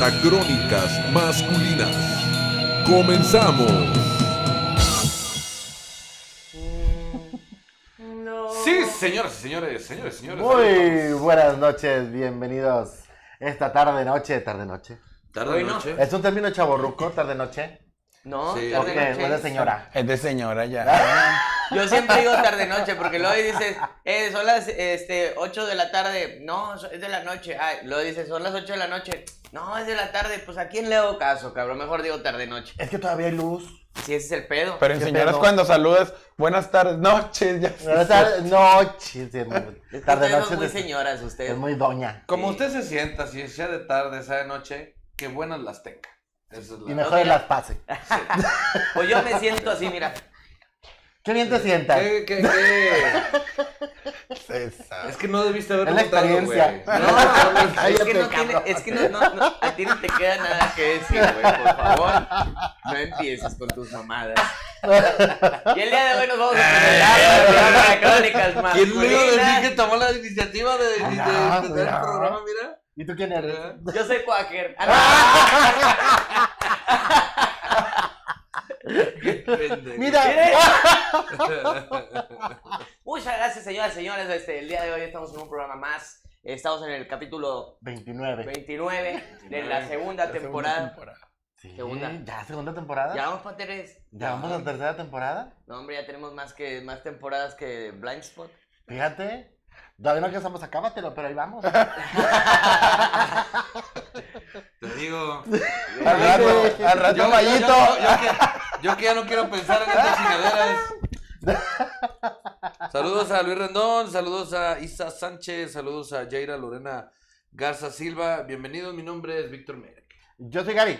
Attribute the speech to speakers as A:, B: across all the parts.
A: Acrónicas Masculinas. Comenzamos.
B: Sí, señoras y señores, señores, señores.
C: Muy buenas noches, bienvenidos esta tarde noche, tarde noche.
B: Tarde de noche.
C: ¿Es un término chaborruco, tarde noche?
D: No,
B: Sí.
C: Porque
D: tarde noche.
C: no es de señora.
E: Es de señora ya.
D: Yo siempre digo tarde noche, porque luego dices, eh, son las este, 8 de la tarde. No, so- es de la noche. Ay, luego dices, son las 8 de la noche. No, es de la tarde. Pues a quién le hago caso, cabrón. Mejor digo tarde noche.
C: Es que todavía hay luz.
D: Si ese es el pedo.
E: Pero en
C: ¿Qué
E: señoras
C: pedo?
E: cuando saludas, buenas tardes, noches, ya.
C: No es tarde noche, sí, es muy-
D: Es que
C: tarde
D: ustedes son
C: noche
D: muy
C: es de-
D: señoras, ustedes.
C: es muy doña.
B: Como
D: Sí.
B: usted se sienta, si sea de tarde, sea de noche, que buenas las tenga. Esa es la.
C: Y mejor
D: Ok.
C: las pase.
D: Pues yo me siento así, mira.
C: ¿Qué bien te sientas?
B: ¿Qué, qué, qué? Ah,
E: César.
B: Es que no debiste haberlo
C: Es la
B: contado,
C: experiencia.
B: güey.
D: No, no, no, Ah, es
C: Cállate,
D: que no tiene,
C: cabrón.
D: es que no, no, no, a ti no te queda nada que decir, güey, por favor. No empieces con tus mamadas. Y el día de hoy nos vamos a presentar el programa de crónicas más.
B: ¿Quién le iba a decir que tomó la iniciativa de, de,
C: Ah,
B: de, de- del
D: este
C: mira.
B: programa, mira?
C: ¿Y tú quién eres?
B: Mira.
D: Yo soy Quaker. Ah,
B: Qué pendejo.
C: Mira,
D: no. Muchas gracias, señoras y señores. Este, el día de hoy estamos en un programa más. Estamos en el capítulo
C: 29.
D: 29 de la segunda temporada.
C: Sí,
D: Segunda.
C: ¿Ya segunda temporada?
D: Ya
C: ¿Ya,
D: vamos para tres.
C: vamos a la tercera temporada?
D: No, hombre, ya tenemos más que más temporadas que Blind Spot.
C: Fíjate. Todavía no alcanzamos a acábatelo, pero ahí vamos.
B: Te digo.
E: Al rato, al rato, Mayito.
B: Yo, yo que, yo que ya no quiero pensar en estas chingaderas. Saludos a Luis Rendón, saludos a Isa Sánchez, saludos a Jaira Lorena Garza Silva. Bienvenidos, mi nombre es Víctor Merck.
C: Yo soy Gaby.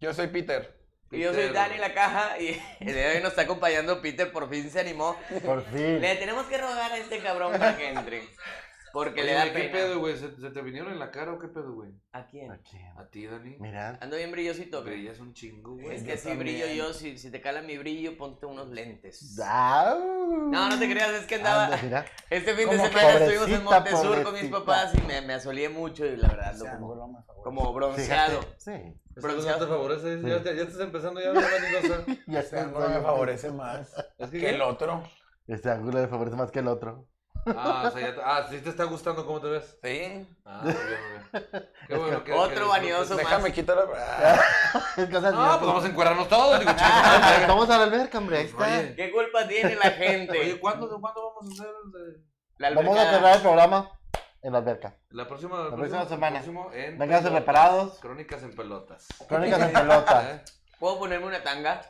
E: Yo soy Peter.
D: Y yo soy
B: Peter.
D: Dani La Caja y el día de hoy nos está acompañando Peter, por fin se animó.
C: Por fin.
D: Le tenemos que rogar a este cabrón para que entre. Porque le da
B: Oye, ¿Qué
D: pena.
B: pedo, güey? ¿Se, se te vinieron en la cara o qué pedo, güey?
D: ¿A quién?
C: Aquí.
B: A ti, Dani.
C: Mira.
D: Ando bien brillosito. güey.
B: Brillas un chingo, güey.
D: Es que si brillo yo, si, si te cala mi brillo, ponte unos lentes. No,
C: No,
D: no te creas, es que andaba.
C: mira.
D: Este fin de
C: Como
D: semana estuvimos en
C: pobrecita,
D: Montesur con mis
C: pobrecita.
D: papás y me, me asoleé mucho y la verdad ando como, como bronceado.
C: Fíjate. Sí.
B: no te favorece, ya, ya- ya estás empezando ya a hablar manigosa.
C: Ya
E: Este ángulo me favorece más
B: Es que,
E: que el otro.
C: Este ángulo me favorece más que el otro.
B: Ah, o sea, ya te- ah, sí te está gustando cómo te ves.
E: Sí.
B: Ah, muy bien, muy bien. Qué bueno que.
D: Otro
B: que
D: vanidoso más.
E: Déjame quitar la.
C: Es cosa
B: No, pues vamos a encuadrarnos todos. Digo, chinga.
C: Vamos a la alberca, hombre. Ahí está.
B: Oye,
D: ¿Qué culpa tiene la gente?
B: Oye, ¿cuándo, ¿cuándo vamos a hacer el de-
D: La
C: Vamos a
D: albercada.
C: cerrar el programa en la alberca.
B: la próxima,
C: La próxima semana.
B: próximo en
C: Vénganse
B: pelotas.
C: preparados.
B: Crónicas en pelotas.
C: Crónicas en pelota.
B: ¿Eh?
D: ¿Puedo ponerme una tanga?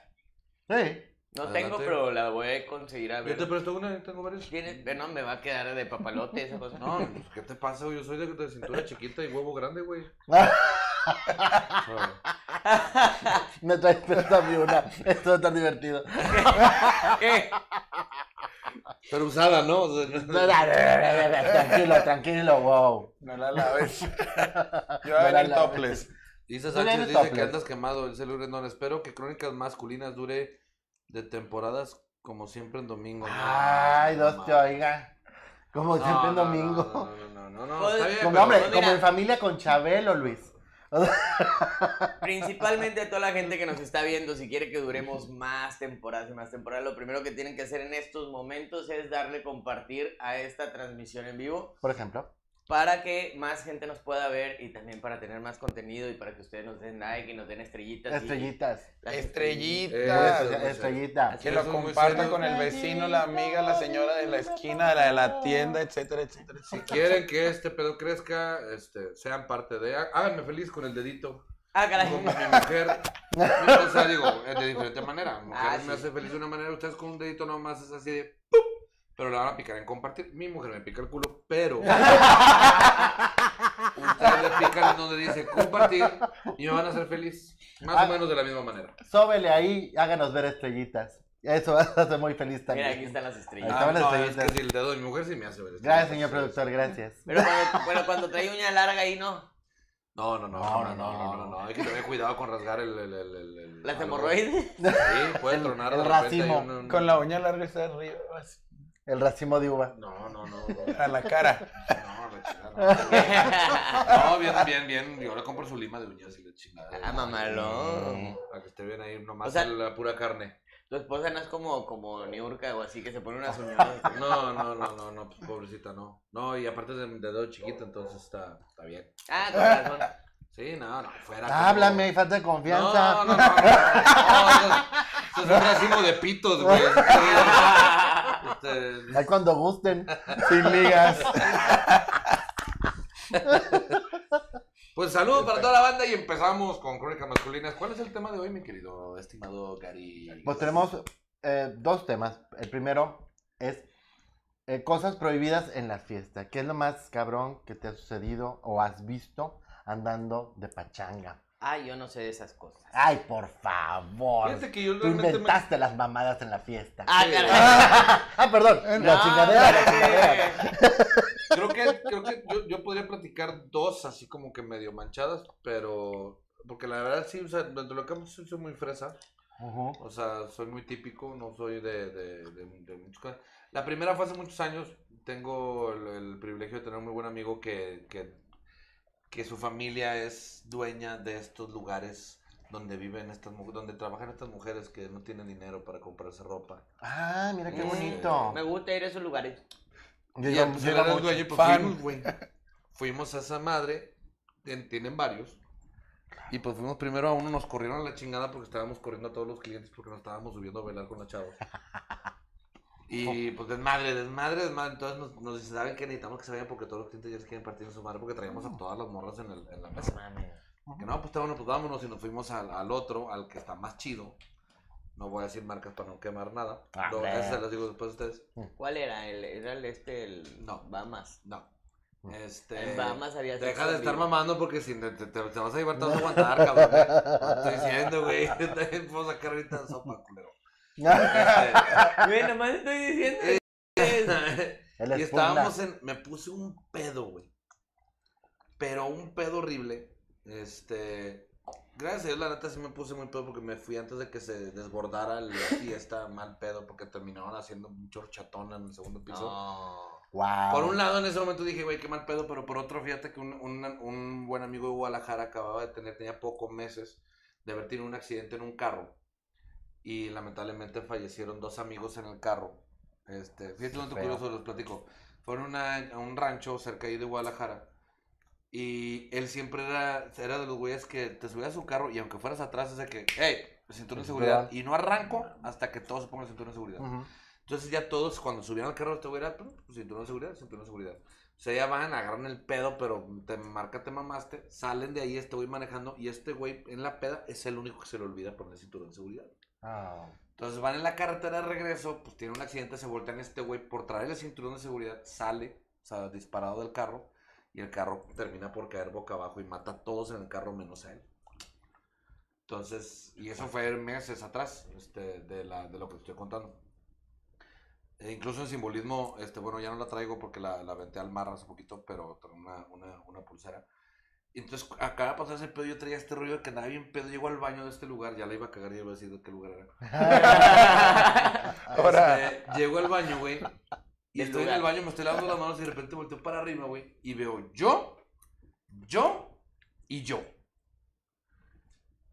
C: Sí.
D: No
B: Adelante.
D: tengo, pero la voy a conseguir a
B: Yo
D: ver.
B: te presto una, yo tengo varios.
D: ¿Tiene? eh, No, me va a quedar de papalote esa cosa.
B: No, pues, ¿qué te pasa, güey? Yo soy de, de cintura chiquita y huevo grande, güey. O sea,
C: Me traes presta mi una. Esto es tan divertido.
D: ¿Qué?
B: Pero usada, ¿no? O sea, no-
C: Tranquilo, tranquilo, wow.
E: No la laves. Yo
C: No
E: voy
C: la
E: a venir
C: laves.
E: topless.
B: Isa
C: Tú le
B: Sánchez
C: eres
B: dice que
C: topless.
B: andas quemado, el celular no. Espero que Crónicas Masculinas dure de temporadas como siempre en domingo. ¿no?
C: Ay,
B: No,
C: dos te oiga. Como
B: no,
C: siempre en
B: no,
C: domingo.
B: No, no, no, no, no,
D: Pues,
B: está bien,
C: Como,
B: pero-
C: hombre,
D: mira.
C: como en familia con Chabelo, Luis.
D: Principalmente a toda la gente que nos está viendo, si quiere que duremos más temporadas y más temporadas, lo primero que tienen que hacer en estos momentos es darle compartir a esta transmisión en vivo
C: Por ejemplo.
D: para que más gente nos pueda ver y también para tener más contenido y para que ustedes nos den like y nos den estrellitas. y-
C: Estrellitas.
D: las
E: Estrellitas.
B: Eso,
C: Estrellitas.
E: Que lo
B: Eso es muy
E: compartan
B: serio.
E: con el vecino, la amiga, la señora de la esquina, la de la tienda, etcétera, etcétera,
B: Si
E: etcétera.
B: quieren que este pedo crezca, este, sean parte de. há- Háganme feliz con el dedito.
D: Ah,
B: Como
D: caray.
B: mi mujer. o sea, digo, eh, de diferente manera. Mi mujer
D: Ah,
B: me
D: sí.
B: hace feliz de una manera, ustedes con un dedito nomás es así de. ¡pup! Pero la van a picar en compartir. Mi mujer me pica el culo, pero. ustedes le pican en donde dice compartir y me van a hacer feliz. Más
C: Ah.
B: o menos de la misma manera.
C: Sóbele ahí, háganos ver estrellitas. Eso nos hace muy feliz también.
D: Mira, aquí están las estrellas.
C: Estaban
B: no,
C: las
B: es que
C: deditas.
B: si el dedo de mi mujer sí me hace feliz.
C: Gracias, señor productor, gracias.
B: Ah.
D: Pero cuando, pero cuando trae uña larga ahí no.
B: No, no, no,
C: No,
B: no, no,
C: no,
B: no, no, no. Hay que tener cuidado con rasgar el. el, el, el, el-
D: Las
B: algo.
D: hemorroides.
B: Sí, puede tronar
C: el
B: de repente.
C: racimo.
B: y un- un-
E: Con la uña larga está arriba, así,
C: El racimo de uva.
B: No, no, no. bro.
E: a la cara.
B: No, la chingada. No, bien, bien, bien. Yo le compro su lima de uñas y la chingada.
D: Ah, mamalón.
B: Para que esté bien ahí, nomás
D: O sea-
B: la pura carne.
D: Tu esposa no es como, como Niurka o así que se pone unas uñas.
B: No, no, no, no, no, pues pobrecita, no. No, y aparte es de, de dedo chiquito, entonces está, está bien.
D: Ah, con razón.
B: Sí, no, no, fuera. como-
C: Háblame, hay falta de confianza.
B: No, no, no. no, no, no, eso es un racimo de pitos, güey. Este,
C: Ahí cuando gusten.
E: Sin ligas.
B: Pues saludos para toda la banda y empezamos con Crónicas Masculinas. ¿Cuál es el tema de hoy, mi querido estimado Gary?
C: Pues tenemos eh, dos temas. El primero es eh, cosas prohibidas en la fiesta. ¿Qué es lo más cabrón que te ha sucedido o has visto andando de pachanga?
D: Ay, Ah, yo no sé de esas cosas.
B: Ah,
C: Ay, por favor.
B: Fíjate que yo
C: Tú
B: realmente me...
C: inventaste las mamadas en la fiesta.
D: Ah,
B: Sí.
D: caray.
C: Ah, perdón. la
D: No,
C: chingadera. la
D: hombre.
C: chingadera.
B: Creo que, creo que yo, yo podría platicar dos así como que medio manchadas, pero... Porque la verdad sí, o sea, dentro de lo que hemos hecho soy muy fresa.
C: Ujú.
B: O sea, soy muy típico, no soy de, de, de, de muchas cosas. La primera fue hace muchos años. Tengo el, el privilegio de tener un muy buen amigo que, que, que su familia es dueña de estos lugares donde viven estas mu- donde trabajan estas mujeres que no tienen dinero para comprarse ropa.
C: Ah, mira qué
D: Mm,
C: bonito.
D: Me gusta ir a esos lugares.
C: Yo
B: Y
C: iba-
B: al-
C: yo
B: pues, él
C: iba
B: era el
C: mucho.
B: dueño, pues,
E: fan.
B: fuimos, güey. Fuimos a esa madre, tien- tienen varios. Y pues fuimos primero a uno, nos corrieron a la chingada porque estábamos corriendo a todos los clientes porque nos estábamos subiendo a bailar con la chava. Y
C: Oh.
B: pues desmadre, desmadre, desmadre. Entonces nos, nos dicen, ¿saben qué? Necesitamos que se vayan porque todos los clientes ya se quieren partir en su madre porque traíamos
C: Oh.
B: a todas las morras en, el- en la mesa. Que no, pues está bueno, pues vámonos y nos fuimos al, al otro, al que está más chido. No voy a decir marcas para no quemar nada.
C: Ah,
B: No,
C: hombre.
B: esas se las digo después a ustedes.
D: ¿Cuál era? El, era el este, el
B: No.
D: Bahamas.
B: No.
C: Mm.
B: Este.
D: En Bahamas había
B: Deja
D: sexo
B: de
D: en
B: estar
D: vivo.
B: mamando porque si te, te- te vas a llevar, te vas a aguantar, cabrón. güey. No Estoy diciendo, güey. Te puedo sacar ahorita sopa, culero.
D: Güey, nomás estoy diciendo.
B: Este,
C: El
B: y
C: espuma.
B: estábamos en. Me puse un pedo, güey. Pero un pedo horrible. Este. Gracias a Dios, la neta sí me puse muy pedo porque me fui antes de que se desbordara la fiesta mal pedo porque terminaron haciendo un chorchatón en el segundo piso.
D: No.
C: Wow.
B: Por un lado, en ese momento dije, güey, qué mal pedo, pero por otro, fíjate que un, un- un buen amigo de Guadalajara acababa de tener, tenía pocos meses de haber tenido un accidente en un carro. Y lamentablemente fallecieron dos amigos en el carro. Este, fíjate un dato
C: Feo.
B: curioso, los platico. Fueron una- a un rancho cerca ahí de Guadalajara. Y él siempre era, era de los güeyes que te subías a su carro y aunque fueras atrás, es de que, hey, cinturón de seguridad. Y no arranco hasta que todos se pongan cinturón de seguridad.
C: Ujú.
B: Entonces ya todos cuando subían al carro te hubiera, pues cinturón de seguridad, cinturón de seguridad. O sea, ya van, agarran el pedo, pero te marca, te mamaste, salen de ahí este güey manejando y este güey en la peda es el único que se le olvida poner cinturón de seguridad.
C: Ah.
B: Entonces van en la carretera de regreso, pues tiene un accidente, se voltean este güey por traer el cinturón de seguridad, sale, o sea, disparado del carro y el carro termina por caer boca abajo y mata a todos en el carro menos a él. Entonces, y eso fue meses atrás este, de, la, de lo que te estoy contando. E incluso en simbolismo, este, bueno, ya no la traigo porque la, la aventé al mar hace poquito, pero traía una, una, una pulsera. Y entonces, acaba de pasar ese pedo, yo traía este rollo de que andaba bien pedo, llego al baño de este lugar, ya la iba a cagar y iba a decir de qué lugar era.
E: Ahora.
B: Este, llego al baño, güey. Y
D: Del
B: estoy en
D: lugar.
B: el baño, me estoy lavando las manos y de repente volteo para arriba, güey. Y veo yo, yo y yo.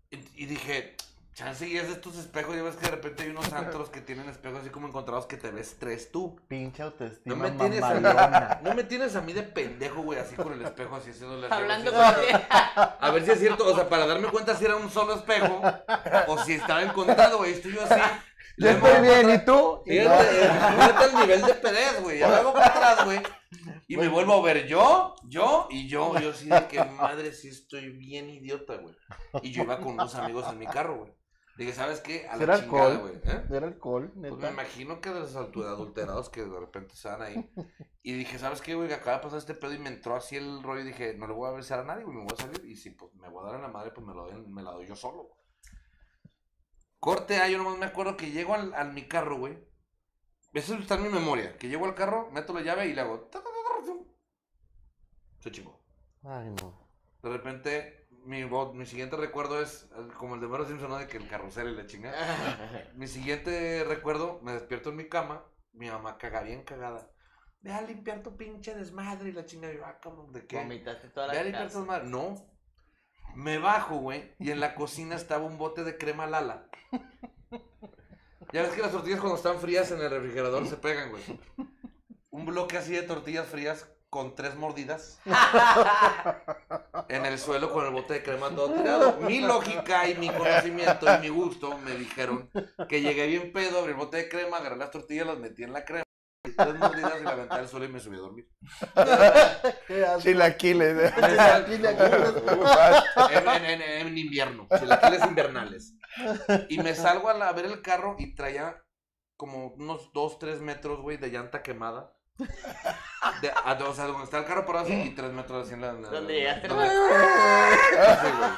B: Y, y dije, chance, y es de estos espejos. Ya ves que de repente hay unos antros que tienen espejos así como encontrados que te ves tres tú.
C: Pinche autoestima
B: No me tienes a
C: mamalona.
B: No me tienes a mí de pendejo, güey, así con el espejo, así haciéndole así,
D: Hablando
B: así.
D: con
B: A ver si es cierto, o sea, para darme cuenta si era un solo espejo o si estaba encontrado, güey. Estoy yo así.
E: Yo
B: le muevo
E: estoy
B: para
E: bien,
B: atrás.
E: ¿y tú?
B: Fíjate, fíjate el eh, nivel de pedez, güey. Ya me hago para atrás, güey. Y me vuelvo a ver yo, yo y yo. Yo sí de que madre, sí estoy bien idiota, güey. Y yo iba con unos amigos en mi carro, güey. Dije, ¿sabes qué? A
C: ¿Será
B: la chingada, güey.
C: alcohol?
B: ¿eh?
C: Era alcohol,
B: Pues me
C: neta.
B: imagino que de los altu- adulterados que de repente se dan ahí. Y dije, ¿sabes qué, güey? Acaba de pasar este pedo y me entró así el rollo y dije, no le voy a besar a nadie, güey, me voy a salir. Y si pues, me voy a dar en la madre, pues me, lo doy- me la doy yo solo, güey. Corte, ah, yo nomás me acuerdo que llego al, al mi carro, güey. Eso está en mi memoria. Que llego al carro, meto la llave y le hago... ta, ta, ta, ta, ta. Se chingó.
C: Ay, no.
B: De repente, mi, vo- mi siguiente recuerdo es eh, como el de Mero Simpson, ¿no? De que el carrusel y la chingada. Mi siguiente recuerdo, me despierto en mi cama, mi mamá caga bien cagada. Ve a limpiar tu pinche desmadre y la chingada. Y yo, ah, cabrón, ¿de qué?
D: Vomitaste toda
B: Ve a
D: la
B: limpiar tu
D: casa.
B: desmadre. No. Me bajo, güey, y en la cocina estaba un bote de crema Lala. Ya ves que las tortillas cuando están frías en el refrigerador se pegan, güey. Un bloque así de tortillas frías con tres mordidas en el suelo con el bote de crema todo tirado. Mi lógica y mi conocimiento y mi gusto me dijeron que llegué bien pedo, abrí el bote de crema, agarré las tortillas, las metí en la crema, y tres mordidas y la aventé al suelo y me subí a dormir.
C: ¿Qué haces?
E: Chilaquiles.
B: Me sal-
C: Chilaquiles.
B: en, en- en- en invierno, chilaquiles invernales. Y me salgo a, la- a ver el carro y traía como unos 2, 3 metros, güey, de llanta quemada. De- a- o sea, donde está el carro parado así y 3 metros así en la... en la-
D: ¿Dónde llegaste?
B: Así, güey.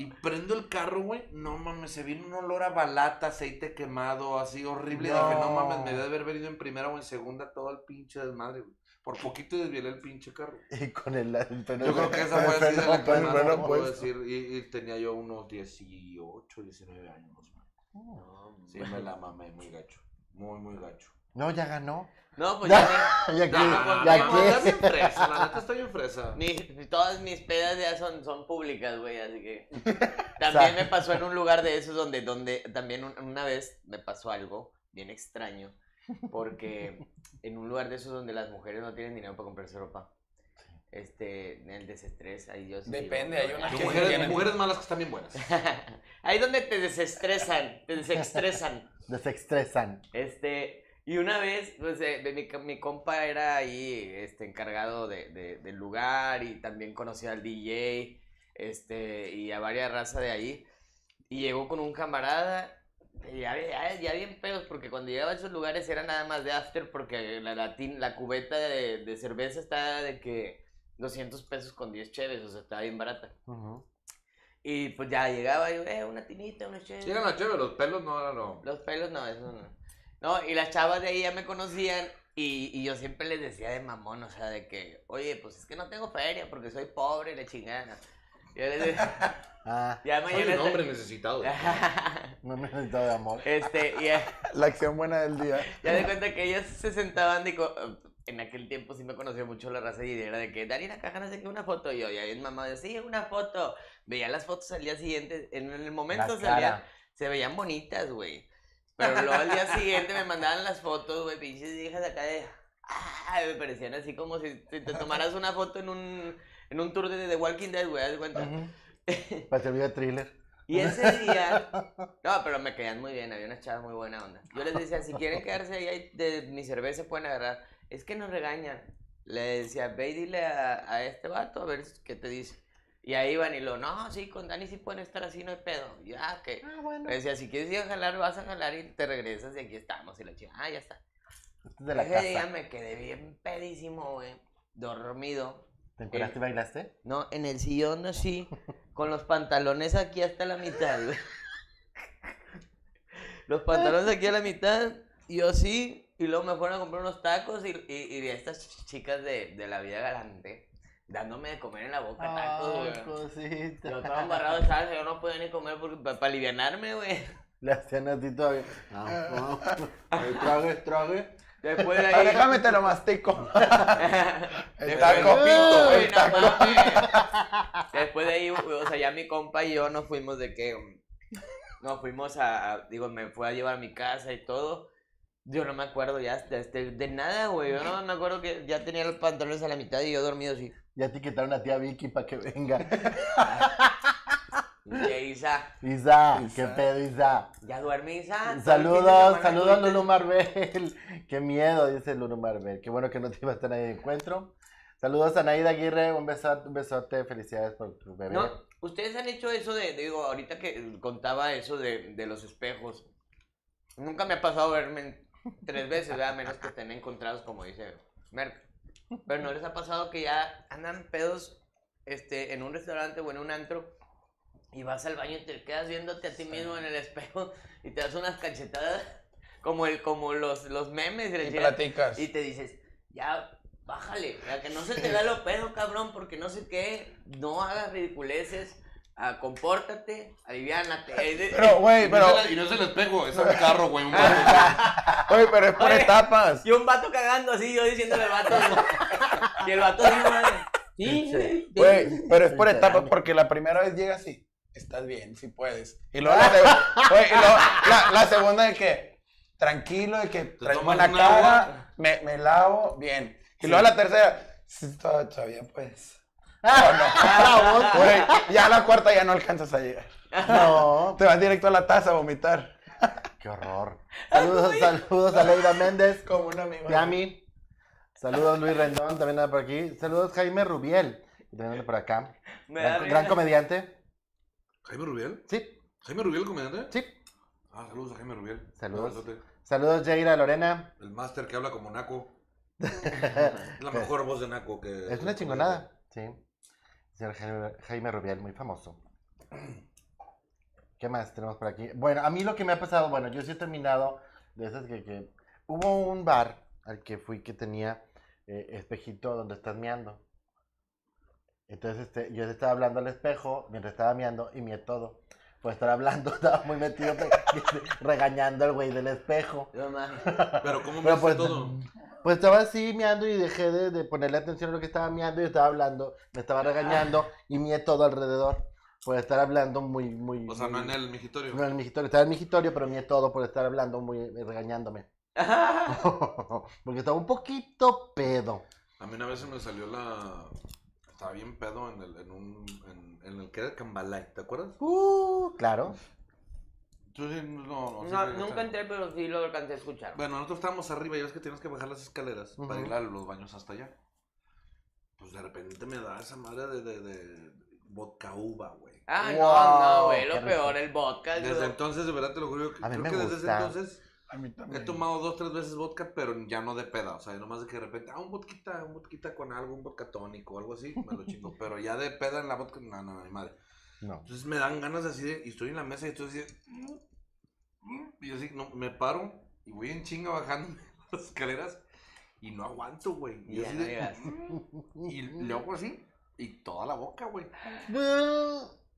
B: Y prendo el carro, güey. No mames, se vino un olor a balata, aceite quemado, así horrible.
C: No.
B: Dije, no mames, me debe haber venido en primera o en segunda todo el pinche desmadre, güey. Por poquito desvielé el pinche carro.
C: Y con el, el freno-
B: Yo creo que esa fue así de
C: freno-
B: la que
C: con el
B: más
C: freno
B: te puedo
C: puesto.
B: decir. Y, y tenía yo unos 18, 19 años. más o menos. Sí, me la mamé muy gacho. Muy, muy gacho.
C: No, ya ganó.
D: No, pues ya
C: Ya que,
B: No,
C: ya
B: no,
C: que-
B: estás bien fresa, la neta estoy en fresa.
D: me- mi- todas mis pedas ya son, son públicas, güey, así que... También me pasó en un lugar de esos donde, donde también un- una vez me pasó algo bien extraño, porque en un lugar de esos donde las mujeres no tienen dinero para comprarse ropa, este, en el desestrés, ahí yo sí digo,
E: Depende, hay unas
D: "Órale".
E: que-
B: Mujeres, mujeres malas que están bien buenas.
D: Ahí donde te desestresan, te desestresan.
C: desestresan.
D: Este, y una vez, pues, eh, de mi, co- mi compa era ahí, este, encargado de, de- del lugar y también conocía al DJ, este, y a varias razas de ahí. Y llegó con un camarada, y ya, ve- ya, ya bien pedos, porque cuando llegaba a esos lugares era nada más de after, porque la, la, tin- la cubeta de, de cerveza está de que 200 pesos con 10 cheves, o sea, está bien barata.
C: Ujú.
D: Y pues ya llegaba, y yo, eh, una tinita, una cheve.
B: Llegan a chévere, los pelos no, no, no.
D: Los pelos no, eso no. No, y las chavas de ahí ya me conocían y, y yo siempre les decía de mamón, o sea, de que, oye, pues es que no tengo feria porque soy pobre y la chingada. Yo les decía,
C: Ah,
D: ya
B: Soy un
D: mañana.
B: hombre necesitado.
C: no necesito de amor.
D: este, y ya,
E: La acción buena del día.
D: ya de cuenta que ellas se sentaban de co- en aquel tiempo sí me conocía mucho la raza y era de que Darina Cajana se que una foto y yo, ya bien mamá, sí, una foto. Veía las fotos al día siguiente, en el momento
C: La
D: salían
C: cara.
D: se veían bonitas, güey. Pero luego al día siguiente me mandaban las fotos, güey, pinches viejas acá de. ¡Ah! Me parecían así como si, si te tomaras una foto en un, en un tour de The Walking Dead, güey, haz de cuenta.
C: Ujú. Para servir de thriller.
D: Y ese día. No, pero me caían muy bien, había unas chavas muy buena onda. Yo les decía, si quieren quedarse ahí hay- de mi cerveza pueden agarrar. Es que nos regañan. Le decía, ve y dile a, a este vato a ver qué te dice. Y ahí van y lo, no, sí, con Dani sí pueden estar así, no hay pedo. Y yo, ah, que.
C: Ah, bueno.
D: Me decía, si quieres ir a jalar, vas a jalar y te regresas y aquí estamos. Y la chica, ah, ya está.
C: Este es de la
D: Ese día
C: casa.
D: me quedé bien pedísimo, güey, dormido.
C: ¿Te encueraste y bailaste?
D: No, en el sillón así, con los pantalones aquí hasta la mitad, güey. Los pantalones aquí a la mitad, y yo sí, y luego me fueron a comprar unos tacos y, y, y de estas ch- chicas de, de la vida galante, dándome de comer en la boca tacos,
C: Ay,
D: güey.
C: cosita.
D: Yo estaba embarrado de salsa, yo no podía ni comer para alivianarme, güey.
C: Le hacían así todavía. Ah, ah. El trague, el trague.
D: Después de ahí...
E: Ah, Déjame te lo mastico.
D: Después-
E: taco
C: pito,
D: Uy,
E: el
D: no mames. Después de ahí, o sea, ya mi compa y yo nos fuimos de que. um, Nos fuimos a, a- Digo, me fue a llevar a mi casa y todo. Yo no me acuerdo ya de, este, de- de nada, güey. Yo no me acuerdo que ya tenía los pantalones a la mitad y yo dormido así.
C: Ya te quitaron a tía Vicky para que venga.
D: "Oye, Isa,
C: Isa,
E: Isa.
C: qué pedo, Isa.
D: ya duerme, Isa.
C: Saludos, saludos Lulu Marvel. Qué miedo, dice Lulu Marvel. Qué bueno que no te iba a estar ahí de encuentro. Saludos a Naida Aguirre, un besote, un besote, felicidades por tu bebé.
D: No, ustedes han hecho eso de. Digo, ahorita que contaba eso de, de los espejos. Nunca me ha pasado verme en- tres veces, ¿verdad? a menos que estén encontrados, como dice Merck. Pero no les ha pasado que ya andan pedos este, en un restaurante o en un antro y vas al baño y te quedas viéndote a ti mismo en el espejo y te das unas cachetadas como, el, como los, los memes. la
E: Y
D: chingada.
E: platicas.
D: Y te dices, ya, bájale, ya que no se te da lo pedo, cabrón, porque no sé qué, no hagas ridiculeces. a compórtate, aliviánate. Eh, Es de-
E: Pero, güey, pero,
B: Y no se la- Y no es el espejo, es un carro, güey. Un vato.
E: güey, pero es por
D: Oye.
E: etapas.
D: Y un vato cagando así, yo diciéndole al vato. y el vato así, madre. Sí, sí.
E: Güey, pero es por
C: Literal.
E: etapas porque la primera vez llegas y estás bien, si puedes. Y luego la, seg- güey, y luego la- la segunda de que tranquilo, de que traigo
B: tomas
E: la
B: una
E: cara,
B: agua.
E: me, me lavo, bien. Y luego la tercera, si to- todavía puedes. pues". No, no. Güey, ya a la cuarta ya no alcanzas a llegar.
C: No,
E: Te vas directo a la taza a vomitar.
C: qué horror. Saludos, saludos a Leida Méndez,
E: Como un amigo.
C: Yami. Saludos Luis Rendón, también anda por aquí. Saludos Jaime Rubiel, también anda por acá.
D: Me da
C: Gran,
D: risa.
C: gran comediante.
B: ¿Jaime Rubiel?
C: Sí,
B: ¿Jaime Rubiel, comediante?
C: sí.
B: Ah, saludos a Jaime Rubiel.
C: Saludos.
B: Un abrazote.
C: Saludos Jaira Lorena.
B: El máster que habla como Naco. Es la mejor voz de Naco que.
C: Es una chingonada. Sí. Señor Jaime- Jaime Rubial, muy famoso. ¿Qué más tenemos por aquí? Bueno, a mí lo que me ha pasado, bueno, yo sí he terminado de esas que, que- hubo un bar al que fui que tenía eh, espejito donde estás meando. Entonces este, yo estaba hablando al espejo mientras estaba meando y mié todo. Pues estar hablando, estaba muy metido pe- regañando al güey del espejo.
D: No mames.
B: Pero ¿cómo me
C: Pero
B: hace
C: pues,
B: todo?
C: Pues estaba así meando y dejé de, de ponerle atención a lo que estaba meando y estaba hablando, me estaba regañando y mié todo alrededor por estar hablando muy, muy...
B: O sea, no
C: muy-
B: en el migitorio.
C: no en el migitorio, estaba en el migitorio, pero mié todo por estar hablando muy, eh, regañándome. Porque estaba un poquito pedo.
B: A mí una vez se me salió la. Estaba bien pedo en el, en un, en, en el que era Cambalay, ¿te acuerdas?
C: Uh, claro.
B: Tú sí, no, no, sí
D: No,
B: me-
D: nunca entré, pero sí lo alcancé a escuchar.
B: Bueno, nosotros estábamos arriba y ves que tienes que bajar las escaleras para
C: Ujú.
B: ir a los baños hasta allá. Pues de repente me da esa madre de, de, de vodka uva, güey.
D: Ah,
C: Wow,
D: no, no, güey, lo
C: qué
D: peor,
C: rico.
D: el vodka.
B: Desde
D: güey.
B: entonces, de verdad te lo juro, que-
C: A mí
B: creo
C: me
B: que desde
C: gusta.
B: ese entonces
E: A mí
B: he
E: también.
B: tomado dos, tres veces vodka, pero ya no de peda. O sea, nomás de que de repente, ah, un vodquita, un vodquita con algo, un vodka tónico o algo así, me lo chingo. Pero ya de peda en la vodka, no, no, mi madre.
C: No.
B: Entonces me dan ganas así de, y estoy en la mesa y estoy así, de, mm, mm, y yo así, no, me paro y voy en chinga bajando las escaleras y no aguanto, güey. Y, yo
D: Ya
B: así
D: no
B: de,
D: llegas.
B: mm, y luego así, y toda la boca, güey.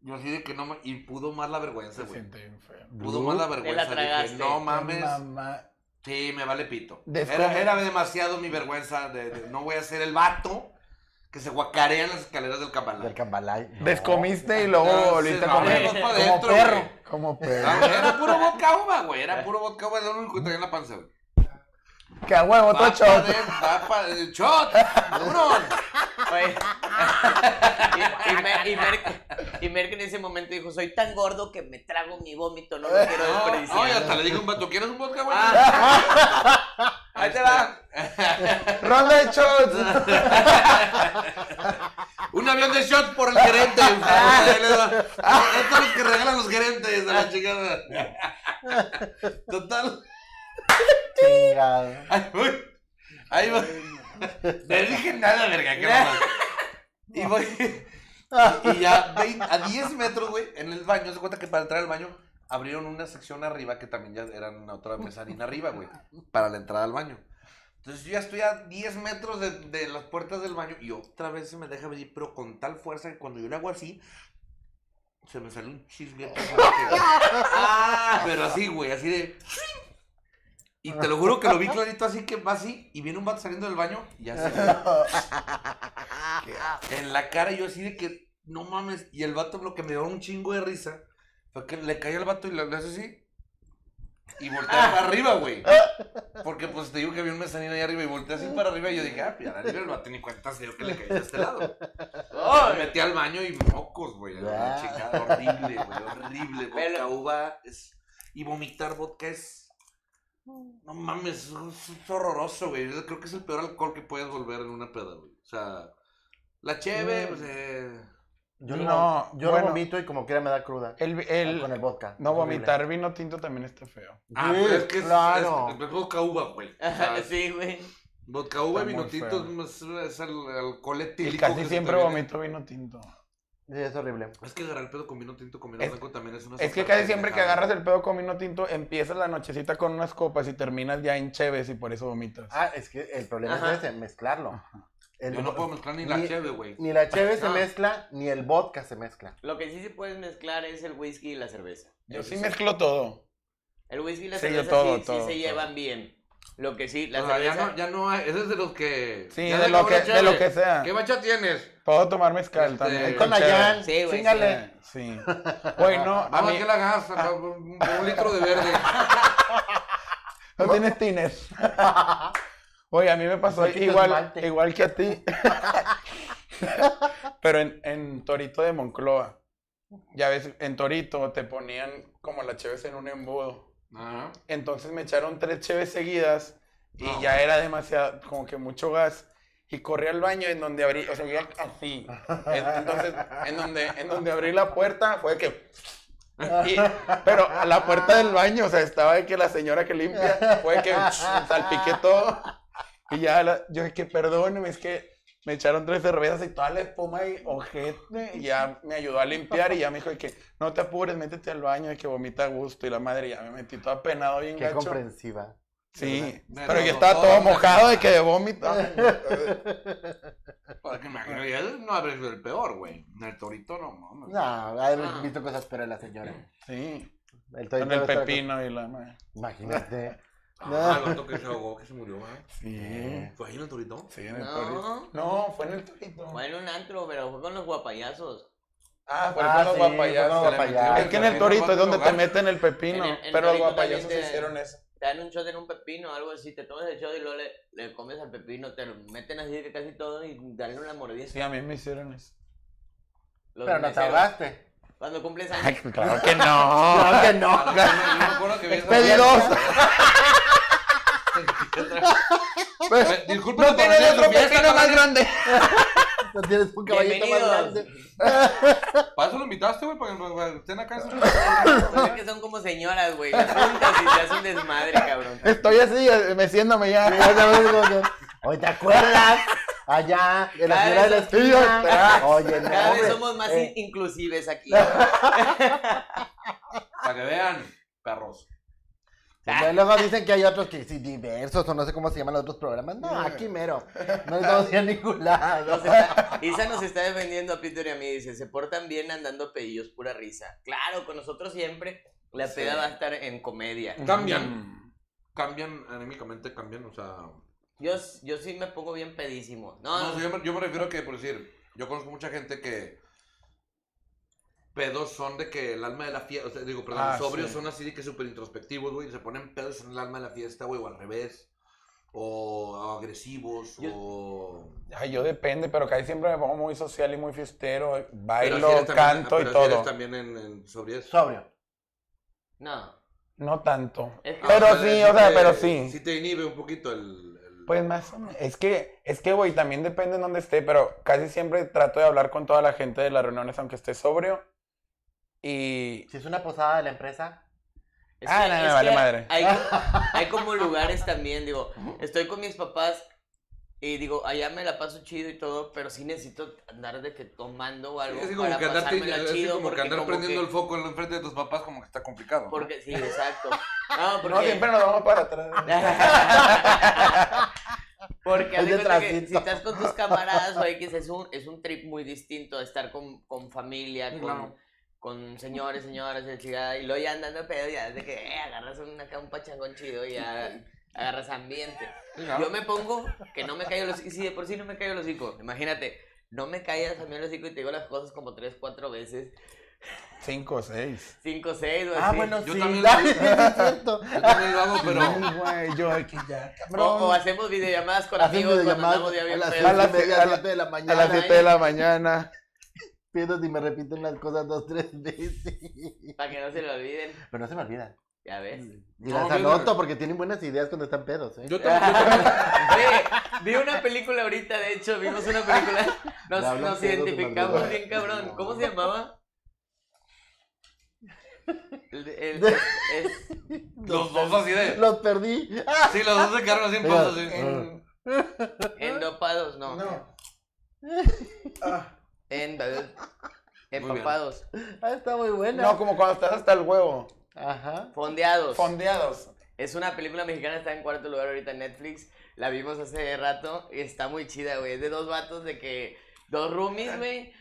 B: Yo así de que no, ma- y pudo más la vergüenza,
E: Se
B: güey.
E: siente bien feo.
B: Pudo más la vergüenza, dije,
D: tragaste.
B: no mames,
E: Mamá.
B: sí, me vale pito.
E: Descom-
B: Era, era demasiado mi vergüenza de, de no voy a ser el vato que se guacarea en las escaleras del cabalá.
C: Del cambalay. no.
E: Descomiste y luego
B: No,
E: volviste
B: sí,
E: a comer.
B: no,
E: Oh, como
B: no, no,
E: perro.
B: dentro,
E: Como perro.
B: Ah, Era puro vodka uva, güey, era puro vodka uva, era lo único que traía en la panza, güey.
E: Que a huevo,
B: Va
E: otro
B: pa'
E: shot.
B: de- va pa- el shot. cabrón.
D: Oye, y, y Mer, y, Mer- y Mer que en ese momento dijo, soy tan gordo que me trago mi vómito, no lo quiero
B: No,
D: desperdiciar.
B: no, y hasta le dije a un vato, ¿quieres un vodka, güey?
D: Ah. ahí te va.
E: Ronda de
C: Ah,
E: shots.
B: Un avión de shot por el gerente.
E: Ah.
B: Ahí le va. Esto es lo que regalan los gerentes de la chingada. Total.
C: Chingado.
B: Ahí voy. Ahí voy. No dije nada, verga, qué mamá. Y voy. Y ya vein- a 10 metros, güey, en el baño, se cuenta que para entrar al baño abrieron una sección arriba que también ya eran otra mezanina arriba, güey, para la entrada al baño. Entonces yo ya estoy a 10 metros de, de las puertas del baño y otra vez se me deja venir, pero con tal fuerza que cuando yo le hago así, se me sale un chisguete. Ah, pero así, güey, así de... Y te lo juro que lo vi clarito así que va así y viene un vato saliendo del baño y así. güey. en la cara y yo así de que no mames. Y el vato lo que me dio un chingo de risa fue que le cayó al vato y le le hace así. Y voltea para arriba, güey. Porque pues te digo que había un mezanín ahí arriba y volteé así para arriba y yo dije, ah, pues arriba el vato ni cuenta se dio que le cayó de este lado.
D: Oh,
B: me metí al baño y mocos, güey. a la
C: Ah.
B: chingada, horrible, güey. Horrible. Vodka
D: Pero-
B: uva es- y vomitar vodka es. No mames, es, es horroroso, güey. Yo Creo que es el peor alcohol que puedes volver en una peda, güey. O sea, la cheve, pues, eh,
C: Yo
E: No,
C: no, yo
E: bueno.
C: no vomito y como quiera me da cruda.
E: El,
C: con el
E: el,
C: vodka.
E: no,
C: Horrible.
E: vomitar vino tinto también está feo.
B: Ah,
C: Sí,
B: pero es que es,
C: claro.
B: es- es vodka uva, güey. O sea,
D: sí, güey.
B: Vodka uva y
E: Está muy
B: vinotinto
E: feo.
B: es, más- es el alcohol etílico.
E: Y casi
B: que se
E: siempre
B: te viene.
E: vomito vino tinto.
C: Sí, es horrible.
B: Es que agarrar el pedo con vino tinto, con vino
E: Es-
B: blanco también es una
E: Es que
B: super
E: casi siempre que
B: pendejada.
E: agarras el pedo con vino tinto, empiezas la nochecita con unas copas y terminas ya en cheves y por eso vomitas.
C: Ah, es que el problema
D: Ajá.
C: es ese, mezclarlo. el-
B: Yo no puedo mezclar ni la cheve, güey.
C: Ni la cheve se
E: Ah.
D: No.
C: mezcla, ni el vodka se mezcla.
D: Lo que sí se puede mezclar es el whisky y la cerveza.
E: Yo
D: Eso
E: sí mezclo todo.
D: El whisky y la
E: Sí, yo
D: cerveza
E: todo,
D: sí, sí
E: todo,
D: se
E: todo.
D: llevan bien. Lo que sí, la
B: O sea, ya
D: cerveza...
B: no, ya no hay. Ese es de los que.
E: Sí,
B: ya
E: de
B: se
E: lo
B: acabó la
E: que- de
B: cheve.
E: lo que sea.
B: ¿Qué bacha tienes?
E: Puedo tomar mezcal
B: Este,
E: también.
B: Ahí
C: Ahí con la
E: chévere.
C: Jan,
D: Sí, güey,
C: chíngale.
E: Eh, Sí. Güey, no, a
B: Nada más
E: mí Ah.
B: que la gasa, pa- un, un litro de verde.
E: no tienes tines. Oye, a mí me pasó
C: Pues aquí está
E: igual,
C: esmalte.
E: igual que a ti. Pero en, en Torito de Moncloa. Ya ves, en Torito te ponían como las cheves en un embudo.
B: Ajá.
E: Entonces me echaron tres cheves seguidas y
B: No.
E: ya era demasiado, como que mucho gas. Y corrí al baño en donde abrí, o sea, yo así. En- Entonces, en donde, en donde abrí la puerta fue que... y- pero a la puerta del baño, o sea, estaba de que la señora que limpia fue que salpiqué todo. Y ya la- yo dije que perdóneme, es que me echaron tres cervezas y toda la espuma y ojete. Y ya me ayudó a limpiar y ya me dijo de que no te apures, métete al baño, de que vomita a gusto. Y la madre ya me metí todo apenado bien
C: Qué
E: gacho.
C: comprensiva.
E: Sí,
B: ¿verdad?
E: pero
B: Pero
E: que estaba todo
B: todo-
E: mojado de que de vómito.
B: Porque me imagino Pues, que él no habrá sido el peor, güey. En el torito no, mames.
C: No, ha de
D: Ah.
C: haber visto cosas pero la señora.
E: Sí,
C: El
E: con
C: torito
E: el
C: de otra
E: pepino y la madre.
C: cosa. Imagínate.
B: Ah, el otro que se ahogó, que se murió, ¿verdad?
E: Sí,
B: ¿Fue ahí en el torito?
E: sí, en el
D: No.
E: torito. No, fue en el torito.
D: Fue en un antro, pero fue con los guapayazos.
E: Ah, fue
C: Ah,
E: con los
C: sí,
E: guapayazos.
C: fue con los
E: Se le metió-
C: guapayazos.
E: Es que en el torito es donde te meten el pepino,
D: En el- en el
E: pero los
D: torito
E: guapayazos
D: también te-
E: hicieron eso.
D: te dan un shot en un pepino o algo así, te tomas el shot y luego le, le comes al pepino, te lo meten así de casi todo y dale una mordida.
E: Sí, a mí me hicieron eso.
D: Los
C: Pero no te
D: meseros,
C: ahogaste.
D: Cuando cumples años.
E: claro que no.
C: Claro que no.
B: Ah, no, yo me acuerdo que vi esa-
E: Pedidos.
B: Eh, Disculpen
E: No
B: por hacer
E: tienen
B: su
E: otro
B: fiesta,
E: pepino más
B: caballo.
E: grande.
C: No tienes un caballito más
D: Bienvenidos.
C: grande.
B: Para eso lo invitaste, güey, para que- para que estén acá. en su-
D: Pues es que son como señoras, güey. Juntas y te hacen desmadre, cabrón.
E: Estoy así, eh, meciéndome ya.
C: Hoy te acuerdas. Allá, en la
D: Cada
C: ciudad de la
D: vez somos-
C: esquina. Oye, no.
D: Cada vez
C: hombre.
D: somos más
C: Eh.
D: in- inclusives aquí.
B: Para que vean, perros.
C: Y luego- luego dicen que hay otros que sí, diversos o no sé cómo se llaman los otros programas. No, aquí mero. No estamos en ningún lado.
D: Nos está- Isa nos está defendiendo a Peter y a mí. Dice: Se portan bien andando pedillos, pura risa. Claro, con nosotros siempre la peda va a estar en comedia.
B: Cambian, cambian, anímicamente cambian, o sea...
D: Yo, yo sí me pongo bien pedísimo. No,
E: Ah,
B: No, yo, me, yo me refiero a que, por decir, yo conozco mucha gente que pedos son de que el alma de la fiesta, o sea, digo, perdón,
E: Ah,
B: sobrios
E: sí.
B: son así de que súper introspectivos, güey, y se ponen pedos son el alma de la fiesta, güey, o al revés, o agresivos,
D: Yo-
B: o...
E: Ay, yo depende, pero que ahí siempre me pongo muy social y muy fiestero.
B: Pero
E: Bailo,
B: así eres también-
E: canto
B: pero
E: y
B: así eres
E: todo.
B: también en, en sobriedad.
C: Sobrio.
D: no.
E: No tanto.
C: Ah,
D: Es que-
E: Pero
B: O sea,
E: sí, o sea,
B: te-
E: pero sí.
B: Ah, Sí te inhibe un poquito el... el-
E: Pues más o menos. Es que, es que, güey, también depende en dónde esté, pero casi siempre trato de hablar con toda la gente de las reuniones, aunque esté sobrio. Y.
C: Si es una posada de la empresa,
D: Es
E: Ah,
D: que-
E: no, no,
D: es
E: vale
D: que
E: madre.
D: Hay, hay como lugares también, digo, estoy con mis papás y digo, allá me la paso chido y todo, pero sí necesito andar de que tomando o
B: Sí,
D: algo
B: así como
D: para
B: que andarte-
D: pasármela
B: así
D: chido.
B: como que
D: porque
B: andar
D: como
B: prendiendo
D: que-
B: el foco en frente de tus papás como que está complicado. ¿no?
D: Porque, sí, exacto. No,
E: No,
D: porque...
E: siempre nos vamos para atrás.
D: porque haz de
C: Es de
D: cuenta que si
C: transito.
D: estás con tus camaradas o X, es un, es un trip muy distinto a estar con, con familia, con,
B: Claro.
D: con señores, señoras, de chingada, y luego ya andando pedo, ya de que eh, agarras un, acá un pachangón chido y ya agarras ambiente.
B: Sí, claro.
D: Yo me pongo que no me caiga los hocico. Si de por sí no me caigo los hocico, imagínate, no me caigas a mí los hocico y te digo las cosas como tres, cuatro veces,
E: Cinco, seis.
D: cinco, seis o
C: Ah,
D: así.
C: bueno,
B: Yo
C: sí.
B: también
C: Ay,
B: lo-
C: sí, es cierto.
B: Yo también lo hago, pero...
E: Ay, güey, yo aquí ya.
D: O, o hacemos videollamadas con
C: Hacen
D: amigos cuando
C: videollamadas
D: andamos pues. ya bien
C: a las
D: pedos.
C: seis
E: A las-
C: y media,
E: a la-
C: siete de la
E: A
C: mañana. ¿eh?
E: las siete de la mañana.
C: Pido si me repiten las cosas dos, tres veces.
D: Para que no se lo olviden,
C: Pero no se me olvidan.
D: ya ves.
C: Y
B: No,
C: las
B: mira.
C: anoto porque tienen buenas ideas cuando están pedos. ¿eh?
B: Yo también, yo también-
D: Oye, vi una película ahorita, de hecho, vimos una película, nos,
C: Le hablan
D: nos
C: pedo de
D: identificamos
C: madrugada.
D: bien cabrón. ¿Cómo se llamaba? El- el-
C: De-
D: es-
B: Los dos así de...
C: Los perdí. Ah,
B: Sí, los dos se quedaron así en
C: Mira,
B: pausa, así.
E: En-
D: en dopados, no.
E: No.
D: En, empapados.
C: Ah, está muy buena.
E: No, como cuando estás hasta el huevo.
C: Ajá.
D: Fondeados.
E: Fondeados.
D: Es una película mexicana, está en cuarto lugar ahorita en Netflix. La vimos hace rato y está muy chida, güey. Es de dos vatos de que. Dos roomies, güey.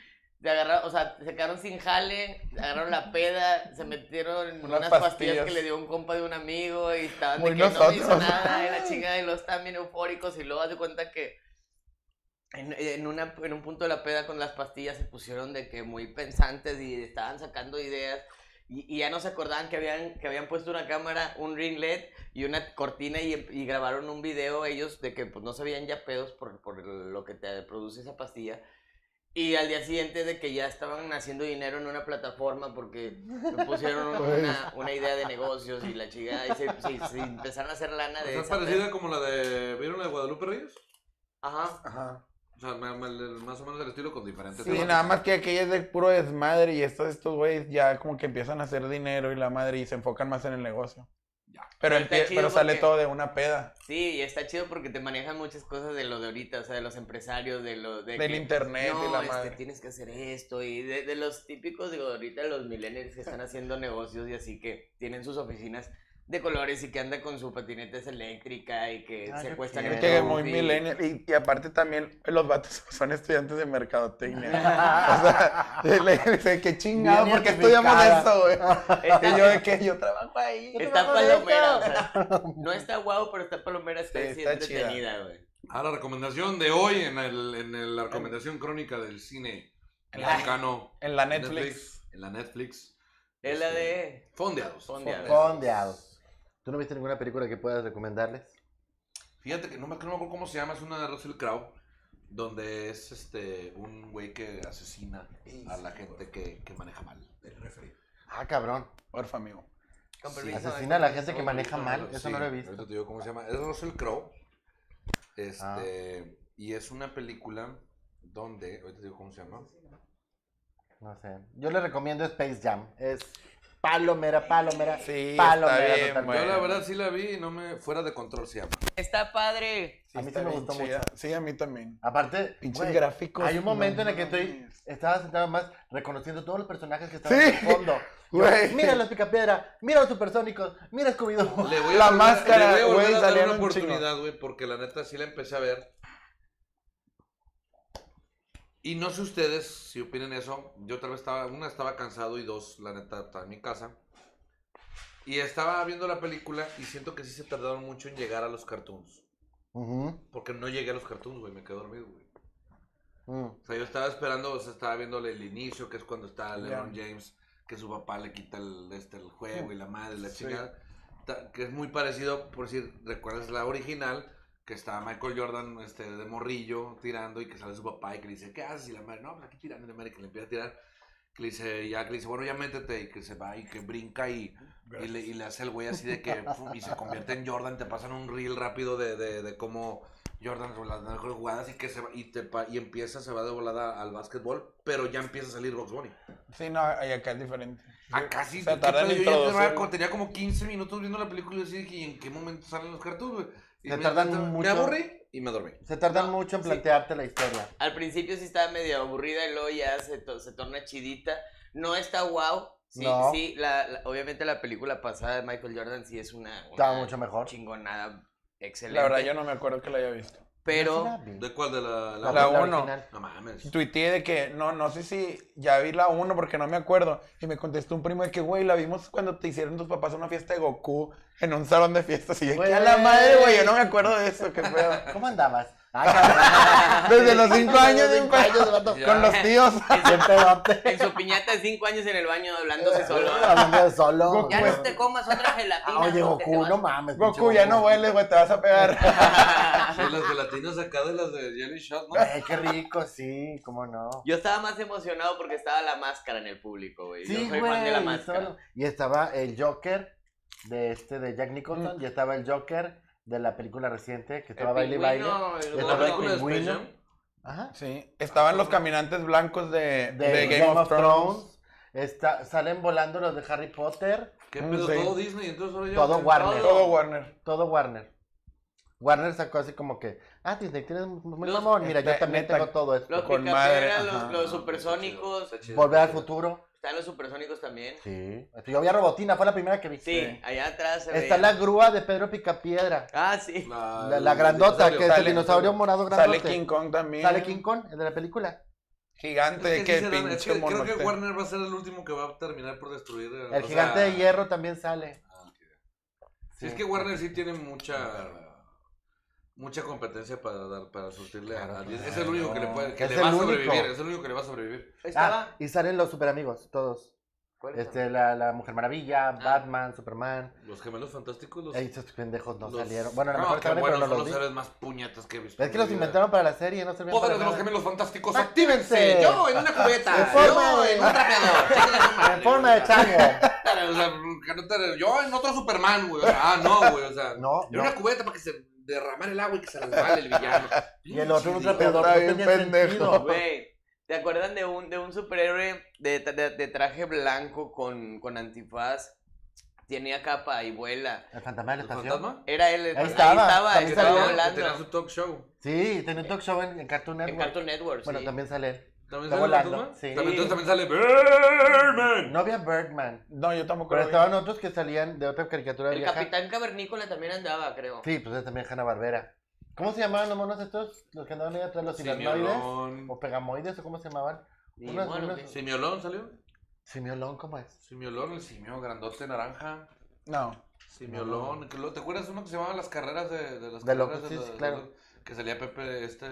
D: Se agarraron, o sea, se quedaron sin jale, se agarraron la peda, se metieron en
E: Unas
D: unas, pastillas.
E: pastillas.
D: que le dio un compa de un amigo y estaban de
E: Muy
D: que no me hizo
E: nosotros.
D: nada y la chingada y los estaban bien eufóricos y luego haz de cuenta que en, en una, en un punto de la peda con las pastillas se pusieron de que muy pensantes y estaban sacando ideas y, y ya no se acordaban que habían, que habían puesto una cámara, un ring E LED y una cortina y, y grabaron un video ellos de que pues, no sabían ya pedos por, por lo que te produce esa pastilla. Y al día siguiente de que ya estaban haciendo dinero en una plataforma porque le pusieron una, una idea de negocios y la chica y se, se- se empezaron a hacer lana de
B: sea, es
D: esa
B: parecida como la de. ¿Vieron la de Guadalupe Reyes?
D: Ajá.
E: Ajá.
B: O sea, ma- ma- el- más o menos el estilo con diferentes
E: Sí,
B: temas.
E: nada más que aquella es de puro desmadre y estos, estos güeyes ya como que empiezan a hacer dinero y la madre y se enfocan más en el negocio. Pero,
D: Pero está
E: empie-
D: chido
E: pero sale
D: porque-
E: todo de una peda.
D: Sí, y está chido porque te manejan muchas cosas de lo de ahorita, o sea, de los empresarios, de lo de
E: Del
D: que,
E: internet
D: no,
E: y la
D: este,
E: madre.
D: tienes que hacer esto y de, de los típicos, digo, ahorita los millennials que están haciendo negocios y así que tienen sus oficinas de colores y que anda con su patineta eléctrica y que
C: Ah,
D: se
C: yo
D: cuestan
C: quiero.
E: Es que
C: Pero,
E: muy
D: y-
E: millennial. Y, y aparte también los vatos son estudiantes de mercadotecnia. o sea, le dije, qué chingado,
C: Bien
E: porque estudiamos
C: identificada.
E: eso, güey?
D: Está-
C: Este,
E: Y yo de que yo trabajo ahí. yo
D: Está
E: trabajo en eso.
D: palomera, o sea, no está guau, pero está palomera, está,
E: Sí,
D: así
E: está chida.
D: entretenida, güey.
B: Ah, la recomendación de hoy en, el, en el- la recomendación crónica del cine mexicano.
E: En la
B: en
E: Netflix.
B: En la Netflix.
D: Es la de...
B: Fondeados.
D: Fondeados.
C: Fondeados. ¿Tú no viste ninguna película que puedas recomendarles?
B: Fíjate que no me, no me acuerdo cómo se llama, es una de Russell Crowe, donde es este un güey que asesina a la gente que, que maneja mal.
C: Ah, cabrón.
E: Porfa, amigo.
D: Con
B: Sí,
D: permiso,
C: Asesina a la gente que
B: No,
C: maneja
B: no,
C: mal.
B: no,
C: Eso
B: sí,
C: no lo he visto.
B: ahorita te digo cómo se llama. Es Russell Crowe. Este,
C: Ah.
B: Y es una película donde. Ahorita te digo cómo se llama.
C: No sé. Yo le recomiendo Space Jam. Es palomera, palomera.
E: Sí,
C: palomera.
E: está bien,
C: total.
E: bueno.
B: Yo la verdad sí la vi y no me. Fuera de control se llama.
D: Está padre.
E: Sí,
C: A mí
E: está
C: sí me
E: bien
C: gustó
E: chida.
C: mucho.
E: Sí, a mí también.
C: Aparte,
E: Pinches
C: güey,
E: gráficos,
C: Hay un momento en el que
E: no
C: estoy.
E: mames.
C: Estaba sentado más reconociendo todos los personajes que estaban
E: Sí,
C: en el fondo. Yo,
E: güey.
C: mira los picapiedra, mira los supersónicos, mira Scooby-Doo.
B: Le voy a
E: La
B: volver-
E: máscara,
B: le voy a volver
E: güey,
B: a dar
E: salieron
B: una
E: un chingo.
B: oportunidad, güey, porque la neta sí la empecé a ver. Y no sé ustedes si opinen eso. Yo tal vez estaba, una estaba cansado y dos, la neta, estaba en mi casa. Y estaba viendo la película y siento que sí se tardaron mucho en llegar a los cartoons.
C: Ujú,
B: Porque no llegué a los cartoons, güey, me quedé dormido, güey.
C: mm.
B: O sea, yo estaba esperando, o sea, estaba viéndole el inicio, que es cuando está
E: Ya.
B: LeBron James, que su papá le quita el, este, el juego y la madre, la
E: Sí.
B: chica, que es muy parecido, por si recuerdas la original, que estaba Michael Jordan este, de morrillo tirando y que sale su papá y que le dice, ¿qué haces? Y la madre, no, pues aquí tirando, y la madre que le empieza a tirar, que le dice, ya, que le dice, bueno, ya métete, y que se va y que brinca y, y, le, y le hace el güey así de que, pum, y se convierte en Jordan, te pasan un reel rápido de, de, de cómo... Jordan con las mejores jugadas y que se va- y, te pa- y empieza, se va de volada al básquetbol, pero ya empieza a salir Box Bunny.
E: Sí, no, y acá es diferente.
B: Acá sí,
E: se
B: Ah, ¿qué
E: tardan
B: pedo?
E: en
B: yo ya tenía,
E: introducir.
B: como- tenía como 15 minutos viendo la película y así dije, ¿y en qué momento salen los cartoons, güey? Y
C: Se tardan
B: Me
C: mucho.
B: aburrí y me dormí.
C: Se tardan mucho en
D: sí.
C: plantearte la historia.
D: Al principio sí estaba medio aburrida y luego ya se, to- se torna chidita. No está guau. Sí,
C: No.
D: sí, la- la- obviamente la película pasada de Michael Jordan sí es una, una
C: Estaba mucho mejor.
D: chingonada excelente.
E: La verdad, yo no me acuerdo que la haya visto.
D: Pero
C: Sí la vi.
B: ¿De cuál? ¿De la...?
E: La
B: la-
E: uno.
C: original.
B: No mames.
E: Tuiteé de que no, no sé si ya vi la 1 porque no me acuerdo. Y me contestó un primo de que, güey, la vimos cuando te hicieron tus papás una fiesta de Goku en un salón de fiestas. Y yo,
C: Güey.
E: que a la madre, güey, yo no me acuerdo de eso, qué pedo.
C: ¿Cómo andabas? Ah, cabrón.
E: Desde los 5 años,
C: Desde los
E: bien
C: cinco años, el
E: pedo,
C: vato.
E: con los tíos.
C: Bien pedote.
D: en su piñata de 5 años en el baño hablándose solo.
C: Hablando de solo.
E: Goku,
D: Ya
C: güey.
D: no te comas otra gelatina.
C: Pues, Ah, Oye,
D: no te
C: Goku,
D: vas-
C: no mames.
E: Goku,
C: pinche
E: ya no hueles, güey, te vas a pegar.
B: Sí, las gelatinas acá de las de Jelly Shot, ¿no?
C: Ay, qué rico, sí, cómo no.
D: Yo estaba más emocionado porque estaba la máscara en el público, güey.
C: Sí,
D: yo soy
C: güey.
D: fan de la
C: y
D: máscara.
C: solo- Y estaba el Joker de este de Jack Nicholson
D: Mm.
C: y estaba el Joker de la película reciente que estaba baile y baile.
D: pingüino, el
C: Ya
B: ¿La
C: estaba
D: gordo.
B: película de
C: pingüino.
B: Space Jam?
C: Ajá.
E: Sí, estaban los caminantes blancos de,
C: De,
E: de
C: Game, of Thrones. Está, salen volando los de Harry Potter,
B: ¿Qué
E: Mm,
B: pedo?
E: sí.
B: Todo Disney, entonces ahora ya...
C: Todo Warner.
E: Todo Warner.
C: todo Warner. Warner sacó así como que, ah, Disney, tienes muy
D: Los-
C: mamón, mira, yo
E: Neta-
C: también
E: neta-
C: tengo todo esto.
D: Los
E: Con
B: Ah,
D: picapiedras,
E: madre,
D: los,
E: ajá.
D: los supersónicos.
C: Volver al futuro.
D: Están los supersónicos también.
C: Sí. Yo vi a Robotina, fue la primera que vi.
D: Sí, allá atrás se
C: Está la
D: veía.
C: grúa de Pedro Picapiedra.
D: Ah, sí.
C: La, la grandota, que es el
E: Sale-
C: dinosaurio morado
E: Sale
C: grandote.
E: King Kong también.
C: Sale King Kong, el de la película.
E: Gigante,
B: Es que
E: qué
B: sí se dan- es
E: pinche
B: que Creo que
E: monote.
B: Warner va a ser el último que va a terminar por destruir. eh,
C: El gigante de hierro también sale. Ah,
B: Si es que Warner sí tiene mucha mucha competencia para dar para surtirle a nadie. Es el único que le puede que
C: Es
B: le
C: el
B: va a
C: único.
B: sobrevivir, es el único que le va a sobrevivir.
D: Ahí
C: Ah,
D: estaba.
C: y salen los superamigos, todos.
D: ¿Cuál es?
C: Este, la, la Mujer Maravilla, Batman, Superman.
B: Los gemelos fantásticos los
C: Ey, esos pendejos no
B: los-
C: salieron. Bueno, a lo
B: no,
C: mejor
B: qué
C: salen, pero
B: buenos,
C: no
B: son
C: los
B: los
C: vi.
B: héroes más puñetas que he visto.
C: Es
B: en
C: que
B: mi
C: los
B: vida.
C: inventaron para la serie, no servían para
B: Poderes de los
C: nada.
B: gemelos fantásticos,
C: Actívense.
B: actívense. Yo en una
C: En
B: cubeta,
C: forma
B: yo
C: de-
B: en un trapeador. chinga su madre,
C: En forma de
B: güey.
C: chango.
B: O sea, que no te- yo en otro Superman, güey. O sea, ah, no, güey. O sea,
C: No,
B: en
C: no.
B: una cubeta para que se derramara el agua y que se resbale el villano.
C: Y el otro un
B: Pinche
C: trapeador.
E: Está
C: no
E: bien
C: tenía
E: pendejo.
C: sentido.
D: Güey, ¿te acuerdan de un, de un superhéroe de, tra- de- de traje blanco con, con antifaz? Tenía capa y vuela.
C: El fantasma de la
B: ¿El
C: estación.
B: fantasma?
D: Era él. el-
C: Ahí estaba,
D: estaba,
C: también
D: estaba
C: salió.
B: Que
D: volando.
B: Tenía su talk show.
C: Sí, tenía un talk show en, en Cartoon
D: En
C: Network.
D: Cartoon Network,
C: Bueno,
D: sí.
C: también sale él.
B: ¿También
C: Está
B: sale
C: volando,
B: Batman?
C: sí.
B: También, entonces también sale Birdman.
C: No había Birdman.
E: No, yo tampoco
C: Pero
E: lo vi.
C: estaban otros que salían de otra caricatura
D: El
C: vieja.
D: Capitán Cavernícola también andaba, creo.
C: Sí, pues es también Hanna Barbera. ¿Cómo se llamaban los monos estos? Los que andaban ahí atrás, los cibernoides.
B: Simiolón.
C: O pegamoides, o cómo se llamaban.
D: Y
C: Unos-
D: bueno,
C: unos-
D: ¿qué?
B: ¿Simiolón salió?
C: Simiolón, ¿cómo es?
B: Simiolón, el simio grandote naranja.
E: No.
B: Simiolón. que luego- ¿Te acuerdas uno que se llamaba Las Carreras de, de las
C: De locos,
B: carreras
C: sí, sí,
B: los-
C: claro.
B: los- Que salía Pepe, este,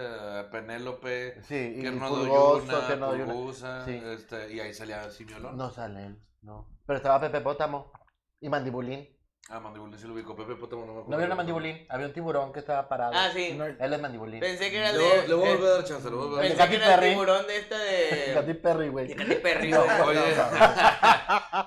B: Penélope.
C: Sí, y
B: Tierno de
C: Fulgoso,
B: Yuna,
C: Tierno de Yuna.
B: Purgusa,
C: Sí.
B: este, y ahí salía Simiolón.
C: No sale él, no. Pero estaba Pepe Pótamo y Mandibulín.
B: Ah, Mandibulín sí lo ubicó. Pepe Potamo no me acuerdo.
C: No había una Mandibulín, había un tiburón que estaba parado.
D: Ah, sí.
E: No,
C: Él es Mandibulín.
D: Pensé que era el
B: Le voy,
D: de.
B: le voy a volver a
D: eh,
B: dar chance, le voy a volver a
C: El
D: Pensé
C: de
B: dar
D: que
C: Katy
D: era el
C: Perry.
D: tiburón de este de.
C: Katy Perry,
D: de
C: güey.
D: Katy Perry,
C: No,
D: güey.
B: Oye,
E: No,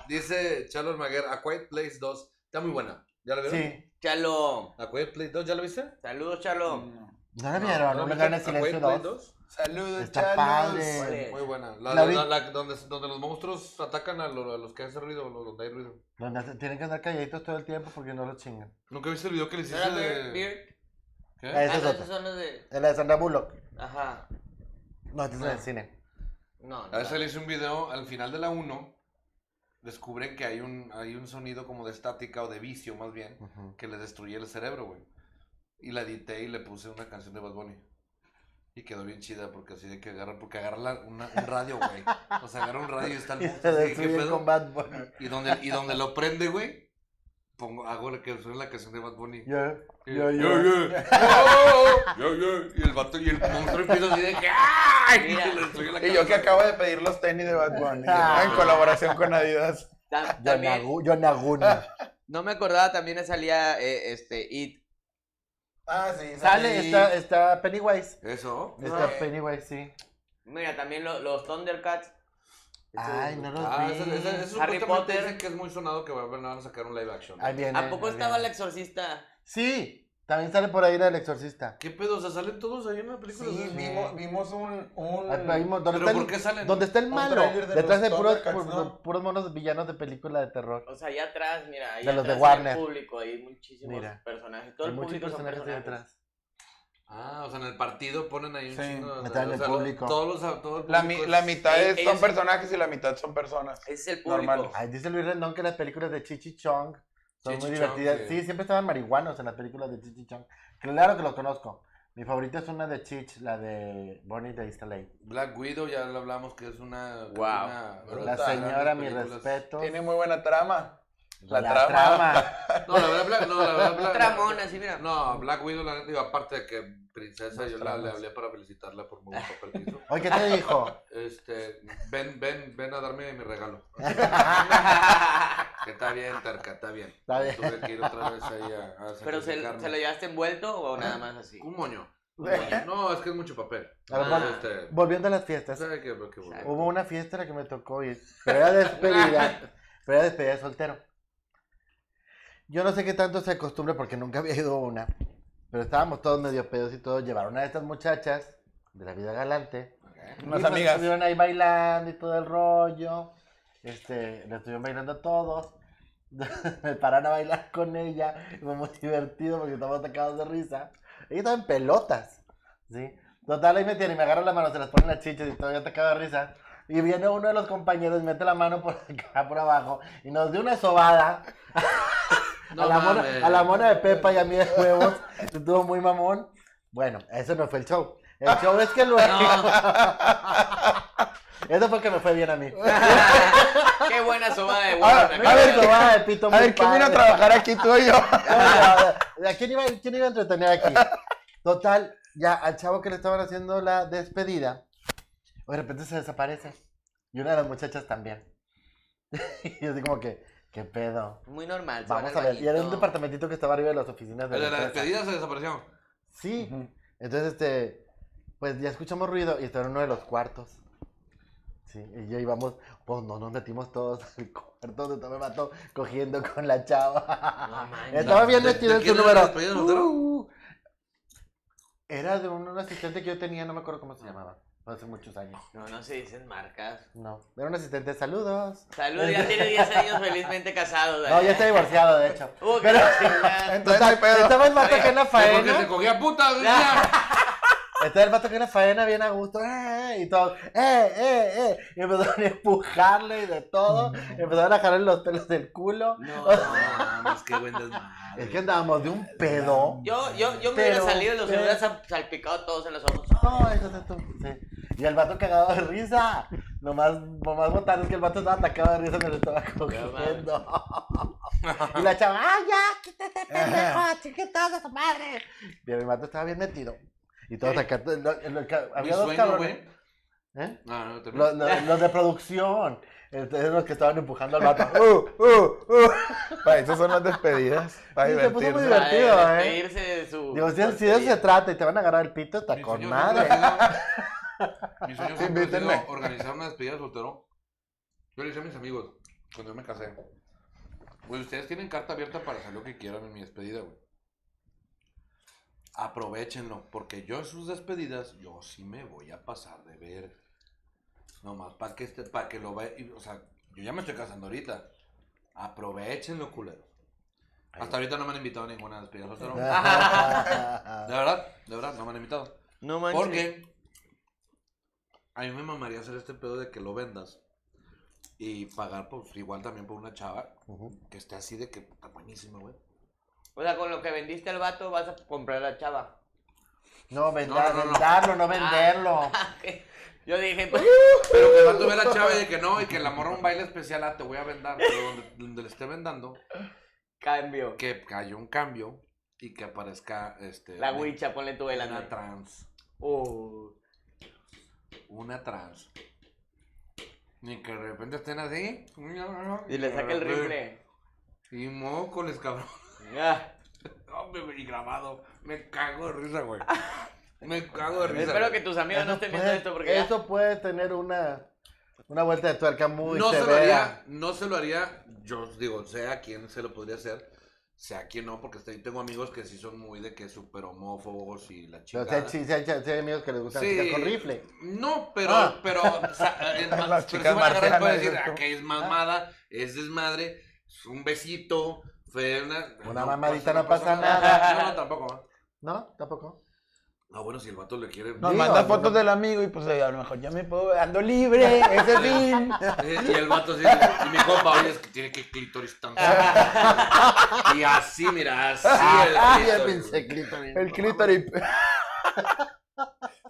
B: dice Charles Maguer, A Quiet Place 2, está muy buena. ¿Ya la vieron?
C: Sí.
D: Chalo.
B: A Quiet Place 2, ¿ya la viste?
D: Saludos, Chalo.
B: Mm,
E: no.
C: ¿No la vieron? ¿No me
B: viste?
C: en el
B: ¿A
C: silencio
B: Quiet Place
C: 2?
E: Saludos,
C: Está
E: Charlos.
C: padre.
B: Muy buena. La,
C: La
B: de-
C: vi.
B: la- la- donde, donde los monstruos atacan a, lo- a los que hacen ruido, lo- donde hay ruido.
C: Donde hace- tienen que andar calladitos todo el tiempo porque no lo chingan.
B: ¿Nunca viste el video que les
D: ¿No era
B: hiciste
D: Beard?
B: de...?
D: Beard?
B: ¿Qué?
C: Eh, Esa
D: Ah,
C: es
D: no,
C: otra.
D: esos son los de.
C: Es la de Sandra Bullock.
D: Ajá.
C: No, esta es en el cine.
D: No, no.
B: A Ah, ese le hice un video, al final de la 1, descubren que hay un, hay un sonido como de estática o de vicio, más bien,
C: Ujú.
B: que les destruye el cerebro, güey. Y la edité y le puse una canción de Bad Bunny. Y quedó bien chida porque así de que agarra, porque agarra la- una- un radio, güey. O sea, agarra un radio y está el
C: Y
B: monstruo,
C: se
B: así de, ¿qué
C: destruye
B: pedo?
C: con Bad Bunny.
B: Y donde, y donde lo prende, güey, pongo, hago la que suene la canción de Bad Bunny.
C: Yo,
B: Y-
C: yo,
B: Yeah,
C: yo.
B: yeah. Oh, oh, oh. Yeah, yeah. Y el vato y el monstruo empieza así de que ¡ay!
D: Mira.
B: Y le destruye la
E: Y yo que
B: cabeza.
E: acabo de pedir los tenis de Bad Bunny
C: Ah.
E: en colaboración con Adidas.
D: Ta-
C: Yo
D: también-
C: Nagu- yo Naguna.
D: No me acordaba, también salía eh, este It.
E: Ah, sí.
C: Sale, está, está Pennywise.
B: Eso.
C: Está
E: No.
C: Pennywise, sí.
D: Mira, también lo- los Thundercats.
C: Ay, no los
B: Ah,
C: vi.
B: ese, ese, ese
D: Harry
B: supuestamente
D: Potter.
B: dicen que es muy sonado que van a sacar un live action.
C: Ahí viene.
D: ¿A poco
C: ahí
D: estaba el
C: viene.
D: exorcista?
C: Sí, también sale por ahí la del exorcista.
B: ¿Qué pedo? O sea, salen todos ahí en la película.
E: Sí,
B: ¿no?
E: vimos, vimos un... un...
C: Ahí vimos- ¿Dónde
B: ¿Pero
C: está,
B: por
C: el-
B: qué salen?
C: dónde está el
E: Un
C: malo?
E: tráiler de
C: Detrás
E: los
C: de puros,
E: Thundercats,
C: pu-
E: ¿no?
C: puros monos villanos de película de terror.
D: O sea, allá atrás, mira, ahí
C: De los de
D: atrás en el
C: Warner.
D: público, hay muchísimos
C: Mira.
D: personajes. Todo
C: Hay
D: el
C: muchos
D: público son
C: personajes ahí
D: personajes.
C: detrás.
B: Ah, o sea, en el partido ponen ahí un
E: Sí,
B: chingo. de-
C: está en
B: o
C: el
B: sea,
C: público.
B: Todos los, todo el
E: La, mi-
B: público
E: la
B: es-
E: mitad
D: Eh,
E: es-
D: ellos-
E: son personajes y la mitad son personas.
D: Ese es el público.
E: Normal.
C: Ay, dice Luis Rendón que las películas de Chichi Chong son
B: Cheech
C: muy
B: y Chong,
C: divertidas.
B: sí.
C: Sí, siempre estaban marihuanos en las películas de Chichi Chong. Claro que lo conozco. Mi favorita es una de Chich, la de Bonnie de East LA.
B: Black Widow, ya lo hablamos que es una.
D: Wow.
B: una-
C: La
E: Brutal,
C: señora, mi
B: películas.
C: respeto.
E: Tiene muy buena trama. La,
C: La
E: trama.
C: trama.
B: No, la verdad, Black, no, la verdad, Black.
D: Tramón, así, mira.
B: No, Black Widow, la neta, digo, aparte de que Princesa,
E: Nos
B: yo la, le
E: tramas.
B: hablé para felicitarla por muy buen papel que hizo.
C: Oye, ¿qué te dijo?
B: Este, ven, ven, ven a darme mi regalo. que está bien, Tarca, está bien.
C: Está bien.
B: Tuve que ir otra vez ahí a, a
D: ¿Pero se,
B: sacrificarme.
D: se lo llevaste envuelto o nada más así?
B: Un moño. un moño. No, es que es mucho papel.
C: A ver,
D: vale.
B: Este,
C: Volviendo a las fiestas.
B: ¿sabe qué? Qué bueno.
C: Hubo una fiesta a la que me tocó ir, pero era despedida, pero era despedida de soltero. Yo no sé qué tanto se acostumbra porque nunca había ido a una, pero estábamos todos medio pedos y todos llevaron a estas muchachas de la vida galante.
E: Unas
C: y nos
E: amigas.
C: Estuvieron ahí bailando y todo el rollo, este, la estuvieron bailando a todos. me pararon a bailar con ella, fue muy divertido porque estábamos atacados de risa. Ella estaba en pelotas, ¿sí? Total, ahí me tienen y me agarran la mano, se las ponen las chichas y todavía atacado de risa. Y viene uno de los compañeros, mete la mano por acá, por abajo, y nos dio una sobada
B: No
C: a, la mona,
B: mames.
C: a la mona de Pepa y a mí de huevos. Estuvo muy mamón. Bueno, ese no fue el show. El show es que luego. Eso fue que me fue bien a mí.
D: Qué buena sobada de
E: Ah,
D: huevo. me
E: a
D: acabo
E: ver,
D: de-
E: ¿qué-
C: Tomada de pito
E: A
C: muy
E: ver, ¿quién vino a
C: padre.
E: trabajar aquí tú y yo?
C: No, no, ¿a quién iba, quién iba a entretener aquí? Total, ya al chavo que le estaban haciendo la despedida, de repente se desaparece. Y una de las muchachas también. Y así como que, ¿qué pedo?
D: Muy normal. se
C: Vamos
D: van al
C: a ver. Y era un
D: bañito.
C: departamentito que estaba arriba de las oficinas de
B: El
C: la
B: de la
C: empresa.
B: despedida se desapareció.
C: Sí. Entonces, este, pues ya escuchamos ruido y estaba en uno de los cuartos. Sí, y yo íbamos, pues no nos metimos todos al cuarto donde estaba el vato cogiendo con la chava.
D: No manches.
C: estaba bien
B: ¿De- de
C: metido en su
B: quién era la
C: número.
B: despedida, Lutero?
C: Uh, era de un, un asistente que yo tenía, no me acuerdo cómo se llamaba. Fue hace muchos años.
D: No, no se dicen marcas.
C: No, era un asistente, saludos.
D: Salud, ya tiene 10 años felizmente casado.
C: No, ya está divorciado, de hecho. Pero,
E: Entonces, no hay pedo.
C: estaba el vato que en la
B: Sí, Porque
C: faena.
B: se cogía puta. decía.
C: Estaba el vato que era faena bien a gusto, ¡eh! y todo, ¡eh, eh, eh! Y empezaron a empujarle y de todo, empezaron a jalarle los pelos del culo.
D: No,
B: No, mames, qué buen desmadre.
C: Es que andábamos de un pedo.
D: Yo, yo, yo me
C: Pero- eh.
D: hubiera salido y los
C: pero-
D: hubiera sal- salpicado todos en los ojos.
C: No, eso es esto. Sí. Y el vato cagado de risa. Lo más, lo más botán es que el vato estaba atacado de risa me lo estaba cogiendo. y la chava, ¡ah, ya! ¡Quítate, pendejo! ¡Chiquitazo, su madre! Y el vato estaba bien metido. Y todos acá, lo- lo- había
B: Mi
C: dos
B: sueño,
C: cabrones.
B: güey.
C: ¿Eh?
B: No, no, termina.
C: Los, los- los de producción. Entonces los que estaban empujando al vato. ¡Uh, uh, uh!
E: Para eso son las despedidas. Para
C: Sí, se puso muy
E: divertirse.
C: divertido.
D: Para
C: ¿eh?
D: despedirse de su.
C: Digo, si, si de eso se trata y te van a agarrar el pito, está
B: Mi
C: con
B: sueño
C: madre.
B: siempre ha sido- Mi sueño siempre ha sido
E: Invítenme.
B: organizar una despedida de soltero. Yo le dije a mis amigos, cuando yo me casé, güey, ustedes tienen carta abierta para hacer lo que quieran en mi despedida, güey. Aprovechenlo, porque yo en sus despedidas, yo sí me voy a pasar de ver. Nomás para que, este, para que lo vea. y, O sea, yo ya me estoy casando ahorita. Aprovechenlo, culero. Hasta ahorita no me han invitado a ninguna despedida de soltero. De verdad, de verdad, no me han invitado.
D: No
B: Porque a mí me mamaría hacer este pedo de que lo vendas y pagar pues, igual también por una chava
C: Ujú.
B: que esté así de que está buenísima, güey.
D: O sea, con lo que vendiste al vato vas a comprar a la chava.
C: No,
B: No, Ah.
C: vendar-
B: no, no.
C: vendarlo, no venderlo.
D: Ah, Yo dije, pues.
B: Pero que el vato ve a la chava y de que no, y que la morra un baile especial, ah, te voy a vendar, pero donde, donde le esté vendando,
D: Cambio.
B: que haya un cambio y que aparezca este
D: La
B: una-
D: huicha, ponle tu vela.
B: una
D: ¿no?
B: trans,
D: Oh.
B: una trans. Ni que de repente estén así.
D: Y le saca el rifle.
B: Y mocoles, cabrón.
D: Ah.
B: Hombre, güey, y grabado. Me cago de risa, güey. Me cago de risa.
D: Espero
B: güey.
D: que tus amigos no estén viendo
C: Puede-
D: esto porque. ya-
C: eso puede tener una, una vuelta de tuerca muy
B: no se lo
C: severa.
B: haría, no se lo haría, yo digo, sea quien se lo podría hacer, sea quien no, porque estoy- tengo amigos que sí son muy de que súper homófobos y la
C: Pero
B: chica.
C: sí, hay chi- sí hay cha- sí hay amigos que les gustan chicas con rifle.
B: No, pero,
C: Ah.
B: pero, o sea, es más,
E: Las
B: pero
E: chicas
B: sí van a agarrar y
E: marcianas,
B: pueden decir,
E: dices tú.
B: "Ah, que es mamada, es desmadre, es un besito, fue una...
C: Una mamadita no pasa
B: No, no, tampoco. ¿eh?
C: ¿No? ¿Tampoco?
B: No, bueno, si el vato le quiere...
E: Nos
C: Sí,
E: manda
C: o-
E: fotos del amigo y pues eh, a lo mejor ya me puedo. Ando libre, ese fin.
B: Eh, Y el vato así, y mi compa, oye, es que tiene que clítoris tan grande". Y así, mira, así
C: Ay,
B: el
C: el
B: clítoris.
C: pinche Ah, clítoris.
E: El clítoris.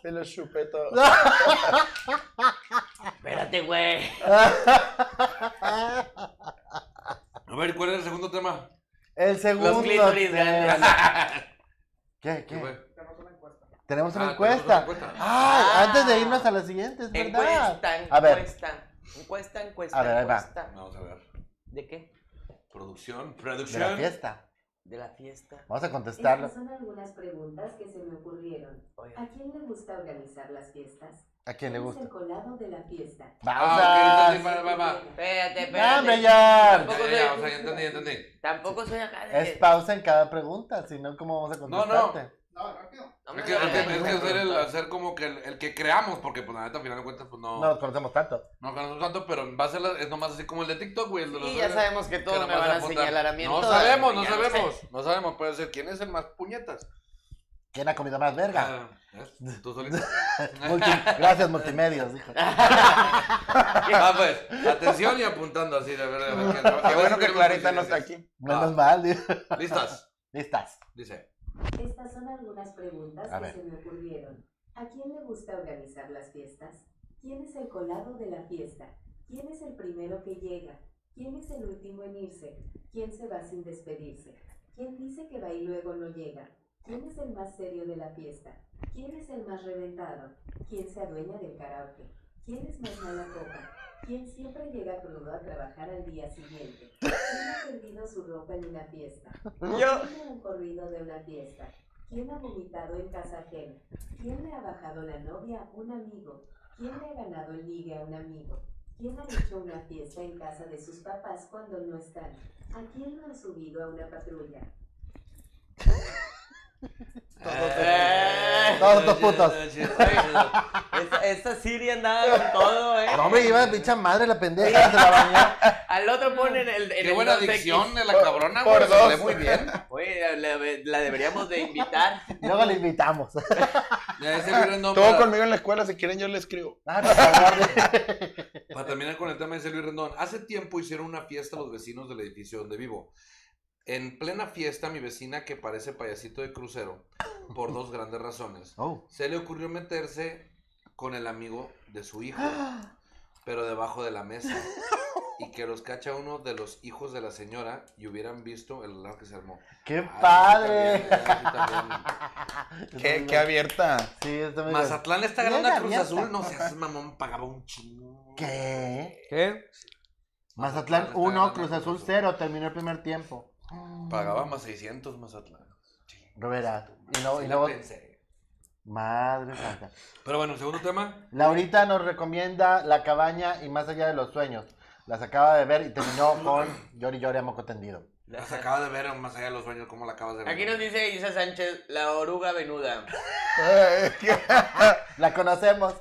E: Se lo chupé todo.
D: Espérate, güey.
B: A ver, ¿cuál es el segundo tema?
C: El segundo.
D: Los clítoris grandes.
C: ¿Qué?
B: ¿Qué
C: ¿Qué?
B: fue?
C: Tenemos una
B: Ah, tenemos
C: encuesta.
B: una encuesta.
C: Ay,
D: Ah.
C: antes de irnos a la siguiente, es verdad.
D: Encuesta,
C: a ver,
D: encuesta. Encuesta, encuesta.
C: A ver, ahí va.
D: encuesta.
B: Vamos a ver.
D: ¿De qué?
B: Producción,
C: Ah. de la
B: producción.
C: fiesta.
D: De la fiesta.
C: Vamos a
F: Estas
C: contestarlo.
F: son algunas preguntas que se me ocurrieron.
D: Oiga.
F: ¿A quién le gusta organizar las fiestas?
C: ¿A quién le
F: ¿Quién es
C: gusta?
F: el colado de la fiesta?
B: Ah, ok,
C: ¡Vamos!
B: entonces, va, va, va.
D: Espérate,
C: ¡No,
D: espérate.
C: hombre, ya!
B: Ya,
D: Tampoco
B: ya, ya, o
D: soy-
B: sea, ya entendí, ya entendí.
D: Tampoco soy acá de.
C: Es pausa en cada pregunta, si no, ¿cómo vamos a
B: no.
C: contestarte?
D: No me
B: Es que, es que-
D: hagas
B: es que hacer el,
D: preguntas.
B: hacer como que el, el que creamos, porque pues la neta, al final de cuentas, pues no,
C: No nos conocemos tanto.
B: no ganamos tanto, pero va a ser la- es nomás así como el de TikTok, güey. el de los-
D: Y ya sabemos que todos me
B: nomás
D: van a
B: apuntan.
D: señalar a mí. en
B: No
D: todo,
B: sabemos,
D: güey,
B: no
D: ya lo sé.
B: sabemos. No sabemos, puede ser quién es el más puñetas.
C: ¿Quién ha comido más verga?
B: Ah, ¿ves? Tú solito.
C: Multi- Gracias, multimedios, dijo.
B: Ah, pues, atención y apuntando así, de verdad. de verdad, que-
E: Qué Ah, bueno que Clarita no está aquí.
C: Menos mal. dijo.
B: Listas,
C: Listas.
B: dice.
F: Estas son algunas preguntas
C: A
F: que
C: ver.
F: se me ocurrieron. ¿A quién le gusta organizar las fiestas? ¿Quién es el colado de la fiesta? ¿Quién es el primero que llega? ¿Quién es el último en irse? ¿Quién se va sin despedirse? ¿Quién dice que va y luego no llega? ¿Quién es el más serio de la fiesta? ¿Quién es el más reventado? ¿Quién se adueña del karaoke? ¿Quién es más mala copa? ¿Quién siempre llega crudo a trabajar al día siguiente? ¿Quién ha perdido su ropa en una fiesta?
E: Yo.
F: ¿Quién ha corrido de una fiesta? ¿Quién ha vomitado en casa ajena? ¿Quién le ha bajado la novia a un amigo? ¿Quién le ha ganado el ligue a un amigo? ¿Quién ha hecho una fiesta en casa de sus papás cuando no están? ¿A quién lo han subido a una patrulla?
D: Eh,
C: Todos los putos.
D: Esta, esta Siri andaba con todo, ¿eh?
C: No, hombre, iba pincha madre la pendeja, se la bañó.
D: Al otro ponen el. el
B: Qué buena
D: 2X.
B: dicción de la cabrona, güey.
E: por
B: se lee
E: dos.
B: muy bien.
D: Oye, la, la deberíamos de invitar.
C: Luego le invitamos.
B: Ya ese libro no
E: Todo
B: para,
E: conmigo en la escuela, si quieren yo le escribo.
C: Ah, por favor.
B: Para terminar con el tema de Luis Rendón, hace tiempo hicieron una fiesta los vecinos del edificio donde vivo. En plena fiesta, mi vecina, que parece payasito de crucero, por dos grandes razones.
C: Oh.
B: Se le ocurrió meterse con el amigo de su hijo, pero debajo de la mesa. Y que los cacha uno de los hijos de la señora y hubieran visto el lado que se armó.
C: ¡Qué
B: Ah,
C: padre!
B: sí, también, sí, también.
E: Qué, qué abierta.
C: Sí, está muy bien.
B: Mazatlán está
C: Bien
B: ganando a Cruz
C: abierta.
B: Azul. No seas mamón, pagaba un chingo.
C: ¿Qué?
G: ¿Qué?
C: Mazatlán
B: está
C: 1,
B: ganando
C: Cruz
B: Cruz
C: Azul
B: Azul.
C: 0, terminó el primer tiempo.
B: Pagaba más 600 Mazatlán.
C: Lo verás. Y no-
B: Sí pues.
C: y
B: la
C: luego-
B: pensé.
C: Madre santa.
B: Pero bueno, segundo tema.
C: Laurita nos recomienda La cabaña y Más allá de los sueños. Las acaba de ver y terminó con Llori Llori a moco tendido.
B: Las acabas de ver en más allá de los sueños, ¿cómo la acabas de ver?
D: Aquí nos dice Isa Sánchez, la oruga venuda.
E: Eh, qué-
C: La conocemos.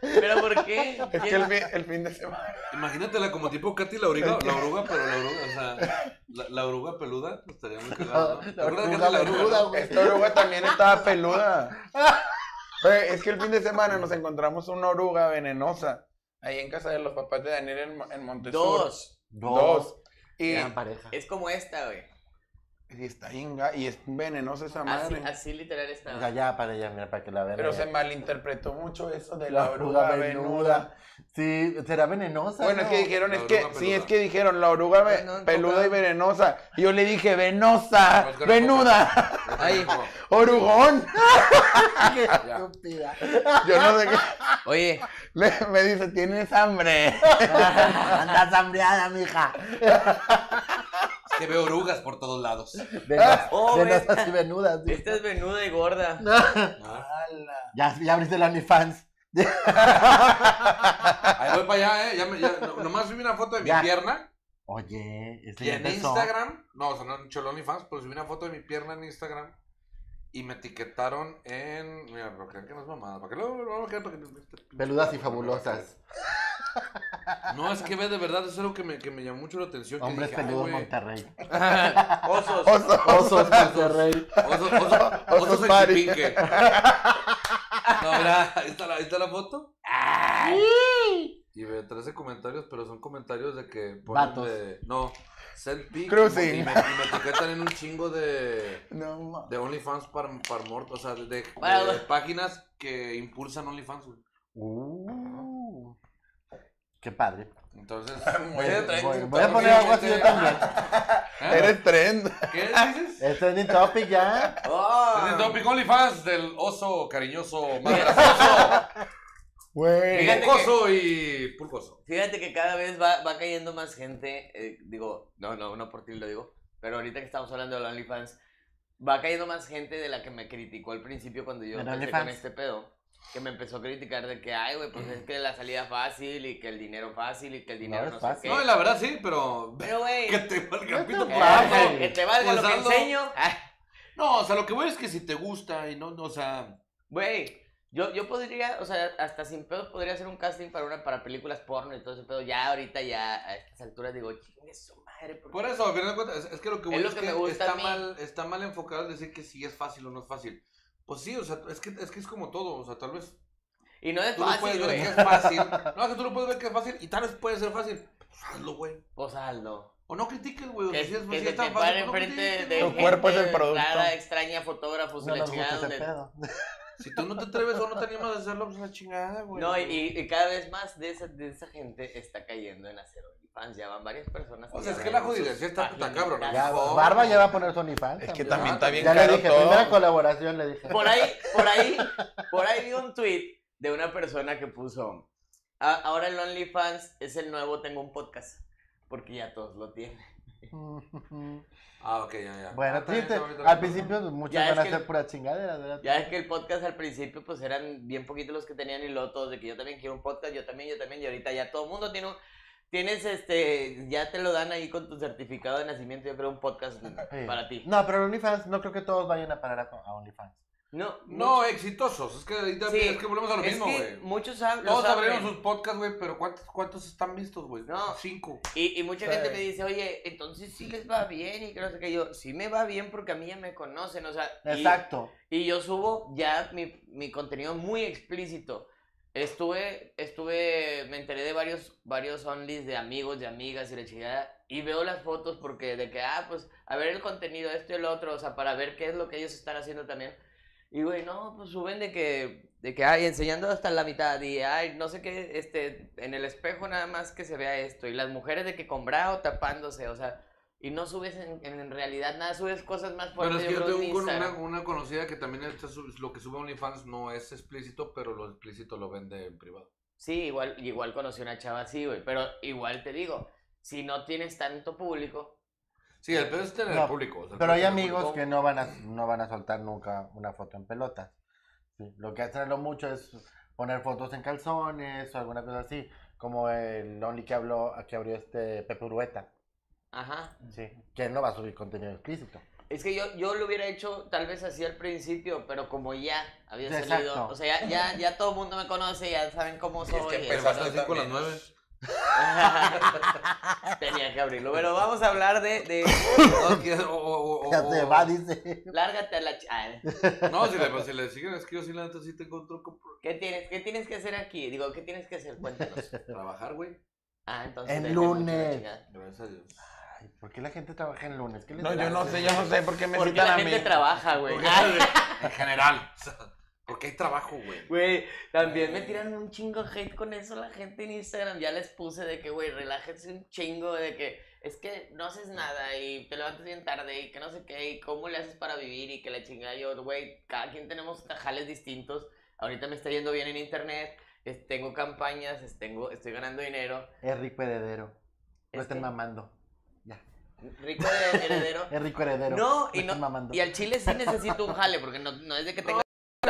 D: ¿Pero por qué?
E: Es que el, fin- el fin de semana.
B: Imagínatela como tipo Katy la oruga, la oruga, pero la oruga, o sea, la, la oruga peluda, pues, estaría muy cagado. ¿no? ¿Te acuerdas de Katy la oruga?
C: Ruda,
B: no?
C: güey.
E: Esta oruga también estaba peluda. Eh, es que el fin de semana nos encontramos una oruga venenosa. Ahí en casa de los papás de Daniel en, Mo- en Montesur.
D: Dos.
E: Dos. Y,
C: Gran pareja.
D: Es como esta, güey.
E: y está inga, y es venenosa esa
D: Así,
E: madre.
D: así literal
C: O sea,
D: esta.
C: ya para allá, mira, para que la vean.
E: Pero
C: allá.
E: se malinterpretó mucho eso de
C: La
E: la oruga
C: oruga
E: venuda.
C: Sí, será venenosa.
E: Bueno, es
C: ¿no?
E: que dijeron,
B: La
E: es que,
B: oruga
E: sí,
B: peluda.
E: es que dijeron la oruga ve-
D: Pues No, no,
E: peluda
D: tocaba.
E: y venenosa. Y yo le dije, venosa,
B: Pues con el
E: venuda,
B: Ahí.
E: orugón.
C: Qué estúpida.
E: Yo no sé qué.
D: Oye,
E: Le- me dice, tienes hambre.
C: Andas hambreada, mija.
B: Es que veo orugas por todos lados.
C: Venos-
D: Oh, güey.
C: Venosas y venudas. sí.
D: esta Este es venuda y gorda.
C: Ya, ya abriste el OnlyFans.
B: Ahí voy para allá, ¿eh? Ya me- ya- no- nomás subí una foto de mi
C: Ya.
B: pierna
C: Oye, este
B: y
C: ya
B: en
C: empezó.
B: Instagram, no, o sea, no en Cholo ni fans, pero subí una foto de mi pierna en Instagram y me etiquetaron en. Mira, pero crean que no es mamada. ¿Para qué lo vamos a creer? Para que-
C: Peludas y fabulosas.
B: No, es que ve, de verdad, eso es algo que me, que me llamó mucho la atención. que
C: Hombres
B: dije, ay,
C: peludos
B: güey,
C: Monterrey.
D: Osos.
E: Oso.
C: Osos Monterrey.
B: Osos, osos,
E: Osos
B: osos
E: party.
B: exipinque. No, mira, ahí está la, ahí está la foto. Y ve 13 comentarios, pero son comentarios de que ponen
C: Vatos.
B: de. No, self pic.
E: Cruising.
B: Y me, y me etiquetan en un chingo de.
E: No, ma-
B: De OnlyFans para, para mortos, o sea, de, de-
D: Para-
B: de páginas que impulsan OnlyFans, güey.
C: Uh, qué padre.
B: Entonces,
E: Muy
B: ¿qué?
E: bien.
C: Voy, voy a poner algo así
B: Este,
C: yo también. Este
B: ¿Eh?
E: Eres trend.
B: ¿Qué dices?
C: Es trending topic ya.
B: Desde
D: Oh.
B: Topic OnlyFans del oso cariñoso,
E: Güey.
D: Fíjate Eh, que-
B: madrazoso, y pulgoso.
D: Fíjate que cada vez va, va cayendo más gente, eh, digo, no, no, no por ti lo digo, pero ahorita que estamos hablando de los OnlyFans, va cayendo más gente de la que me criticó al principio cuando yo
C: ¿De los
D: empecé con
C: OnlyFans?
D: este pedo, que me empezó a criticar de que, ay, güey, pues es que la salida fácil y que el dinero fácil y que el dinero
C: es
D: no, sé
C: fácil.
D: qué.
B: No, y la verdad sí, pero.
D: Pero, güey,
B: Que
D: eh,
B: te valga Pues pito
C: te
B: por
C: valga,
B: algo.
D: que te valga lo que
B: Usando-
D: enseño. Ah,
B: No, o sea, lo que voy es que si te gusta y no, no, o sea.
D: Güey, Yo, yo podría, o sea, hasta sin pedos podría hacer un casting para una para películas porno y todo ese pedo. Ya ahorita, ya a estas alturas digo, chingue su madre. ¿por qué?".
B: Por eso, al final de cuentas, es, es que lo que voy
D: Es lo
B: es
D: que me gusta
B: está,
D: a mí.
B: mal, está mal enfocado en decir que si es fácil o no es fácil. Pues sí, o sea, es que es, que es como todo, o sea, tal vez
D: Y no es
B: tú lo
D: fácil,
B: puedes ver
D: güey.
B: que es fácil. No, es que tú lo puedes ver que es fácil y tal vez puede ser fácil. Pues hazlo, güey.
D: Pues hazlo.
B: O no critiques, güey. o
D: Que,
B: sea, si es-
D: que
B: si
D: se
B: es tan
D: te
B: fácil,
D: pare
B: pues no
D: enfrente
B: critiques,
D: de
E: Tu
B: güey.
D: gente
E: cuerpo es el producto.
D: rara, extraña, fotógrafos
C: No
D: y pues, la
C: nos gusta
D: chingada.
C: ese
D: donde-
C: pedo.
B: Si tú no te atreves o no te animas a hacerlo, pues es una chingada, güey.
D: No, y, y cada vez más de esa, de esa gente está cayendo en hacer OnlyFans. Ya van varias personas.
B: O sea, es
D: ya
B: que la
D: abren sus
B: jodida sí está puta
D: paginitas.
B: cabrona.
C: Ya,
B: Por favor.
C: Barba ya va a poner su OnlyFans.
E: Es que
C: también.
E: también
C: Ya
E: está bien
C: le
E: caro
C: dije,
E: todo.
C: primera colaboración, le dije.
D: Por ahí, por ahí, por ahí vi un tweet de una persona que puso, "A- ahora el OnlyFans es el nuevo tengo un podcast, porque ya todos lo tienen.
B: Ah, ok, ya, ya. Ah,
C: Bueno,
B: está bien,
C: triste.
B: está bonito,
C: Al
B: ¿no?
C: principio pues, muchos
D: Ya, es
C: van a
D: que-
C: hacer pura chingadera, ¿verdad?
D: Ya es que el podcast al principio pues eran bien poquitos los que tenían y luego todos de que yo también quiero un podcast, yo también, yo también, y ahorita ya todo el mundo tiene un... Tienes este, ya te lo dan ahí con tu certificado de nacimiento, yo creo un podcast
C: Sí.
D: para ti.
C: No, pero OnlyFans, no creo que todos vayan a parar a, a OnlyFans.
D: No,
B: No, exitosos. Es que ahorita
D: Sí.
B: es que volvemos a lo
D: es
B: mismo,
D: que
B: güey.
D: muchos hab- los
B: Todos abrieron
D: abren.
B: sus podcasts, güey, pero ¿cuántos, ¿cuántos están vistos, güey?
D: No.
B: Cinco.
D: Y, y mucha
E: Sí.
D: gente me dice, oye, entonces sí les va bien y que no sé qué. Yo, sí me va bien porque a mí ya me conocen, o sea. y-
C: Exacto.
D: Y, yo subo ya mi, mi contenido muy explícito. Estuve, estuve, me enteré de varios, varios onlys de amigos, de amigas y la chingada. Y veo las fotos porque de que, ah, pues, a ver el contenido, esto y el otro, o sea, para ver qué es lo que ellos están haciendo también. Y güey, no, pues suben de que, de que, ay, enseñando hasta la mitad y, ay, no sé qué, este, en el espejo nada más que se vea esto. Y las mujeres de que con bra o tapándose, o sea, y no subes en, en- en realidad nada, subes cosas más
B: Bueno,
D: fuertes.
B: es que yo
D: creo,
B: tengo
D: en
B: un con- una,
D: Instagram.
B: una conocida que también está sub- lo que sube a OnlyFans no es explícito, pero lo explícito lo vende en privado.
D: Sí, igual, igual conocí una chava así, güey, pero igual te digo, si no tienes tanto público,
B: Sí, el pedo es tener
C: No,
B: al público. o sea, el
C: Pero
B: pedo es
C: hay
B: tener
C: amigos
B: público.
C: que no van a, no van a soltar nunca una foto en pelotas. Sí, Lo que hacen lo mucho es poner fotos en calzones o alguna cosa así, como el Only que habló, que abrió este Pepe Urueta.
D: ajá.
C: Sí. Que él no va a subir contenido explícito.
D: Es que yo, yo lo hubiera hecho tal vez así al principio, pero como ya había
C: Exacto.
D: salido, o sea, ya, ya, ya todo el mundo me conoce, ya saben cómo soy.
E: que
B: Pero
D: es-
B: vas a
E: Pero
B: decir con las
E: también-
B: nueve.
D: Tenía que abrirlo, pero vamos a hablar de, de
B: No, que- o- o- o-
C: Ya
B: o-
C: se
E: Oh.
C: va, dice.
D: lárgate a la... ch- ah,
B: No, si le, si le siguen, es que yo sí la neta sí tengo otro truco por
D: ¿Qué tienes? ¿Qué tienes que hacer aquí? Digo, ¿qué tienes que hacer? Cuéntanos.
B: trabajar, güey.
D: Ah, entonces...
C: En
D: vete mucho la
C: lunes.
D: chingada.
B: Gracias a Dios.
C: Ay, ¿Por qué la gente trabaja en lunes? ¿Qué les
E: No, yo no
C: hace?
E: sé, yo no sé por qué me
D: Porque la
E: citan a
D: gente
E: mí.
D: trabaja, güey.
B: Porque-
D: Ah,
B: En general. o sea, porque hay trabajo, güey.
D: Güey, también me tiran un chingo hate con eso la gente en Instagram. Ya les puse de que, güey, relájense un chingo, de que es que no haces nada y te levantas bien tarde y que no sé qué, y cómo le haces para vivir y que la chingada yo, güey, cada quien tenemos jales distintos. Ahorita me está yendo bien en internet, es- tengo campañas, es- tengo, estoy ganando dinero.
C: Es rico heredero. No
D: Este-
C: estén mamando.
D: Rico de heredero.
C: Es rico heredero.
D: No, y
C: estén
D: no-
C: mamando.
D: Y al chile sí necesito un jale, porque no, no es de que tenga un
B: no,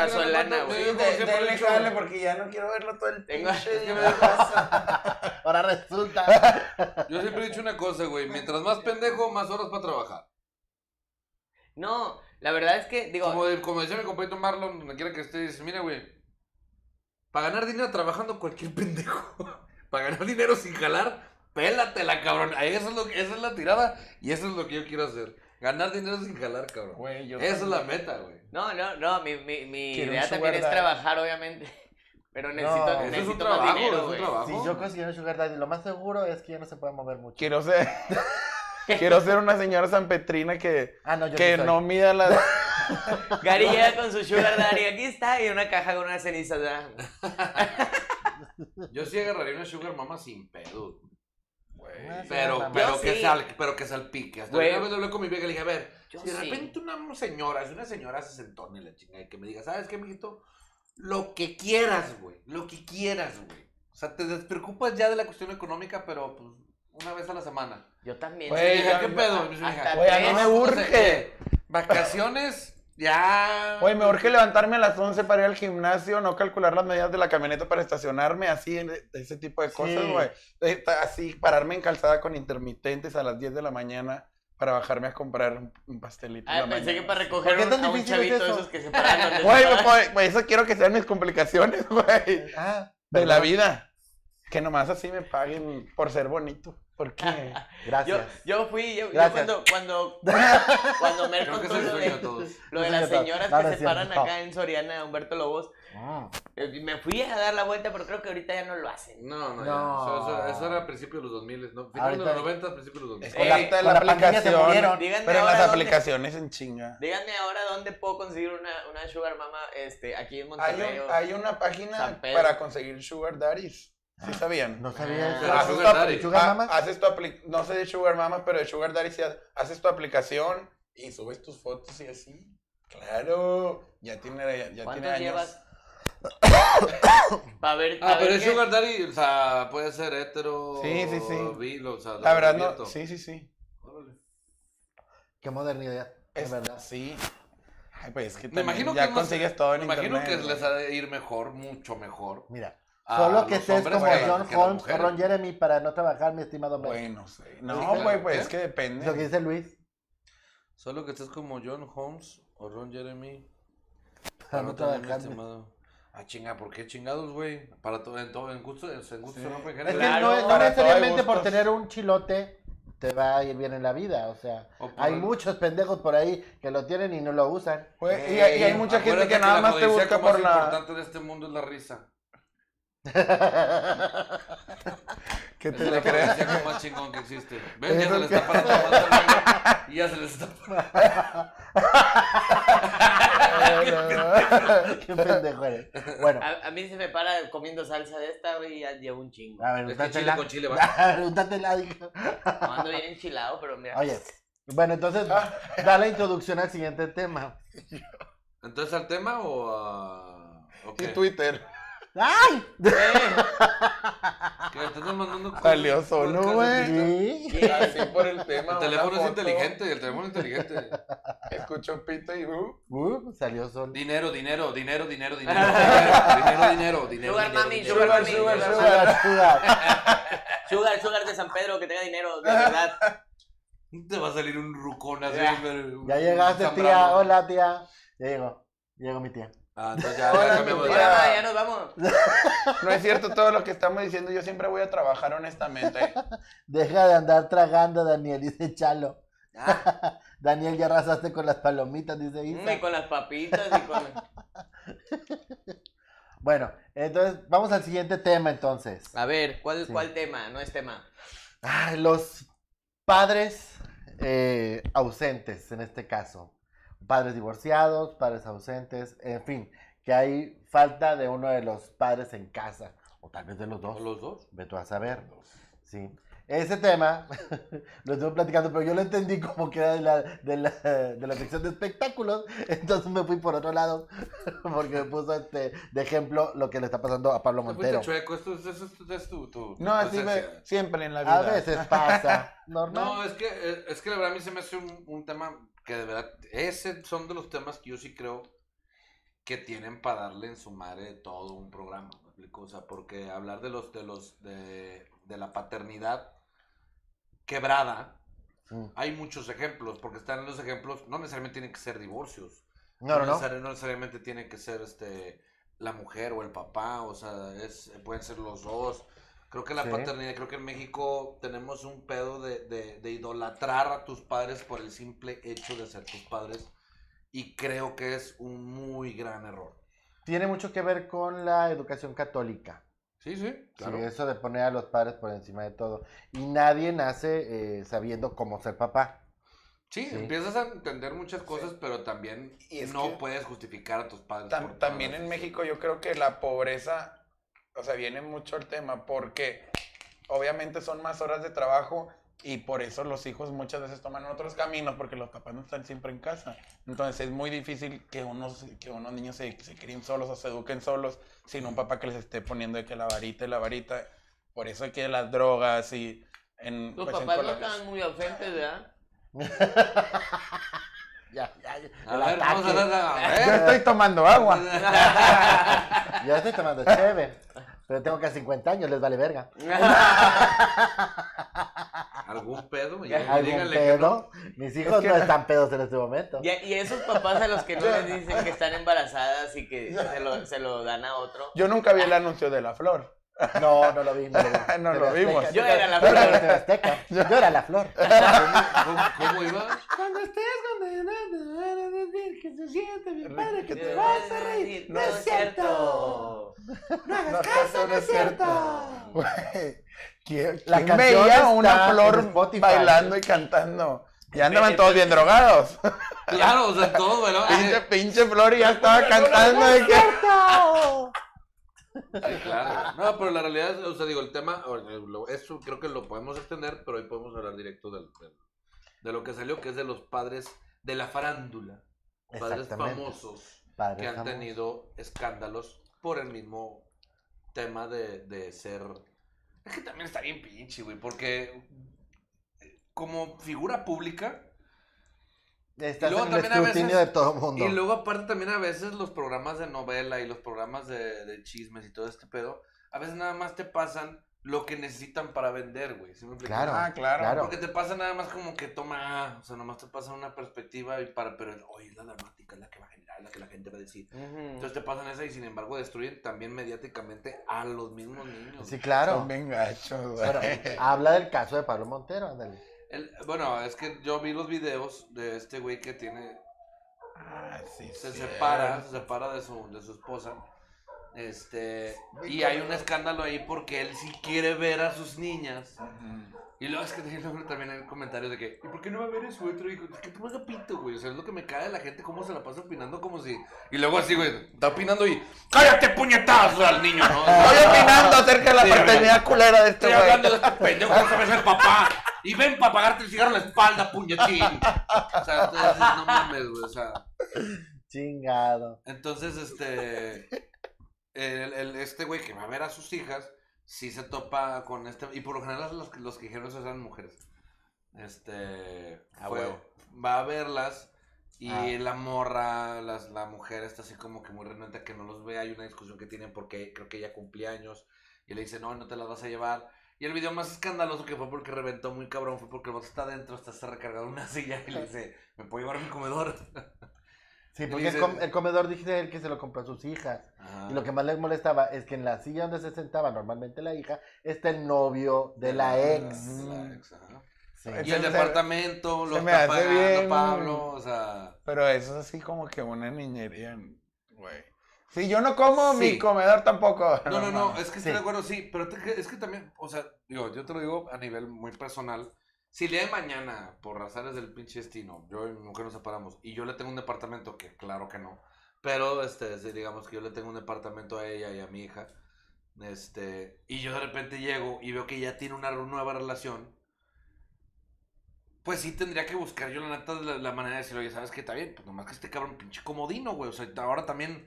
D: tazo de
B: no,
D: lana,
B: no,
D: güey.
E: Sí,
B: Como
E: de-
B: siempre he
E: Denle
B: dicho.
E: jale porque ya no quiero verlo todo el
D: Tengo-
E: pinche
D: es que me
E: día.
C: Ahora resulta.
B: Yo siempre he dicho una cosa, güey. Mientras más pendejo, más horas para trabajar.
D: No, la verdad es que, digo,
B: Como, de- como decía mi compañero Marlon, donde quiera que esté, dice, mira, güey. Para ganar dinero trabajando cualquier pendejo. para ganar dinero sin jalar, pélatela, cabrón. Eso es lo que- esa es la tirada y eso es lo que yo quiero hacer. Ganar dinero sin jalar, cabrón.
E: Güey, yo
B: esa es la
E: también.
B: meta, güey.
D: No, no, no, mi, mi, mi
E: Quiero un
D: idea
E: sugar
D: también es
E: daddy.
D: trabajar, obviamente. Pero necesito,
C: eso es un
B: Eso es un
D: necesito más
B: trabajo,
D: dinero,
B: es un
D: güey.
B: trabajo.
C: Si yo considero Sugar Daddy, lo más seguro es que ya no se puede mover mucho.
E: Quiero ser. quiero ser una señora sanpetrina que,
C: Ah, no, yo
E: que
C: sí soy.
E: no mida las.
D: Gary llega con su sugar daddy, aquí está, y una caja con una ceniza. ¿verdad?
B: Yo sí agarraría una sugar mama sin pedo. güey.
C: Una sugar
B: Pero,
C: mama.
B: pero
D: Yo
B: que
D: sí.
B: sal, pero que salpique. Hasta
D: Güey.
B: una vez hablé con mi vieja y le dije, a ver,
D: Yo
B: si de
D: sí.
B: repente una señora, es una señora sesentona y la chingada, y que me diga, ¿sabes qué, mijito? Lo que quieras, güey. Lo que quieras, güey. O sea, te despreocupas ya de la cuestión económica, pero pues una vez a la semana.
D: Yo también.
E: Güey,
B: Y dije, ¿qué
E: ya-
B: pedo? Y me dice,
D: hasta
B: "Mija,
E: Güey, a mí
D: tres,
E: me
B: o sea,
E: urge.
B: eh, vacaciones, ya.
E: Oye, me urge levantarme a las 11 para ir al gimnasio, no calcular las medidas de la camioneta para estacionarme, así, e- ese tipo de cosas,
C: Sí.
E: güey. Eh, ta- Así, pararme en calzada con intermitentes a las 10 de la mañana para bajarme a comprar un- un pastelito. en
D: Ah,
E: la
D: pensé que
E: mañana.
D: para
C: ¿Por
D: recoger
C: qué
D: un-
C: tan
D: a un
C: difícil es
D: chavito
C: eso?
D: de esos que se paran donde se
E: Güey,
D: paran.
E: güey, güey, eso quiero que sean mis complicaciones, güey.
C: Ah,
E: de la
C: perdón.
E: vida. Que nomás así me paguen por ser bonito. Porque
D: Yo,
C: Gracias.
D: yo fui, yo, yo
C: Gracias.
D: cuando, cuando, cuando Mer
B: Creo que es
D: contó
B: el
D: lo
B: sueño de
D: de,
B: todos.
D: lo de
C: Sí,
D: las
C: señor.
D: señoras
C: No, no
D: que
C: es
D: se
C: cierto,
D: paran
C: no.
D: acá en Soriana, Humberto Lobos,
C: Mm.
D: eh, me fui a dar la vuelta, pero creo que ahorita ya no lo hacen.
B: No, no, ya.
C: No.
B: Eso, eso- eso era a principios de los 2000, ¿no? Final de
C: Ahorita-
B: los 90, principios de los 2000.
E: es con
D: Eh,
E: la,
C: con
E: la
C: la pandemia se murieron.
E: aplicación.
D: Díganme
E: Pero en
D: ahora
E: las
D: dónde-
E: aplicaciones en chinga.
D: Díganme ahora dónde puedo conseguir una, una sugar mama este, aquí en
E: Hay,
D: Monterrey.
E: un-
D: o-
E: hay una página
D: San Pedro.
E: para conseguir sugar daddies. ¿Sí sabían?
C: No sabía eso.
B: Ah,
E: haces,
B: sugar
E: tu,
B: daddy.
C: ¿Sugar
E: ha-
C: mamas?
E: haces tu apli- no sé de sugar mamas, pero de sugar daddy sí ha- haces tu aplicación y subes tus fotos y así. Claro, ya tiene, ya, ya tiene
D: ¿Cuántos
E: años.
D: llevas? Para ver,
B: Ah,
D: pa'
B: pero
D: ver
B: es
D: qué-
B: Sugar Daddy, o sea, puede ser hetero.
E: Sí, sí, sí.
B: bi, o sea,
E: La verdad
B: abierto.
E: no, sí, sí, sí.
B: Órale.
C: Qué modernidad. Es
E: Es
C: verdad.
E: Sí. Ay, pues es que
B: Me
E: también
B: imagino
E: ya
B: que no-
E: consigues todo en
B: Me imagino
E: internet.
B: que les ha de ir mejor, mucho mejor.
C: Mira,
B: a
C: solo que
B: los
C: seas
B: hombres
C: como
B: que-
C: John
B: que las
C: Holmes o
B: mujeres.
C: Ron Jeremy para no trabajar, mi estimado Mel.
E: Bueno, sí.
B: Sí,
E: No,
B: claro.
E: güey, pues
B: ¿Eh?
E: es que depende.
C: Lo que dice Luis.
B: Solo que estés como John Holmes o Ron Jeremy.
C: Para no
B: tener
C: trabajar.
B: estimado. Ah, chinga, ¿por qué chingados, güey? Para todo, en todo, en gusto, en, en gusto
E: Sí.
B: se rompe
C: Es que
B: género.
E: Claro,
C: no, es- no
E: para
C: necesariamente
E: todo hay
C: por
E: gustos.
C: tener un chilote te va a ir bien en la vida. O sea,
B: O por
C: hay
B: el-
C: muchos pendejos por ahí que lo tienen y no lo usan.
E: Güey, y, y hay mucha gente
B: Acuérdate
E: que nada
B: la
E: más te
B: afrodisíaco
E: busca por
B: más
E: la.
B: importante de este mundo es la risa.
E: ¿Qué
B: Es el
E: te le crees?
B: afrodisíaco más chingón que existe. Ven, ya se le está parando más el gallo. Y ya se le está
C: Qué pendejo eres. Bueno,
D: A, a mí se me para comiendo salsa de esta güey, y ya llevo un chingo.
C: a ver,
B: Es que chile
C: untatela.
B: con chile va.
C: Untatela, dijo.
D: No, Ando bien enchilado, pero mira.
C: Oye, bueno, entonces da la introducción al siguiente tema.
B: Entonces, ¿al tema o a...? ¿o
E: Y
B: qué?
E: Twitter.
C: ¡Ay!
B: Que estás mandando cosas?
E: Salió solo,
B: Cosas
E: güey.
B: de Twitter.
C: Sí.
E: Así por el tema.
B: El
E: una
B: teléfono es
E: foto,
B: inteligente, el teléfono es inteligente.
E: Escucho pito y. uh,
C: Uh, salió sol.
B: Dinero, dinero, dinero, dinero, dinero. Dinero, dinero, dinero.
D: Sugar
B: dinero,
D: mami,
B: dinero,
D: sugar
B: dinero,
D: mami, sugar
B: dinero, dinero.
C: Sugar, sugar.
D: Sugar, sugar de San Pedro, que tenga dinero, de verdad.
B: Te va a salir un rucón así.
D: Ya.
B: un-
C: Ya
B: un
C: llegaste, tía.
B: zambrano.
C: Hola, tía. Ya llegó. Llegó mi tía.
B: Ah, entonces ya, ya
E: Hola,
B: cambiamos
E: mi
B: de-
E: tía.
D: Hola, ma, ya nos vamos.
E: No es cierto todo lo que estamos diciendo. Yo siempre voy a trabajar honestamente.
C: Deja de andar tragando, Daniel, dice Chalo. Daniel, ya arrasaste con las palomitas, dice
D: Ah, Mm, Y
C: Isa.
D: con las papitas y con.
C: Bueno, entonces vamos al siguiente tema entonces.
D: A ver, ¿cuál,
C: Sí.
D: ¿cuál tema? No es tema.
C: Ay, Ah, los padres eh, ausentes en este caso. Padres divorciados, padres ausentes, en fin, que hay falta de uno de los padres en casa, o tal vez de los
B: ¿O
C: dos.
B: los dos?
C: Ve tú a saber. Sí. Ese tema lo estuve platicando, pero yo lo entendí como que era de la, de la, de la sección de espectáculos, entonces me fui por otro lado, porque me puso este, de ejemplo lo que le está pasando a Pablo
B: Te fuiste
C: Montero.
B: chueco, esto es, esto es, esto es tu, tu- tu
E: No, así
B: presencia.
E: me- siempre en la vida.
C: A veces pasa, normal.
B: No, es que, eh, es que la verdad a mí se me hace un, un tema que de verdad, ese son de los temas que yo sí creo que tienen para darle en su madre todo un programa, ¿me explico? O sea, porque hablar de los, de los, de, de la paternidad quebrada,
C: Mm.
B: hay muchos ejemplos, porque están los ejemplos, no necesariamente tienen que ser divorcios,
C: No, no, no.
B: necesari- no necesariamente tiene que ser este la mujer o el papá, o sea, es, pueden ser los dos. Creo que la
C: Sí.
B: paternidad, creo que en México tenemos un pedo de, de- de idolatrar a tus padres por el simple hecho de ser tus padres. Y creo que es un muy gran error.
C: Tiene mucho que ver con la educación católica.
B: Sí, sí,
C: Sí, eso de poner a los padres por encima de todo. Y nadie nace eh, sabiendo cómo ser papá.
B: Sí,
C: Sí.
B: empiezas a entender muchas cosas, pero también
E: Y es
B: no
E: que-
B: puedes justificar a tus padres.
E: Tam-
B: por todas
E: también
B: las-
E: en México yo creo que la pobreza, o sea, viene mucho el tema porque obviamente son más horas de trabajo y por eso los hijos muchas veces toman otros caminos porque los papás no están siempre en casa. Entonces es muy difícil que unos, que unos niños se, se críen solos o se eduquen solos sin un papá que les esté poniendo de que la varita y la varita. Por eso es que las drogas y... En,
D: Los
E: pues, en
D: papás no
E: Colombia-
D: estaban muy ausentes, ¿verdad?
C: Ya, ya, ya.
B: A
C: el
B: ver, vamos a
C: ataque.
B: ver, a ver.
E: Yo estoy tomando agua.
C: Yo estoy tomando chévere. Pero tengo casi 50 años, les vale verga.
B: A algún pedo, y
C: ¿Algún
B: díganle
C: pedo? Mis hijos
E: Es que-
C: no están pedos en este momento.
D: Y, y esos papás a los que no les dicen que están embarazadas y que se lo, se lo dan a otro.
E: Yo nunca vi el
B: Ah.
E: anuncio de la flor.
C: No, no lo vi. No lo, vi.
E: No
C: TV
E: lo
C: Azteca,
E: vimos.
C: TV
D: Yo era la
C: Yo era la
D: flor.
C: TV Azteca. Yo era la flor.
B: que no. ¿Cómo, cómo- cómo iba?
C: Cuando estés condenado, van a decir que se siente mi padre, que te
D: Yo-
C: vas a reír. No es cierto. No hagas caso, no es cierto.
E: Güey, ¿Quién,
C: La
E: quién
C: canción
E: veía
C: está
E: una
C: en
E: flor
C: Spotify.
E: bailando y cantando? Ya andaban
D: Pero-
E: todos bien drogados.
B: Claro, o sea, todo, bueno.
E: Pinche, pinche flor y ya estaba cantando. de que-
B: Sí, claro. No, pero la realidad es, o sea, digo, el tema, o- eh, lo- eso creo que lo podemos extender, pero hoy podemos hablar directo del, del- de lo que salió, que es de los padres de la farándula, padres
C: Exactamente.
B: famosos
C: Padres
B: que han
C: famosos.
B: tenido escándalos por el mismo tema de, de ser... Es que también está bien pinche, güey, porque eh, como figura pública,
C: Estás
B: Y luego
C: en el
B: también a
C: escrutinio
B: veces-
C: de todo el mundo.
B: Y luego aparte también a veces los programas de novela y los programas de, de chismes y todo este pedo, a veces nada más te pasan lo que necesitan para vender, güey. ¿sí me explico?
C: Claro,
E: Ah, claro.
C: claro.
B: Porque te pasa nada más como que toma, o sea, nada más te pasa una perspectiva y para, pero hoy es la dramática, es la que va a generar, es la que la gente va a decir. Entonces te pasan esa y sin embargo destruyen también mediáticamente a los mismos niños.
C: Sí,
B: güey.
C: claro.
E: Son bien gachos, güey.
C: Bueno, habla del caso de Pablo Montero, ándale.
B: El- bueno, es que yo vi los videos de este güey que tiene,
E: Ah, sí,
B: se
E: sí.
B: separa, se separa de su, de su esposa. Este, y hay un escándalo ahí porque él sí quiere ver a sus niñas. Y luego es que luego también hay comentarios de que, ¿y por qué no va a ver a su otro hijo? Es que tú me pito, güey. O sea, es lo que me cae de la gente, cómo se la pasa opinando como si. Y luego así, güey, está opinando y. ¡Cállate puñetazo al niño, no!
E: Estoy opinando acerca de la
B: Sí,
E: paternidad culera de este
B: Estoy
E: güey.
B: hablando de este pendejo que no sabe ser papá. Y ven para pagarte el cigarro en la espalda, puñetín. O sea, entonces, no mames, güey. O sea.
C: Chingado.
B: Entonces, este. el- el- este güey que va a ver a sus hijas, sí se topa con este. Y por lo general, los, que- los que dijeron eso eran mujeres. Este.
D: Ah,
B: fue-
D: huevo.
B: va a verlas. Y
C: Ah.
B: la morra, las, la mujer está así como que muy renuente a que no los vea. Hay una discusión que tienen porque creo que ella cumplía años. Y le dice, no, no te las vas a llevar. Y el video más escandaloso que fue porque reventó muy cabrón fue porque el vato está adentro, está recargado en una silla y le dice, ¿me puedo llevar a mi comedor?
C: Sí,
B: Y
C: porque el,
B: dice-
C: com- el comedor dice él que se lo compró a sus hijas.
B: Ajá.
C: Y lo que más les molestaba es que en la silla donde se sentaba normalmente la hija está el novio de la
B: Ah.
C: ex.
B: la ex, ajá.
C: Sí.
E: Ay,
B: Y
E: se
B: el
E: me-
B: departamento lo
E: se me
B: está
E: hace
B: pagando
E: bien.
B: Pablo, o sea.
E: Pero eso es así como que una niñería, güey. Sí, yo no como
B: Sí.
E: mi comedor tampoco.
B: No, no, no,
E: Ah, mames.
B: es que
C: Sí.
B: estoy de acuerdo, sí, pero te- es que también, o sea, digo, yo te lo digo a nivel muy personal. Si el día de mañana, por razones del pinche destino, yo y mi mujer nos separamos y yo le tengo un departamento, que claro que no, pero este, si digamos que yo le tengo un departamento a ella y a mi hija, este, y yo de repente llego y veo que ya tiene una nueva relación, Pues sí, tendría que buscar yo la neta la, la manera de decirlo, oye, ¿sabes qué? Está bien, pues nomás que este cabrón pinche comodino, güey. O sea, ahora también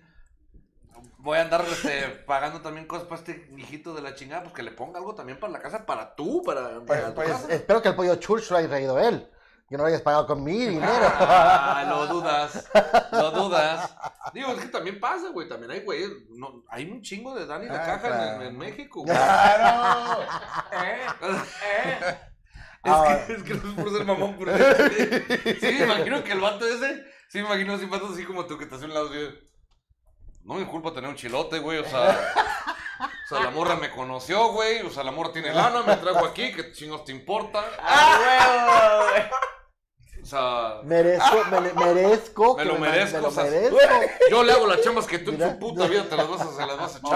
B: voy a andar este, pagando también cosas para este hijito de la chingada, pues que le ponga algo también para la casa, para tú, para, para tu
E: pues,
B: casa.
C: Espero que el pollo church lo haya traído él. Que no lo hayas pagado con mi dinero.
B: Ah, lo dudas, lo dudas. Digo, es que también pasa, güey, también hay, güey, no, hay un chingo de Dani la
E: Ah,
B: caja en-
E: claro.
B: en, México, güey.
E: ¡Claro!
B: Eh, Es que, es que no es por ser mamón, pero sí me imagino que el vato ese, sí me imagino así vato así como tú que estás en un lado así de, No me culpa tener un chilote, güey, o sea. O sea, la morra me conoció, güey. O sea, la morra tiene lana, me trajo aquí, que chingos te importa.
D: Ah, ¡A huevo!
B: O sea,
C: Merezco, me, le- merezco.
B: Me
C: que
B: lo
C: man-
B: merezco,
C: Me lo
B: o sea,
C: merezco.
B: yo le hago las chambas que tú en
C: Mira.
B: tu puta vida te las vas a, se las vas a echar.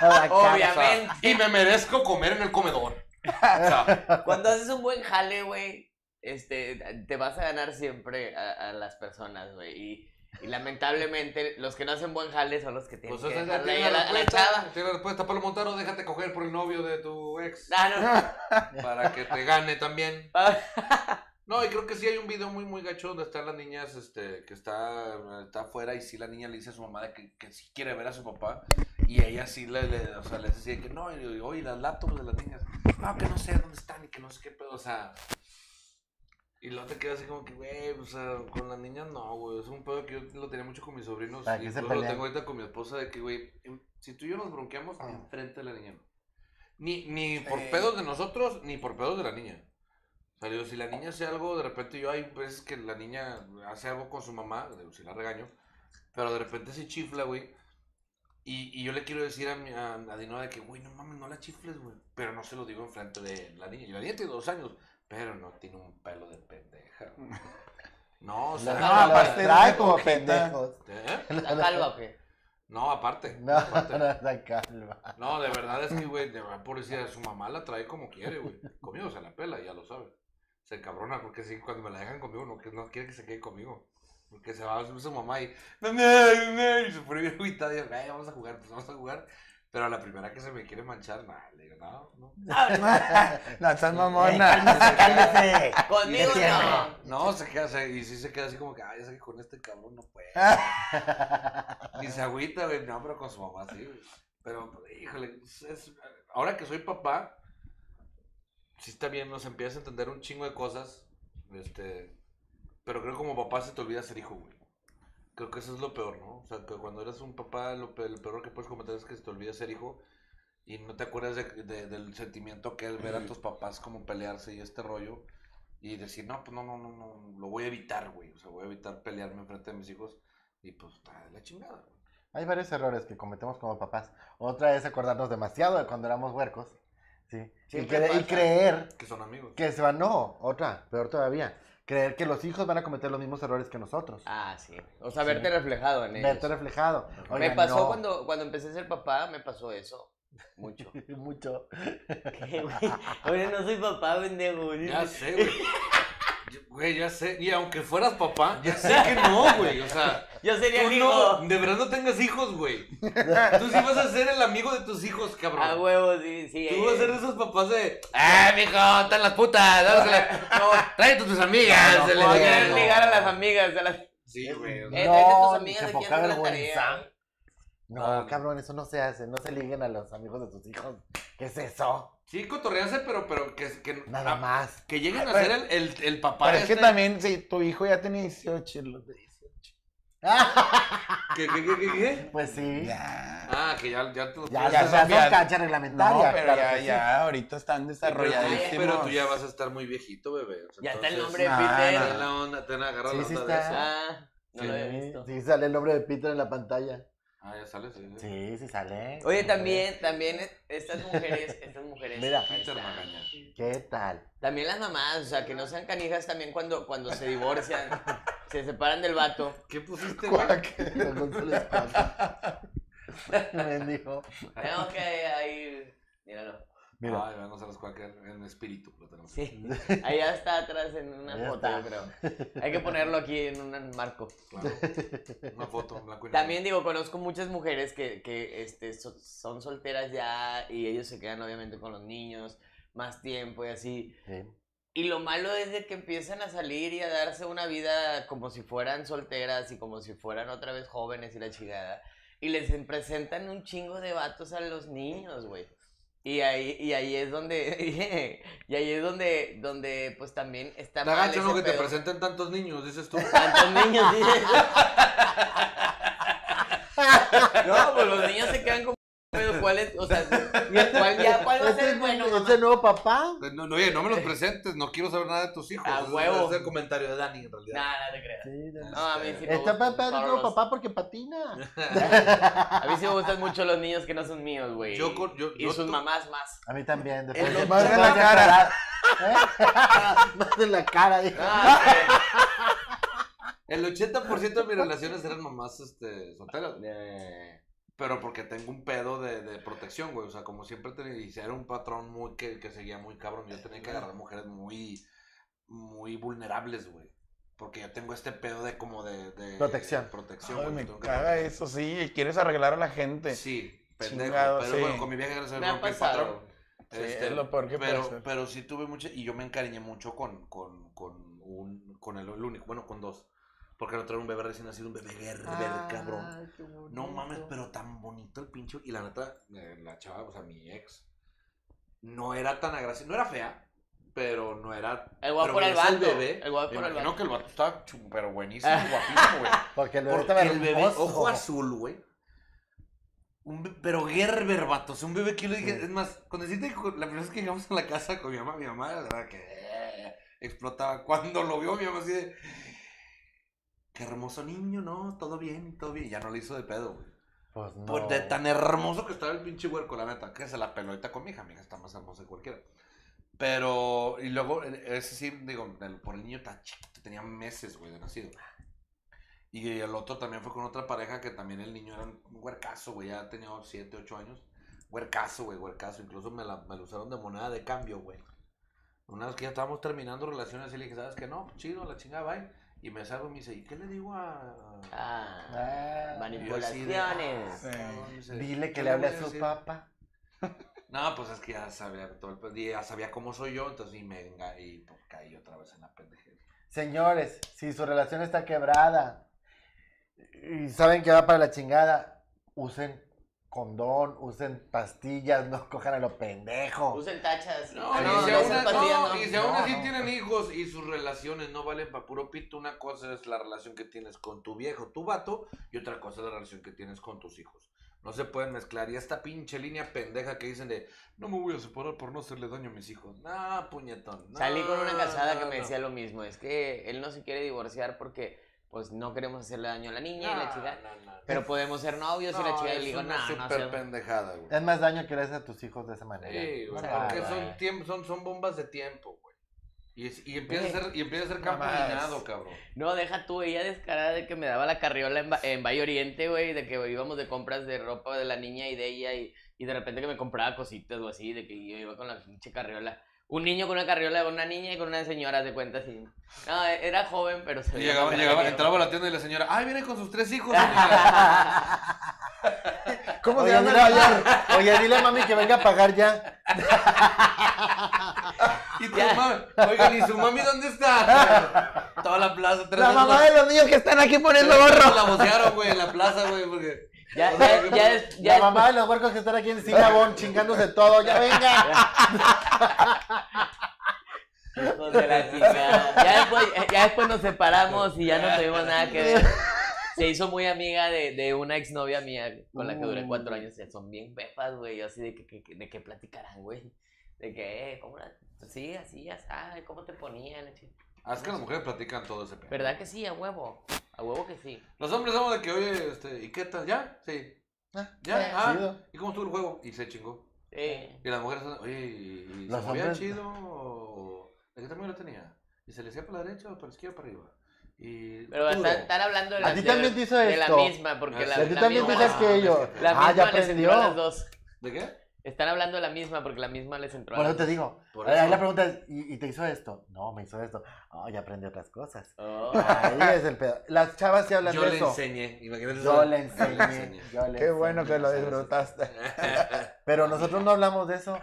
C: Ah,
B: O sea,
D: Obviamente.
B: y me merezco comer en el comedor. O sea,
C: ah.
D: Cuando haces un buen jale, güey, este, te vas a ganar siempre a, a las personas, güey. Y, y lamentablemente, los que no hacen buen jale son los que tienen
B: pues
D: que
B: esa es
D: dejarle ahí
B: tiene
D: a la, a la chava.
B: Tiene la respuesta, Pablo Montaro, déjate coger por el novio de tu ex.
D: Ah,
B: Para que te gane también.
D: no.
B: No, y creo que sí hay un video muy, muy gacho donde están las niñas, este, que está, está afuera y sí la niña le dice a su mamá de que, que sí quiere ver a su papá y ella sí le, le- o sea, le dice así de que no, y, y, oye, las laptops de las niñas, no, que no sé dónde están y que no sé qué pedo, o sea, y luego te quedas así como que, güey, o sea, con las niñas no, güey, es un pedo que yo lo tenía mucho con mis sobrinos
C: ¿Para
B: y
C: qué se
B: incluso lo
C: pelean?
B: tengo ahorita con mi esposa de que, güey, en- si tú y yo nos bronqueamos
C: Ah.
B: enfrente de la niña, no. ni, ni por
E: Sí.
B: pedos de nosotros, ni por pedos de la niña. Salió, si la niña hace algo, de repente yo hay veces que la niña hace algo con su mamá, digo, si la regaño, pero de repente se chifla, güey. Y, y yo le quiero decir a, mi, a, a Dinora de que, güey, no mames, no la chifles, güey. Pero no se lo digo enfrente de la niña. Y la niña tiene dos años, pero no tiene un pelo de pendeja. güey. No, o sea,
C: Los-
E: No,
C: los
E: aparte
C: trae
E: de
C: como
E: coqueta.
C: pendejos.
B: ¿eh?
D: ¿Está calva o qué?
B: No, aparte.
C: No,
B: aparte.
C: no está calva.
B: No, de verdad es que, güey, de verdad, pobrecita, su mamá la trae como quiere, güey. Conmigo se la pela, ya lo sabe. Se cabrona, porque sí, cuando me la dejan conmigo, no, que- no quiere que se quede conmigo. Porque se va su mamá y, "Mamá, mamá", y se pone bien agüitada, y yo, "Ay, vamos a jugar, pues vamos a jugar. Pero a la primera que se me quiere manchar, nada, le digo, no, no.
E: No, estás
C: Ey,
E: mamona.
C: cálmese, cálmese.
D: Conmigo Pues, no.
B: No, se queda, se- y sí se queda así como que, ay, es que con este cabrón no puede. Ni se agüita, güey, no, pero con su mamá sí, güey. Pero, pues, híjole, es- es- ahora que soy papá, sí está bien, nos empiezas a entender un chingo de cosas, este, pero creo que como papá se te olvida ser hijo, güey. Creo que eso es lo peor, ¿no? O sea, que cuando eres un papá, lo pe- el peor que puedes cometer es que se te olvida ser hijo y no te acuerdas de- de- del sentimiento que es ver a tus papás como pelearse y este rollo y decir, no, pues no, no, no, no, lo voy a evitar, güey. O sea, voy a evitar pelearme enfrente de mis hijos y pues, está de la chingada, güey.
C: Hay varios errores que cometemos como papás. Otra es acordarnos demasiado de cuando éramos huercos. ¿sí? Y,
D: Siempre
C: cre- y
D: pasa.
C: creer
B: Que son amigos.
C: que se van. No, otra, peor todavía. Creer que los hijos van a cometer los mismos errores que nosotros.
D: Ah, sí. O sea, verte reflejado en ellos.
C: Verte reflejado.
D: me
C: Oigan,
D: pasó
C: no.
D: cuando, cuando empecé a ser papá, me pasó eso. Mucho.
C: Mucho.
D: ¿Qué, güey? Ahora no soy papá, pendejo.
B: Ya sé, güey. Yo- Güey, ya sé. Y aunque fueras papá, ya sé que no, güey. O sea,
D: Yo sería
B: tú
D: el hijo.
B: no, de verdad no tengas hijos, güey. Tú sí vas a ser el amigo de tus hijos, cabrón.
D: A huevo, sí, sí.
B: Tú vas a ser de esos papás de.
D: ¡Ah, mijo! ¡Están las putas!
B: Tráete a tus amigas.
C: No,
B: se
C: no,
B: les
C: no,
B: diga,
D: Quieres
B: no.
D: ligar a las amigas. A las...
B: Sí, güey. o sea,
D: Eh, tráete a tus
C: No,
D: amigas
C: se
D: de
C: poca
D: que hacer la
C: vergüenza.
D: tarea.
C: No,
B: Ah.
C: cabrón, eso no se hace. No se liguen a los amigos de tus hijos. ¿Qué es eso?
B: Sí, cotorrearse, pero, pero que, que,
C: Nada
B: ah,
C: más.
B: que lleguen a
E: Pero-
B: ser el, el, el papá.
E: Pero es que
B: este.
E: también, si tu hijo ya tenía 18, los de 18.
B: ¿Qué, qué, qué, qué, qué?
C: Pues sí.
E: Ya.
B: Ah, que ya, ya te los
C: Ya,
B: puedes
C: ya,
B: hacer.
E: se
C: ya
E: cambian.
C: son cancha
E: No,
C: reglamentaria.
E: pero
C: claro
E: ya,
C: que sí.
E: ya, ahorita están desarrolladísimos.
B: Pero, pero tú ya vas a estar muy viejito, bebé. O sea,
D: Ya está el
B: entonces,
D: nombre de
E: No,
D: Peter.
B: ten la onda, ten agarra
C: Sí,
B: la
C: sí
B: onda de
C: está.
B: eso.
D: Ah, no lo había
C: Sí,
D: visto.
C: Sí, sale el nombre de Peter en la pantalla.
B: Ah, ya sale, sí. sí.
C: Sí, sí sale.
D: Oye, también, también estas mujeres, estas mujeres.
C: Mira.
D: ahí
B: Peter
D: está.
B: Magaña.
C: ¿Qué tal?
D: También las mamás, o sea, que no sean canijas también cuando, cuando se divorcian, se separan del vato.
B: ¿Qué pusiste, güey?
E: Cuac.
C: Los González Cuac. Mendigo.
D: Tengo que ahí, míralo.
C: Mira,
B: Ay, no se los cuaca en espíritu, lo tenemos.
D: Sí, allá está atrás en una
C: Ahí
D: foto,
C: está.
D: yo creo. Hay que ponerlo aquí en un marco.
B: Claro. Una foto en blanco y negro.
D: También digo, conozco muchas mujeres que, que este, so- son solteras ya y ellos se quedan obviamente con los niños más tiempo y así.
C: sí.
D: Y lo malo es de que empiezan a salir y a darse una vida como si fueran solteras y como si fueran otra vez jóvenes y la chingada. Y les presentan un chingo de vatos a los niños, güey. Y ahí, y ahí es donde, y ahí es donde, donde pues también está
B: Está
D: mal
B: gacho, ¿no?
D: ese
B: Que te
D: pedo.
B: presenten tantos niños, dices tú.
D: Tantos niños, dices. No, pues los niños se quedan como... Pero cuál es, o sea, cuál ya, cuál va a ser el bueno, mamá?
C: ¿Este nuevo papá?
B: No, no, oye, no me los presentes, no quiero saber nada de tus hijos.
D: A
B: Ese
D: huevo.
B: Es el comentario de Dani, en realidad.
D: Nah, no te creas.
C: Sí, no.
D: No, a mí sí me
C: Está
D: gustan,
C: papá,
D: Pablo
C: nuevo
D: Rosa.
C: papá porque patina.
D: A mí sí me gustan mucho los niños que no son míos, güey.
B: Yo con- yo-
D: y
B: yo
D: sus
B: tu-
D: mamás más.
C: A mí también.
D: Es lo
C: de-
E: más
C: me
E: de la
C: vas a parar.
E: cara.
C: ¿Eh? Más de la cara. dijo.
D: Ah,
B: El 80% de mis relaciones eran mamás este, solteras. Eh, Pero porque tengo un pedo de, de protección, güey. O sea, como siempre tenía, y era un patrón muy que, que seguía muy cabrón. Yo tenía que agarrar mujeres muy, muy vulnerables, güey. Porque yo tengo este pedo de como de... de-
C: Protección.
B: Protección,
E: Ay,
B: güey,
E: me
B: tengo que
E: caga
B: proteger.
E: eso, sí. y Quieres arreglar a la gente. Sí,
B: Sí, pendejo.
E: Chingado,
B: pero
E: sí.
B: bueno, con mi vieja gracias
D: me
B: a Dios
D: ha
B: rompí el
D: pasado.
B: patrón. Este,
E: es lo peor que puede
B: pero,
E: ser.
B: pero sí tuve mucha, y yo me encariñé mucho con, con, con un, con el, el único, bueno, con dos. Porque el otro era un bebé recién nacido, un bebé guerrero,
D: Ah,
B: cabrón. No mames, pero tan bonito el pincho. Y la neta, eh, la chava, o sea, mi ex, no era tan agresiva, no era fea, pero no era...
D: El guapo
B: pero
D: era el
B: veías al
D: vato,
B: bebé,
D: el guapo
B: me
D: era el
B: imagino
D: vato.
B: que el vato estaba chu- pero buenísimo, guapísimo, güey.
C: Porque el bebé
B: Porque
C: estaba
B: el bebé,
C: hermoso.
B: ojo azul, güey. Un be- pero Gerber, vato. O sea, un bebé que yo le dije. Es más, cuando deciste la primera vez que llegamos a la casa con mi mamá, mi mamá, la verdad que. eh, explotaba. Cuando lo vio mi mamá así de, qué hermoso niño, ¿no? Todo bien, todo bien. Ya no le hizo de pedo, güey.
C: Pues no.
B: Pues de tan hermoso que estaba el pinche huerco, la neta, que se la peló ahorita con mi hija, mi hija está más hermosa que cualquiera. Pero, y luego, eh, ese sí, digo, el- por el niño tan chiquito, tenía meses, güey, de nacido. Y el otro también fue con otra pareja que también el niño era un huercazo, güey, ya tenía 7, 8 años. Huercazo, güey, huercazo. Incluso me la, me la usaron de moneda de cambio, güey. Una vez que ya estábamos terminando relaciones, y le dije, ¿sabes qué? No, chido, la chingada, bye. Y me salgo y me dice, ¿y qué le digo a, a-
D: Ah,
C: Ah,
D: manipulaciones.
E: Sí.
B: ah,
C: Dile que
B: ¿Qué
C: le hable
B: voy
C: a su
B: decir?
C: papá.
B: No, pues es que ya sabía todo el pe- ya sabía cómo soy yo, entonces y me enga- y pues, caí otra vez en la pendejera.
C: Señores, si su relación está quebrada y saben que va para la chingada, usen condón, usen pastillas, no cojan a lo pendejo.
D: Usen tachas.
B: No,
D: Ah,
B: y si
D: no,
B: aún,
D: usen
B: no,
D: pastillas, no.
B: y si aún
C: No,
B: así
C: no.
B: tienen hijos y sus relaciones no valen para puro pito, una cosa es la relación que tienes con tu viejo, tu vato, y otra cosa es la relación que tienes con tus hijos. No se pueden mezclar. Y esta pinche línea pendeja que dicen de no me voy a separar por no hacerle daño a mis hijos. No, puñetón. no,
D: Salí con una casada que
B: no,
D: me
B: no.
D: decía lo mismo. Es que él no se quiere divorciar porque pues no queremos hacerle daño a la niña y la
B: No,
D: chica.
B: no, no, no.
D: Pero podemos ser novios y la
B: No,
D: chica y
B: es
D: le digo,
B: una
D: no, no,
B: super
D: seas-
B: pendejada, güey.
C: Es más daño que le haces a tus hijos de esa manera.
B: Sí, güey,
D: Ah,
B: porque
D: vale.
B: son, tiemp- son, son bombas de tiempo, güey. Y, es- y empieza a
D: Güey.
B: ser, y empieza a ser campo
E: Mamadas.
B: minado, cabrón.
D: No, deja tú, ella descarada de que me daba la carriola en, Ba- en Valle Oriente, güey, de que íbamos de compras de ropa de la niña y de ella, y, y de repente que me compraba cositas o así, de que yo iba con la pinche carriola. Un niño con una carriola, con una niña y con una señora, de cuenta así. No, e- era joven, pero se
B: Y
D: veía
B: llegaba,
D: más
B: llegaba,
D: grande.
B: entraba a la tienda y la señora, ay, viene con sus tres hijos. señora".
E: ¿Cómo se
C: Oye,
E: llama
C: dile,
E: el mayor?
C: oye, dile a mami que venga a pagar ya.
B: y tu mami, oigan, ¿y su mami dónde está? Toda la plaza, tres
E: La
B: veces
E: mamá de los niños que están aquí
B: tres
E: poniendo
B: veces
E: gorro.
B: La vocearon, güey, en la plaza, güey, porque...
D: Ya, ya, ya, es- ya
C: la mamá de los huercos que están aquí en Cinnabon chingándose todo, ya venga.
D: es- hijos de la chingada. Ya después, ya después nos separamos y ya no tuvimos nada que ver. Se hizo muy amiga de, de una exnovia mía con la que duré cuatro años. Ya son bien pepas, güey. Yo así de que, que- que- de que platicarán, güey. De que, eh, ¿cómo la.? Sí, así, ya sabes, ¿cómo te ponían?
B: Ah, Es que las mujeres platican todo ese pedo.
D: ¿Verdad que sí? A huevo. A huevo que sí.
B: Los hombres somos de que, oye, este, ¿y qué tal? ¿Ya? Sí.
D: eh,
B: ¿Ya? Ah,
C: Chido.
B: ¿Y cómo estuvo el juego? Y se chingó.
D: Sí.
B: Y las mujeres, oye, ¿y ¿se
C: Los
B: movía
C: hombres-
B: chido o de qué tamaño lo tenía? ¿Y se le hacía para la derecha o para la izquierda o para arriba? Y
D: Pero
B: duro.
D: estar, estar hablando de
C: A
D: la,
C: ti
D: de-
C: también te hizo
D: de
C: esto. Ah,
D: la misma, porque la,
C: Y
B: A ti
C: tú
D: la
C: también
D: misma,
C: piensas que yo.
D: la
C: Ah, ya
D: misma les entró a las
C: aprendió.
D: dos.
B: ¿De qué?
D: Están hablando de la misma porque la misma les entró a
C: Por
D: las
C: eso te
D: dos.
C: digo.
B: Por
C: Ahí
B: eso.
C: la pregunta es, ¿y, y te hizo esto? No, me hizo esto. Oh, ya aprendí otras cosas.
D: Oh.
C: Ahí es el pedo. Las chavas sí hablan
B: Yo
C: de
B: le
C: eso.
B: enseñé, imagínate.
C: Yo
B: eso.
C: le enseñé. yo le
E: Qué bueno
C: enseñé.
E: que lo disfrutaste.
C: Pero nosotros no hablamos de eso.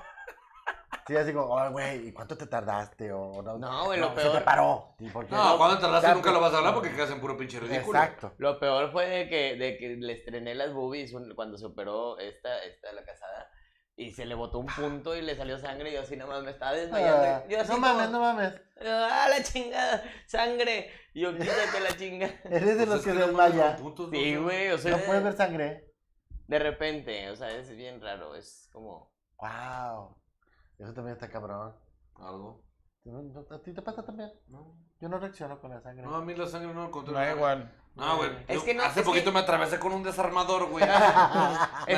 C: Sí, así como, oh, güey, ¿y cuánto te tardaste? O, no,
D: Oh. No, güey, lo
C: Se
D: peor.
C: te paró. ¿Y por qué?
B: No, cuando te
C: Ya,
B: tardaste nunca
C: pues,
B: lo vas a hablar porque quedas en puro pinche ridículo.
C: Exacto.
D: Lo peor fue de que, de que le estrené las boobies un- cuando se operó esta, esta la casada. Y se le botó un punto y le salió sangre. Y yo así nomás me estaba
C: Ah,
D: desmayando. Yo así
C: no
D: como,
C: mames, no mames.
D: ¡Ah, la chingada! ¡Sangre! Y yo, quítate la chingada.
C: Eres de
B: Pues
C: los
B: es
C: que se
B: no mames,
C: desmaya.
B: con putos,
D: Sí,
B: no sé.
D: güey, o sea,
C: No puedes ver sangre.
D: de repente, o sea, es bien raro, es como...
C: Wow. Eso también está cabrón.
B: Algo.
C: No, no, ¿A ti te pasa también?
B: No.
C: Yo no reacciono con la sangre.
B: No, a mí la sangre no me controla.
E: No da igual.
B: No, güey.
D: Es
B: yo
D: que no,
B: hace
D: es
B: poquito
D: que-
B: me atravesé con un desarmador, güey. me
D: Es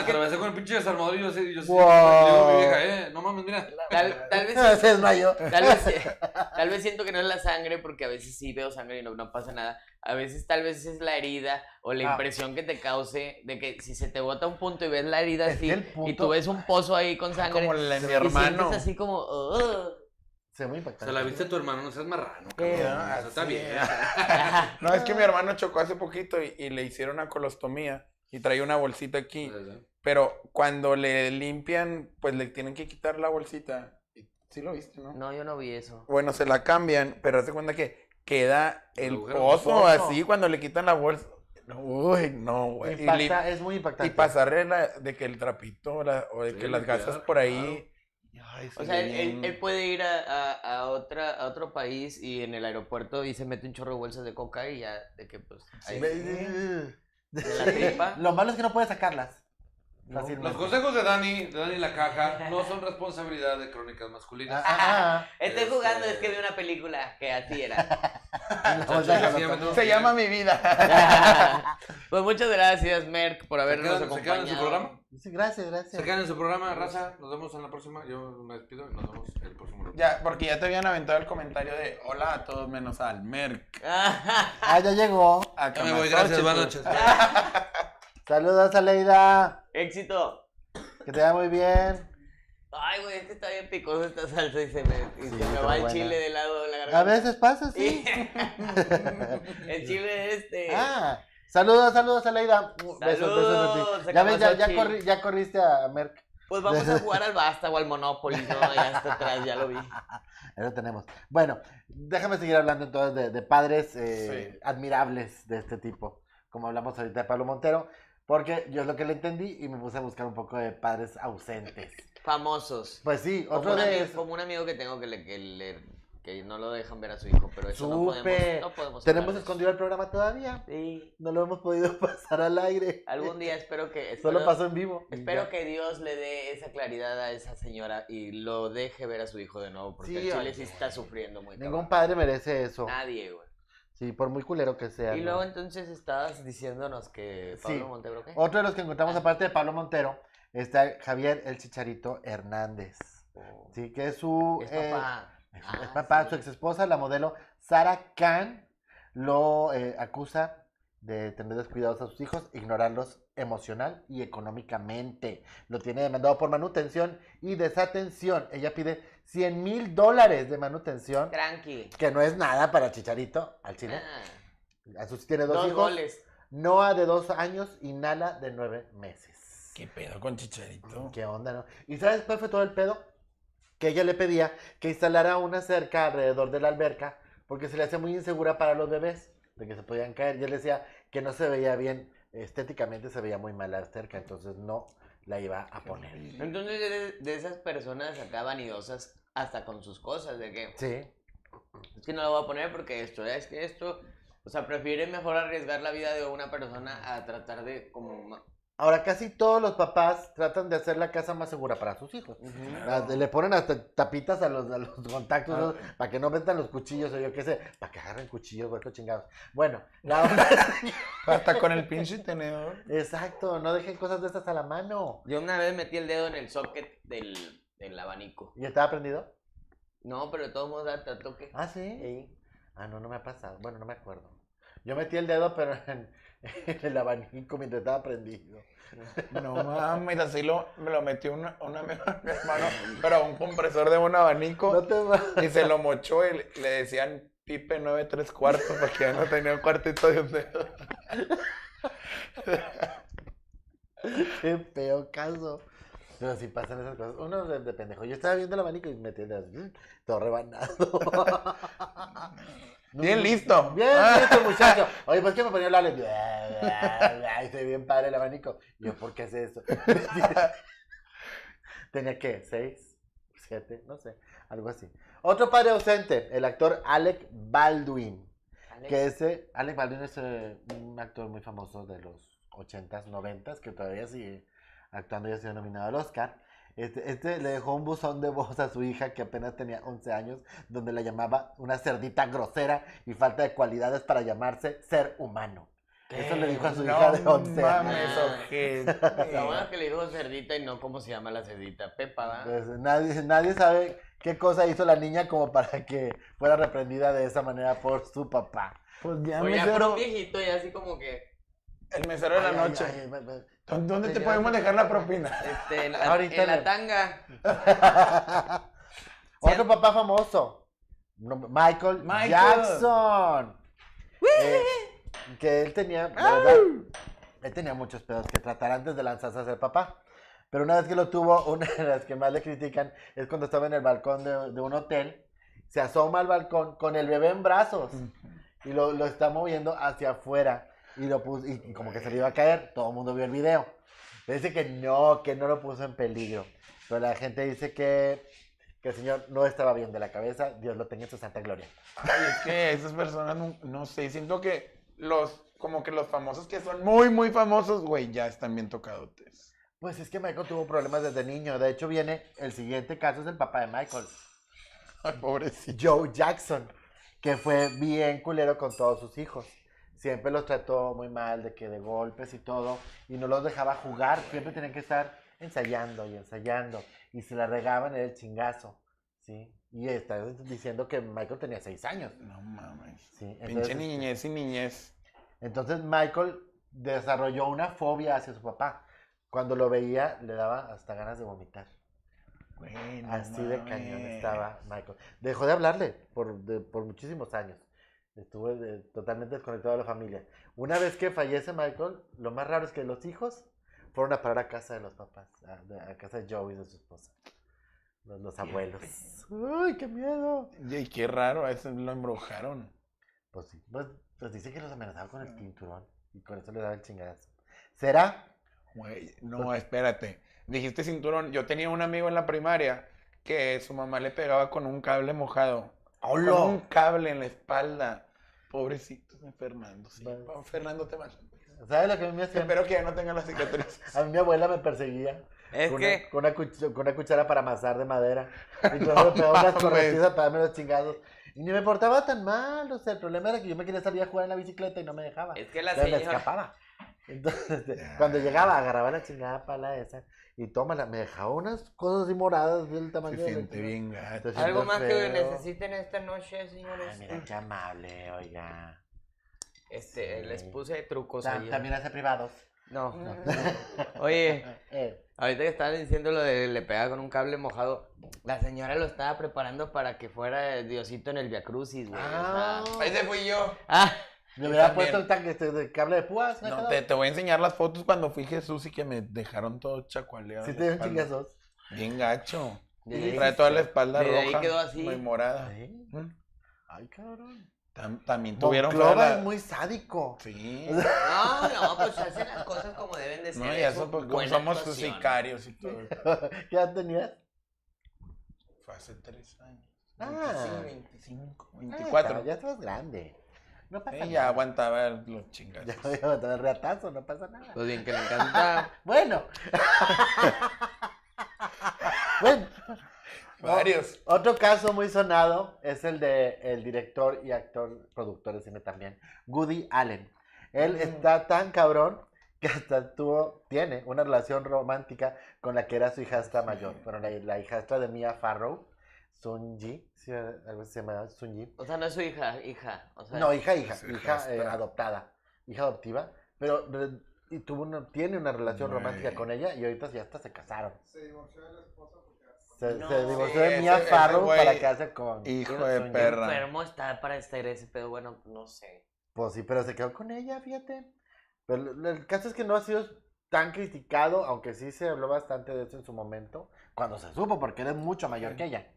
D: que-
B: atravesé con el pinche desarmador y yo sí, yo sí.
C: Wow.
B: le digo a mi vieja, eh, no mames, mira.
D: Tal, tal vez
C: Se desmayó.
D: Tal vez, tal vez siento que no es la sangre, porque a veces sí veo sangre y no, no pasa nada. A veces tal vez es la herida o la
C: Ah.
D: impresión que te cause de que si se te bota un punto y ves la herida
C: Es
D: así
C: que el
D: y
C: punto-
D: tú ves un pozo ahí con sangre
E: Como la de mi
D: y
E: hermano.
D: sientes así como... "Ugh". Eh,
C: Se muy impactante.
B: Se la viste a tu hermano, no seas marrano, cabrón.
E: Sí,
B: O
E: ¿no?
B: sea, está
E: Así
B: bien.
E: es. No, es que mi hermano chocó hace poquito y, y le hicieron una colostomía y traía una bolsita aquí.
B: ¿eh?
E: Pero cuando le limpian, pues le tienen que quitar la bolsita. Sí lo viste, ¿no?
D: No, yo no vi eso.
E: Bueno, se la cambian, pero hace cuenta que queda
B: El
E: el
B: agujero.
E: pozo,
C: Pozo.
E: así cuando le quitan la bolsa. Uy, no, güey. Y lim-
C: Impacta, es muy
E: Y,
C: impactante.
E: pasarle la- de que el trapito la- o de
B: Sí,
E: que las gasas
B: limpiar,
E: por ahí. Ay,
D: O
E: se
D: sea,
E: ve
D: él, él-
E: bien.
D: él puede ir a, a- a otra, a otro país y en el aeropuerto y se mete un chorro de bolsas de coca y ya de que pues... ahí-
C: Sí.
D: de la tripa.
C: Lo malo es que no puedes sacarlas. Fácilmente.
B: Los consejos de Dani, de Dani la caja, no son responsabilidad de crónicas
C: Ah,
B: masculinas.
C: ah,
D: Estoy
B: Este-
D: jugando, es que de una película que así era.
C: ah. La bolsa de
B: Entonces,
C: cartón.
B: sencillamente,
E: Se llama mi vida.
D: pues muchas gracias, Merck, por
B: ¿Se
D: habernos
B: quedan, se quedan
D: acompañado.
B: en su programa?
C: Sí, Gracias,
B: Se
C: gracias.
B: quedan en su programa, raza. Nos vemos en la próxima. Yo me despido y nos vemos el próximo lunes.
E: Ya, porque ya te habían aventado el comentario de hola a todos menos al Merck.
C: Ah, ya llegó.
E: A
B: Ya me voy, gracias.
E: Camasoche, pues.
B: Buenas noches.
C: Saludos a Leida.
D: Éxito.
C: Que te vaya muy bien.
D: Ay, güey, es que está bien picoso esta salsa y se me, y
C: Sí,
D: se me
C: está
D: va el
C: buena.
D: chile de lado de la garganta.
C: A veces pasa, sí.
D: el chile este.
C: Ah, saludos, saludos, Aleida. Besos, besos a
D: Saludos,
C: ti. Ya ves, ya, ya
D: Sakamotochi.
C: corri- ya corriste a Merck.
D: Pues vamos a jugar al basta o al Monopoly, ¿no? Ya está atrás, ya lo vi.
C: Ahí lo tenemos. Bueno, déjame seguir hablando entonces de, de padres eh,
E: Sí.
C: admirables de este tipo, como hablamos ahorita de Pablo Montero, porque yo es lo que le entendí y me puse a buscar un poco de padres ausentes.
D: Famosos.
C: Pues sí,
D: Como,
C: otro
D: un
C: de
D: amigo,
C: esos.
D: como un amigo que tengo que, le, que, le- que no lo dejan ver a su hijo, pero eso no podemos,
C: Supe.
D: no podemos
C: Tenemos
D: hablar de eso.
C: escondido el programa todavía.
D: Sí,
C: No lo hemos podido pasar al aire.
D: algún día espero que... Espero,
C: Solo pasó en vivo. y
D: Espero
C: ya.
D: que Dios le dé esa claridad a esa señora y lo deje ver a su hijo de nuevo, porque
C: Sí,
D: el chile
C: oye.
D: sí está sufriendo muy
C: Ningún
D: cabrón.
C: padre merece eso.
D: Nadie, güey.
C: Sí, por muy culero que sea.
D: Y
C: ¿no?
D: luego entonces estabas diciéndonos que
C: Sí. Oh.
D: Pablo Montebro, ¿qué?
C: Otro de los que
D: Ah.
C: encontramos, aparte de Pablo Montero, está Javier el Chicharito Hernández.
D: Oh.
C: Sí, que es su.
D: Es
C: eh,
D: papá.
C: es-
D: Ah,
C: es papá,
D: sí.
C: su ex esposa, la modelo Sara Khan, lo eh, acusa de tener descuidados a sus hijos, ignorarlos emocional y económicamente. Lo tiene demandado por manutención y desatención. Ella pide 100 mil dólares de manutención,
D: Tranqui.
C: que no es nada para Chicharito, al chile.
D: Ah,
C: A sus tiene dos,
D: dos
C: hijos.
D: goles.
C: Noah de dos años y Nala de nueve meses.
E: ¿Qué pedo con Chicharito?
C: ¿Qué onda, no? ¿Y sabes cuál fue todo el pedo? Que ella le pedía que instalara una cerca alrededor de la alberca porque se le hacía muy insegura para los bebés, de que se podían caer. Y él decía que no se veía bien, estéticamente se veía muy mal la cerca, entonces no la iba a poner.
D: Entonces, de, de esas personas acá vanidosas, hasta con sus cosas, de que
C: Sí,
D: es que no lo voy a poner porque esto, es que esto, o sea, prefiere mejor arriesgar la vida de una persona a tratar de como... ma-
C: Ahora, casi todos los papás tratan de hacer la casa más segura para sus hijos. Las- Le ponen hasta tapitas a los, a los contactos
E: Ah.
C: ¿no? para que no metan los cuchillos o yo qué sé, para que agarren cuchillos, huecos chingados. Bueno, la otra es-
E: Hasta con el pinche tenedor.
C: Exacto, no dejen cosas de estas a la mano.
D: Yo una vez metí el dedo en el socket del, del abanico.
C: ¿Y estaba aprendido?
D: No, pero de todos modos da da toque.
C: Ah, sí.
D: Ey.
C: Ah, no, no me ha pasado. Bueno, no me acuerdo. Yo metí el dedo, pero en, en el abanico mientras estaba prendido.
E: No mames, así lo, me lo metió una, una amiga de mi hermano, pero un compresor de un abanico.
C: No te va.
E: Y se lo mochó y le- le decían Pipe 9 3 cuartos porque ya no tenía un cuartito de un dedo.
C: Qué feo caso. Pero si pasan esas cosas. Uno de, de pendejo. Yo estaba viendo el abanico y metí el dedo así, todo rebanado.
E: Bien listo.
C: Bien
E: Ah,
C: listo, muchacho. Oye, pues que me ponía la ley. Ay, se ve bien padre el abanico. Y yo, ¿por qué hace eso? Tenía que, seis, siete, no sé, algo así. Otro padre ausente, el actor Alec Baldwin.
D: Alex,
C: Que ese, Alec Baldwin es eh, un actor muy famoso de los 80s, 90s, que todavía sigue actuando y ha sido nominado al Oscar. Este, este le dejó un buzón de voz a su hija que apenas tenía 11 años, donde la llamaba una cerdita grosera y falta de cualidades para llamarse ser humano. Eso le dijo a su hija de 11
E: No mames,
C: años.
E: ojete.
D: Lo bueno es que le dijo cerdita y no cómo se llama la cerdita. Pepa, ¿verdad?
C: Pues, nadie, nadie sabe qué cosa hizo la niña como para que fuera reprendida de esa manera por su papá.
E: Pues ya
D: Oye,
E: mesero.
D: pero un viejito y así como que...
E: El mesero de la
C: Ay, ay,
E: noche.
C: ay, ay, ay.
E: ¿Dó- ¿Dónde te
C: Sí,
E: podemos
C: ya.
E: dejar la propina?
D: Este, en la,
C: Ahorita
D: en la
C: le-
D: tanga.
C: Otro papá famoso. No, Michael,
E: Michael.
C: Jackson. Eh, que él tenía, la verdad, él tenía muchos pedos que tratar antes de lanzarse a ser papá. Pero una vez que lo tuvo, una de las que más le critican es cuando estaba en el balcón de, de un hotel. Se asoma al balcón con el bebé en brazos y lo, lo está moviendo hacia afuera. Y, lo puso, y como que se le iba a caer. Todo el mundo vio el video. Le dice que no, que no lo puso en peligro. Pero la gente dice que, que el señor no estaba bien de la cabeza. Dios lo tenga en su santa gloria.
E: Ay, es que esas personas, no, no sé, siento que los, como que los famosos que son muy, muy famosos, güey, ya están bien tocadotes.
C: Pues es que Michael tuvo problemas desde niño. De hecho, viene el siguiente caso, es el papá de Michael,
E: Ay, pobrecito.
C: Joe Jackson, que fue bien culero con todos sus hijos. Siempre los trató muy mal, de que de golpes y todo, y no los dejaba jugar. Siempre tenían que estar ensayando y ensayando, y se la regaban en el chingazo, ¿sí? Y está diciendo que Michael tenía seis años,
E: No mames.
C: ¿sí?
E: Pinche
C: Entonces-
E: niñez y niñez.
C: entonces Michael desarrolló una fobia hacia su papá. Cuando lo veía, le daba hasta ganas de vomitar.
E: Güey, no
C: Así de cañón
E: mames.
C: estaba Michael. Dejó de hablarle por, de- por muchísimos años. Estuvo de- totalmente desconectado de la familia. Una vez que fallece Michael, lo más raro es que los hijos fueron a parar a casa de los papás, a, de- a casa de Joey y de su esposa. Los, los abuelos. ¡Uy, qué miedo!
E: Y qué raro, a ese lo embrujaron.
C: Pues sí, pues, pues dice que los amenazaba con el cinturón y con eso le daba el chingadazo. ¿Será?
E: Güey, no,
C: Pues
E: espérate. Dijiste cinturón. Yo tenía un amigo en la primaria que su mamá le pegaba con un cable mojado. Con
C: ¡Hola!
E: un cable en la espalda. Pobrecito de Fernando. sí.
C: Vale.
E: Pa- Fernando te manda.
C: ¿Sabes lo que a mí me hacían?
E: Espero que ya no tenga las cicatrices.
C: A mí mi abuela me perseguía.
D: Es
C: con
D: que-
C: Una, con, una cuch- con una cuchara para amasar de madera. Y yo me pegaba unas
E: mames.
C: corretizas para darme los chingados. Y ni me portaba tan mal. O sea, el problema era que yo me quería salir a jugar en la bicicleta y no me dejaba.
D: Es que la
C: Entonces, me
D: señora-
C: escapaba. Entonces, cuando llegaba, agarraba la chingada pala esa y tómala. Me dejaba unas cosas así moradas del tamaño
E: Se
C: de la
E: siente
C: chingada.
E: bien gato.
C: Entonces,
D: Algo
C: siento
D: más que
C: feo.
D: necesiten esta noche,
C: Ay,
D: señores.
C: mira, qué amable, oiga.
D: Este,
C: Sí.
D: les puse trucos
C: Ta-
D: ahí. ¿eh?
C: También hace privados.
D: No. Oye,
C: Eh,
D: ahorita que estaban diciendo lo de le pegaba con un cable mojado, la señora lo estaba preparando para que fuera Diosito en el Via Crucis, güey. o sea.
C: Ah.
E: Ahí se fui yo.
D: Ah,
C: Le hubiera
E: también.
C: puesto el tanque este de cable de púas. ¿no?
E: No, te, te voy a enseñar las fotos cuando fui Jesús y que me dejaron todo chacualeado.
C: Sí
E: en
C: te
E: la
C: dieron
E: espalda.
C: chingazos.
E: Bien gacho.
D: Desde ahí-
E: Trae toda la espalda
D: desde ahí
E: roja.
D: quedó así.
E: muy morada.
C: Ay,
E: Mm.
C: Ay, cabrón.
E: Tam- también tuvieron
C: Monclova
E: fea la-
C: es muy sádico.
E: Sí.
D: No, no, pues hacen las cosas como deben de ser.
E: No, y
D: es
E: eso
D: un
E: porque
D: buena
E: somos sus
D: actuación.
E: sicarios y todo.
C: ¿Qué edad tenías?
E: Fue hace tres años.
C: Ah.
E: 25,
C: Ah,
E: 24.
C: ya estabas grande. No pasa
E: Eh, ya pues.
C: nada.
E: aguantaba los
C: Ya
E: chingazos.
C: voy a botar el reatazo, no pasa nada.
D: Pues bien, que le encanta.
C: Bueno. bueno.
E: Varios.
C: Otro caso muy sonado es el de el director y actor, productor de cine también, Woody Allen. Él está tan cabrón que hasta tuvo, tiene una relación romántica con la que era su hijastra mayor. Bueno, la, la hijastra de Mia Farrow, Sunji, ¿sí? algo así se llama Sunji.
D: O sea, no es su hija, hija. O sea,
C: No, hija, hija,
E: su
C: hija eh,
E: hijastra.
C: adoptada, hija adoptiva, pero re- y tuvo una, tiene una relación
E: Güey.
C: romántica con ella y ahorita ya hasta se casaron. Se divorció de la esposa
D: No.
C: Se, divorció
E: Sí,
C: de Mia
E: ese- ese
C: Farrow
E: güey-
C: para casarse con...
E: Hijo de
C: Son
E: perra.
D: enfermo está para estar ese pedo, bueno, no sé.
C: Pues sí, pero se quedó con ella, fíjate. Pero lo- el caso es que no ha sido tan criticado, aunque sí se habló bastante de eso en su momento, cuando se supo, porque era mucho mayor que ella.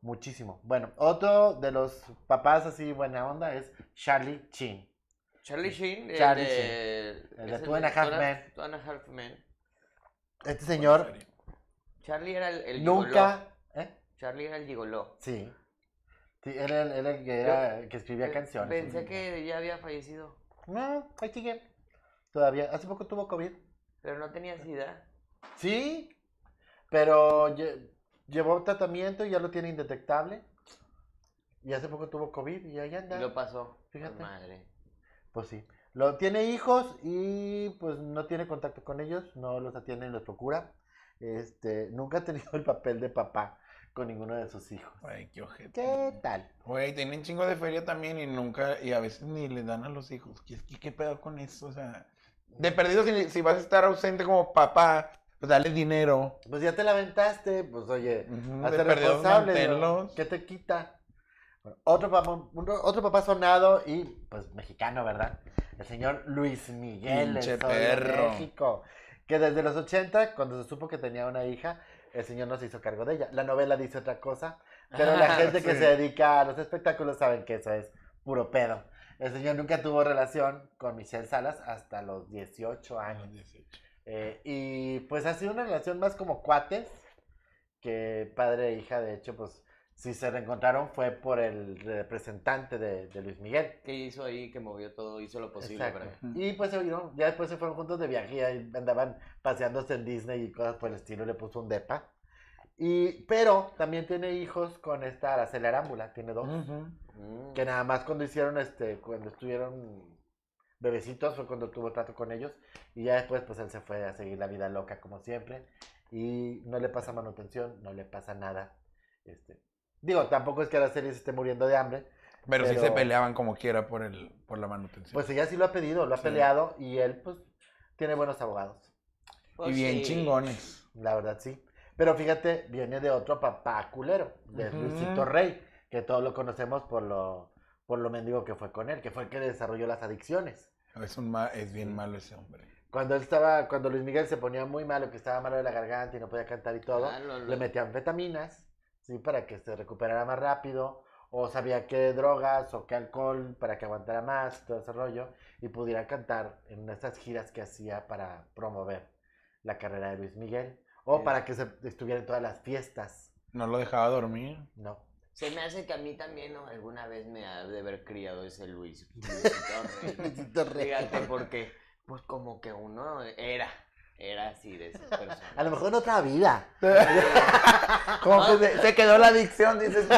C: Muchísimo. Bueno, otro de los papás así buena onda es Charlie Chin.
D: Charlie Sheen. el
C: Charlie
D: de-
C: El de
D: es
C: Two and a Half
D: Two and a-
C: Men.
D: Two and a Half Men.
C: Este señor
D: Charlie era el, el gigoló.
C: nunca... ¿eh?
D: Charlie era el gigoló.
C: Sí. Sí, él era el, era el que, era- que escribía
D: Pe-
C: canciones.
D: Pensé que ya había fallecido,
C: No, ahí sigue. Todavía. Hace poco tuvo COVID.
D: pero no tenía sida.
C: Sí, pero lle- llevó tratamiento y ya lo tiene indetectable. Y hace poco tuvo COVID y ahí
D: Y
C: anda.
D: lo pasó.
C: Fíjate.
D: Madre.
C: Pues sí. Lo tiene hijos y pues no tiene contacto con ellos, no los atiende ni los procura. Este, nunca ha tenido el papel de papá con ninguno de sus hijos.
E: Güey, qué ojete.
C: ¿Qué tal?
E: Güey, tienen chingo de feria también y nunca, y a veces ni les dan a los hijos. ¿Qué, qué, qué pedo con eso? O sea, de perdido, si, si vas a estar ausente como papá, pues dale dinero.
C: Pues ya te la aventaste, pues oye,
E: Ujú,
C: hazte
E: de perdido,
C: responsable, digo,
E: manténlos.
C: ¿qué te quita? Bueno, Otro papá, otro papá sonado y pues mexicano, ¿verdad? El señor Luis Miguel, el
E: Pinche
C: sol de
E: perro.
C: México, que desde los 80, cuando se supo que tenía una hija, el señor no se hizo cargo de ella. La novela dice otra cosa, pero la gente que
E: sí.
C: se dedica a los espectáculos saben que eso es puro pedo. El señor nunca tuvo relación con Michelle Salas hasta los 18 años. Eh, y pues ha sido una relación más como cuates que padre e hija. De hecho, pues Si se reencontraron fue por el representante de, de Luis Miguel.
D: ¿Qué hizo ahí? Que movió todo, hizo lo posible
C: Exacto.
D: para...
C: Y pues se vieron, ya después se fueron juntos de viaje y ahí andaban paseándose en Disney y cosas por el estilo, y le puso un depa. Y, pero también tiene hijos con esta Araceli Arámbula, tiene dos.
D: Mm.
C: Que nada más cuando hicieron, este, cuando estuvieron bebecitos fue cuando tuvo trato con ellos. Y ya después, pues él se fue a seguir la vida loca como siempre. Y no le pasa manutención, no le pasa nada. Este, digo, tampoco es que Araceli se esté muriendo de hambre.
E: Pero, sí
C: Pero-
E: se peleaban como quiera por, el, por la manutención.
C: Pues ella sí lo ha pedido, lo ha
E: Sí.
C: peleado y él, pues, tiene buenos abogados.
E: y
D: Pues
E: bien
D: sí.
E: chingones.
C: La verdad, sí. Pero fíjate, viene de otro papá culero, de
E: Ujú.
C: Luisito Rey, que todos lo conocemos por lo, por lo mendigo que fue con él, que fue el que desarrolló las adicciones.
E: Es, un ma- es bien malo ese hombre.
C: Cuando él estaba, cuando Luis Miguel se ponía muy malo, que estaba malo de la garganta y no podía cantar y todo,
D: Ah, lo- lo-
C: le metía anfetaminas, ¿sí? Para que se recuperara más rápido, o sabía qué drogas o qué alcohol para que aguantara más, todo ese rollo, y pudiera cantar en estas giras que hacía para promover la carrera de Luis Miguel, o
D: Sí.
C: para que se estuviera en todas las fiestas,
E: No lo dejaba dormir.
C: ¿no?
D: Se me hace que a mí también ¿no? alguna vez me ha de haber criado ese Luis. Luisito Rey. Fíjate, porque, pues como que uno era, era así de esas
C: A
D: personas.
C: lo mejor en otra vida.
E: Como
D: No.
E: que se, se quedó la adicción, dices tú.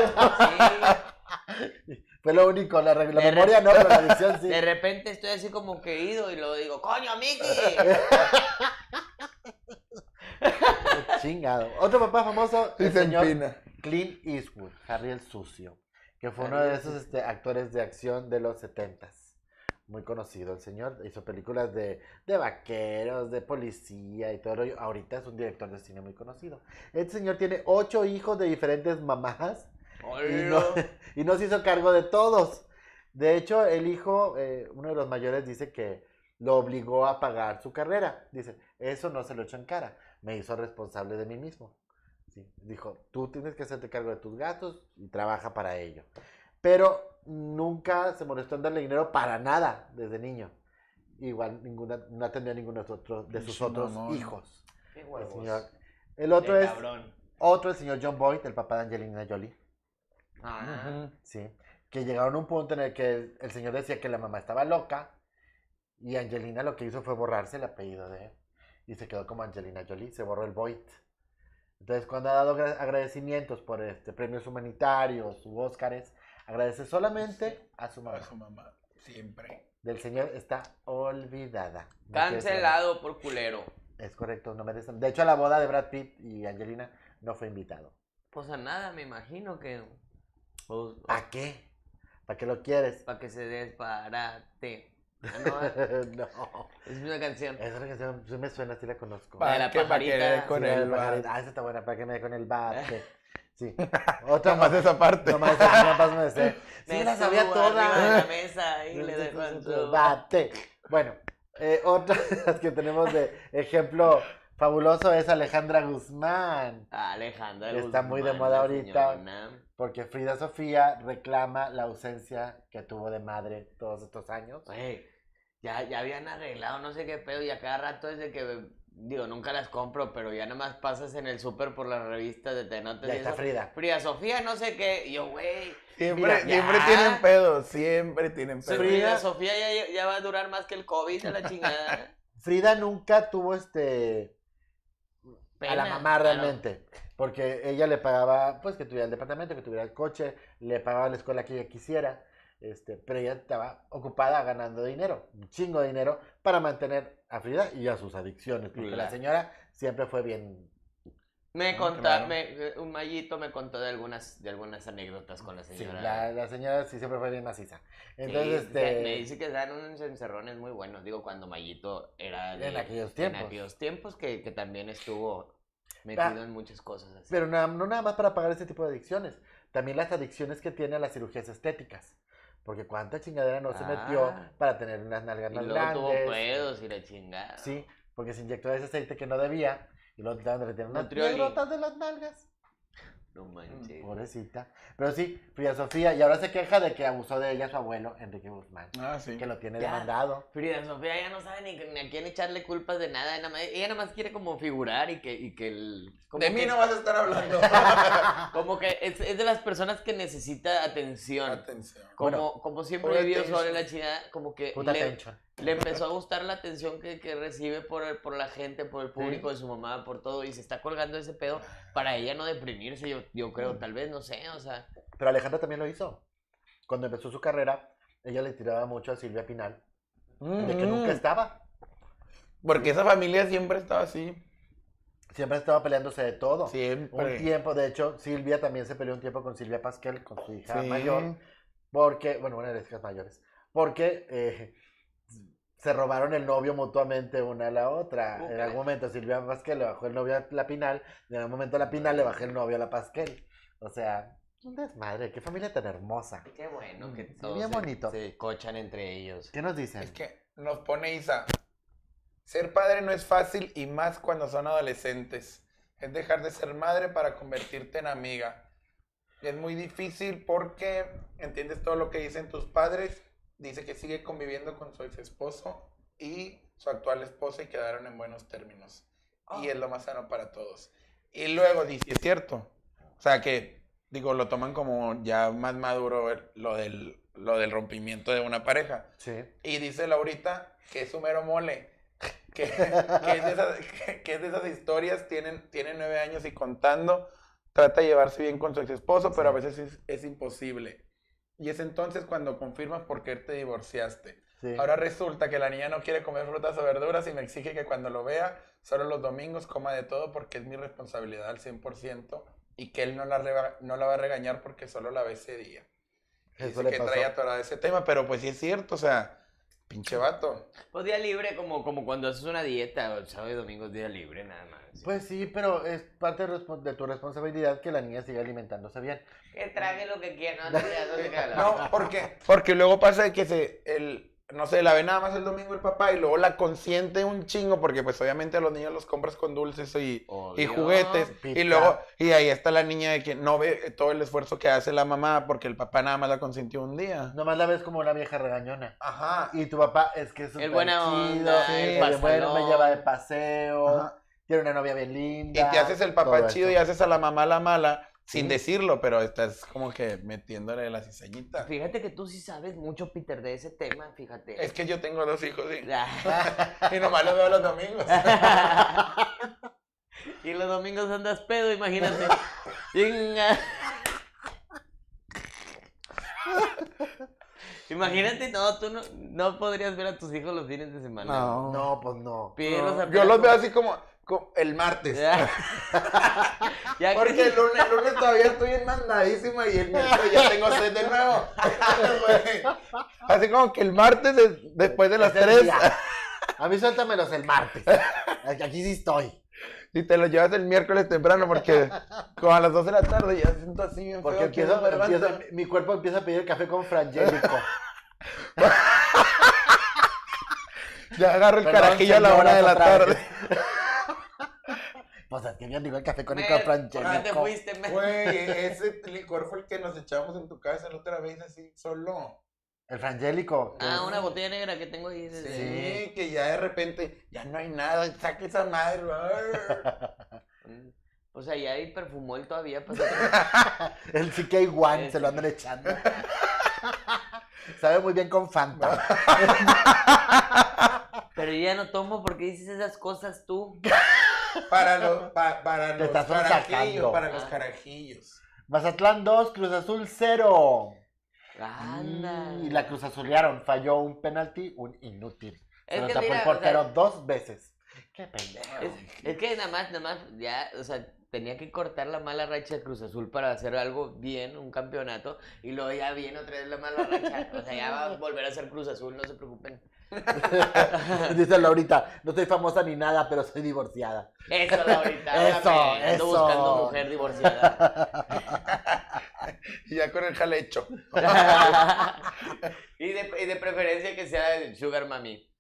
D: Sí,
C: Fue lo único, la, re- la
D: De re-
C: memoria no, pero la adicción sí.
D: de repente estoy así como que ido y luego digo, ¡coño, Miki!
C: Chingado. Otro papá famoso,
E: Y
C: el
E: se
C: señor
E: empina.
C: Clint Eastwood, Harry el Sucio, que fue uno
D: Harry
C: de
D: el
C: esos este, actores de acción de los 70 Muy conocido el señor, hizo películas de, de vaqueros, de policía y todo el rollo. Ahorita es un director de cine muy conocido. Este señor tiene ocho hijos de diferentes mamás y no, y no se hizo cargo de todos. De hecho, el hijo, eh, uno de los mayores, dice que lo obligó a pagar su carrera. Dice, eso no se lo echó en cara, me hizo responsable de mí mismo. Sí, Dijo, tú tienes que hacerte cargo de tus gastos y trabaja para ello. Pero nunca se molestó en darle dinero para nada desde niño. Igual ninguna, no atendió a ninguno de sus otros, de sus
E: Pinche
C: otros
E: mamón.
C: hijos.
D: ¡Qué
C: El,
D: huevos!
C: señor- el otro
D: de
C: es
D: cabrón.
C: otro, el señor John Boyd, el papá de Angelina Jolie.
D: Ah,
C: Sí. Que llegaron a un punto en el que el, el señor decía que la mamá estaba loca y Angelina lo que hizo fue borrarse el apellido de él. Y se quedó como Angelina Jolie, se borró el Void. Entonces, cuando ha dado gra- agradecimientos por este, premios humanitarios u Óscares, agradece solamente a su
E: A
C: mamá.
E: su mamá, siempre.
C: Del señor está olvidada. No quiere saber.
D: cancelado por culero.
C: Es correcto, no merecen. De hecho, a la boda de Brad Pitt y Angelina no fue invitado.
D: Pues a nada, me imagino que...
C: ¿Para qué? ¿Para qué lo quieres?
D: Para que se desbarate. Ah, no, ah,
C: no.
D: es una canción.
C: Esa canción sí me suena, sí la conozco.
D: Pa- la
E: ¿Para qué va a
D: pajarita.
E: querer con
C: Sí, la de
E: el bar?
C: pajarita. Ah, esa está buena, para que me dé con el bate.
D: Eh.
C: Sí. Otra
E: Nomás
C: más.
E: esa parte.
C: No más, no más me sé.
D: Me
C: Sí, me la sabía
D: subo arriba de la
C: toda.
D: mesa y le dejo en su-
C: Bate. Bueno, eh, otra de las que tenemos de ejemplo fabuloso es Alejandra Guzmán,
D: Alejandra
C: Que está muy de
D: Guzmán,
C: moda
D: la
C: ahorita.
D: señorona.
C: porque Frida Sofía reclama la ausencia que tuvo de madre todos estos años.
D: Güey, ya, ya habían arreglado no sé qué pedo y a cada rato es de que, digo, nunca las compro, pero ya nada más pasas en el súper por las revistas de Tenotes
C: Ya
D: y
C: está
D: eso.
C: Frida.
D: Fría Sofía, no sé qué. Y yo, güey,
E: Siempre,
D: Mira,
E: siempre
D: ya.
E: tienen pedo, siempre tienen
D: Fría
E: pedo.
C: Frida-
D: Sofía ya, ya va a durar más que el COVID a la chingada.
C: Frida nunca tuvo este a
D: Pena.
C: la mamá
D: Ah, no.
C: realmente. Porque ella le pagaba, pues que tuviera el departamento, que tuviera el coche, le pagaba la escuela que ella quisiera. Este, pero ella estaba ocupada ganando dinero, un chingo de dinero, para mantener a Frida y a sus adicciones. Porque la
D: Claro.
C: señora siempre fue bien.
D: Me
E: Ah,
D: contó,
E: claro.
D: me- un mallito me contó de algunas, de algunas anécdotas con la
C: Sí,
D: señora.
C: la, la señora sí siempre fue bien maciza. Entonces,
D: Sí,
C: este.
D: se- me dice que dan unos encerrones muy buenos. Digo, cuando Mayito era de,
C: En aquellos tiempos.
D: En aquellos tiempos que, que también estuvo metido en muchas cosas así.
C: Pero na- no nada más para pagar ese tipo de adicciones, también las adicciones que tiene a las cirugías estéticas. Porque cuánta chingadera no se metió
D: Ah.
C: para tener unas nalgas
D: y
C: más
D: luego tuvo
C: grandes.
D: pedos y la chingada.
C: Sí, porque se inyectó ese aceite que no debía y luego trataron de retirar unas
D: Nutrioli.
C: negrotas de las nalgas.
D: No manches.
C: Pobrecita. Pero sí, Frida Sofía, y ahora se queja de que abusó de ella su abuelo, Enrique Guzmán,
E: Ah, sí.
C: que lo tiene
D: Ya.
C: demandado.
D: Frida Sofía ya no sabe ni, ni a quién echarle culpas de nada. nada más- ella nada más quiere como figurar y que, y que el. como
E: De mí
D: que-
E: no vas a estar hablando.
D: Como que es, es de las personas que necesita atención.
E: Atención.
D: Como,
C: Bueno,
D: como siempre
E: pobre
D: vivió
E: Tencho.
D: sola en la chingada, como que
C: Puta
D: le,
C: tensión.
D: le empezó a gustar la atención que, que recibe por, el- por la gente, por el público de su mamá, por todo, y se está colgando ese pedo para ella no deprimirse, yo, yo creo, tal vez, no sé, o sea.
C: Pero Alejandra también lo hizo. Cuando empezó su carrera, ella le tiraba mucho a Silvia Pinal, de
D: Mm.
C: que nunca estaba.
E: Mm. Porque esa familia siempre estaba así.
C: Siempre estaba peleándose de todo.
D: pues.
C: Un
E: Siempre.
C: tiempo, de hecho, Silvia también se peleó un tiempo con Silvia Pasquel, con su hija
E: Sí.
C: mayor, porque, bueno, una de las hijas mayores, porque eh, se robaron el novio mutuamente una a la otra. En
D: Ujale.
C: algún momento Silvia Pasquel le bajó el novio a la Pinal, y en algún momento la Pinal le bajó el novio a la Pasquel. O sea, un desmadre, qué familia tan hermosa.
D: Qué bueno que
C: Sí,
D: todos
C: bien
D: se-
C: bonito.
D: Se, cochan entre ellos.
C: ¿Qué nos dicen?
E: Es que nos pone Isa. Ser padre no es fácil y más cuando son adolescentes. Es dejar de ser madre para convertirte en amiga. Es muy difícil porque entiendes todo lo que dicen tus padres. Dice que sigue conviviendo con su ex esposo y su actual esposa y quedaron en buenos términos. Y es lo más sano para todos. Y luego dice, es cierto. O sea que, digo, lo toman como ya más maduro el- lo del, lo del rompimiento de una pareja.
C: Sí.
E: Y dice Laurita que es un mero mole. Que, que es, de esas, que, que es de esas historias, tienen, tiene nueve años y contando, trata de llevarse bien con su ex esposo, pero a veces es, es imposible. Y es entonces cuando confirmas por qué te divorciaste.
C: Sí.
E: Ahora resulta que la niña no quiere comer frutas o verduras y me exige que cuando lo vea, solo los domingos coma de todo porque es mi responsabilidad al 100% y que él no la, rega- no la va a regañar porque solo la ve ese día.
C: Eso
E: Dice
C: le
E: que
C: pasó.
E: traía atorado ese tema, pero pues sí es cierto, o sea, pinche vato.
D: Pues día libre, como, como cuando haces una dieta, o sábado y domingo es día libre, nada más.
C: Pues sí, pero es parte de respon- de tu responsabilidad que la niña siga alimentándose bien.
D: que trague lo que quiera, no, no, no, no, no, no.
E: No, ¿por qué? Porque luego pasa que se, el, no sé, la ve nada más el domingo el papá y luego la consiente un chingo porque pues obviamente a los niños los compras con dulces y,
D: Oh,
E: y
D: Dios.
E: juguetes
C: Pizza.
E: y luego, y ahí está la niña de que no ve todo el esfuerzo que hace la mamá porque el papá nada más la consintió un día.
C: Nomás la ves como una vieja regañona.
E: Ajá.
C: Y tu papá es que es un
D: El buena onda, el pastelón.
C: bueno, me lleva de paseo,
E: Ajá.
C: tiene una novia bien linda.
E: Y te haces el papá
C: todo
E: chido y
C: eso.
E: haces a la mamá la mala
C: Sí.
E: sin decirlo, pero estás como que metiéndole la cizañita.
D: Fíjate que tú sí sabes mucho, Peter, de ese tema, fíjate.
E: Es que yo tengo dos hijos y...
D: Ah.
E: Y nomás lo veo los domingos.
D: y los domingos andas pedo, imagínate. ah. Chinga. imagínate, no, tú no, no podrías ver a tus hijos los fines de semana.
C: No, pues no.
D: Pero,
E: Yo los veo así como, como el martes.
D: Ya, Ya
E: Porque
D: que-
E: el lunes, el lunes todavía estoy enmandadísima y el miércoles ya tengo sed de nuevo. Güey. así como que el martes es- después de las
C: Es el
E: 3
C: día. A mí suéltamelos el martes. Aquí sí estoy.
E: y te lo llevas el miércoles temprano porque como a las 2 de la tarde ya siento así bien
C: Porque
E: feo que no
C: empiezo,
E: me levanto.
C: empiezo- mi cuerpo empieza a pedir café con frangélico.
E: Ya agarro el
C: Perdón,
E: carajillo a la hora de la
C: señoras, otra
E: tarde.
C: vez. Pues es que yo digo el café con
D: Mer,
C: con
D: ¿por qué Pues, te
C: frangélico.
D: fuiste, Mer?
E: Güey, e-, ese licor fue el que nos echamos en tu casa la otra vez así solo.
C: El frangélico. que
D: Ah,
C: es-
D: una botella negra que tengo ahí. "Eh".
E: Sí,
C: Sí.
E: que ya de repente ya no hay nada, saque esa madre. brr.
D: O sea, ya ahí perfumó él todavía. pues, otro-
C: El CK1 se lo andan echando. Sabe muy bien con Fanta.
D: Pero yo ya no tomo porque dices esas cosas tú.
E: Para los, pa- para
C: Te
E: los
C: estás sacando.
E: carajillos, para los
D: Ah.
E: carajillos.
C: Mazatlán 2, Cruz Azul 0.
D: Anda.
C: Y la Cruz Azulearon. Falló un penalti, un inútil. Se
D: Es
C: lo
D: que
C: tapó
D: mira,
C: el
D: o sea,
C: portero dos veces. Qué pendejo.
D: Es, es que nada más, nada más, ya, o sea, tenía que cortar la mala racha de Cruz Azul para hacer algo bien, un campeonato, y luego ya viene otra vez la mala racha. O sea, ya va a volver a ser Cruz Azul, no se preocupen.
C: Dice Laurita, no soy famosa ni nada, pero soy divorciada.
D: Eso, ahorita.
C: Eso,
D: Ando
C: eso.
D: buscando mujer divorciada.
E: Y ya con el jalecho.
D: y, de, y de preferencia que sea el Sugar Mami.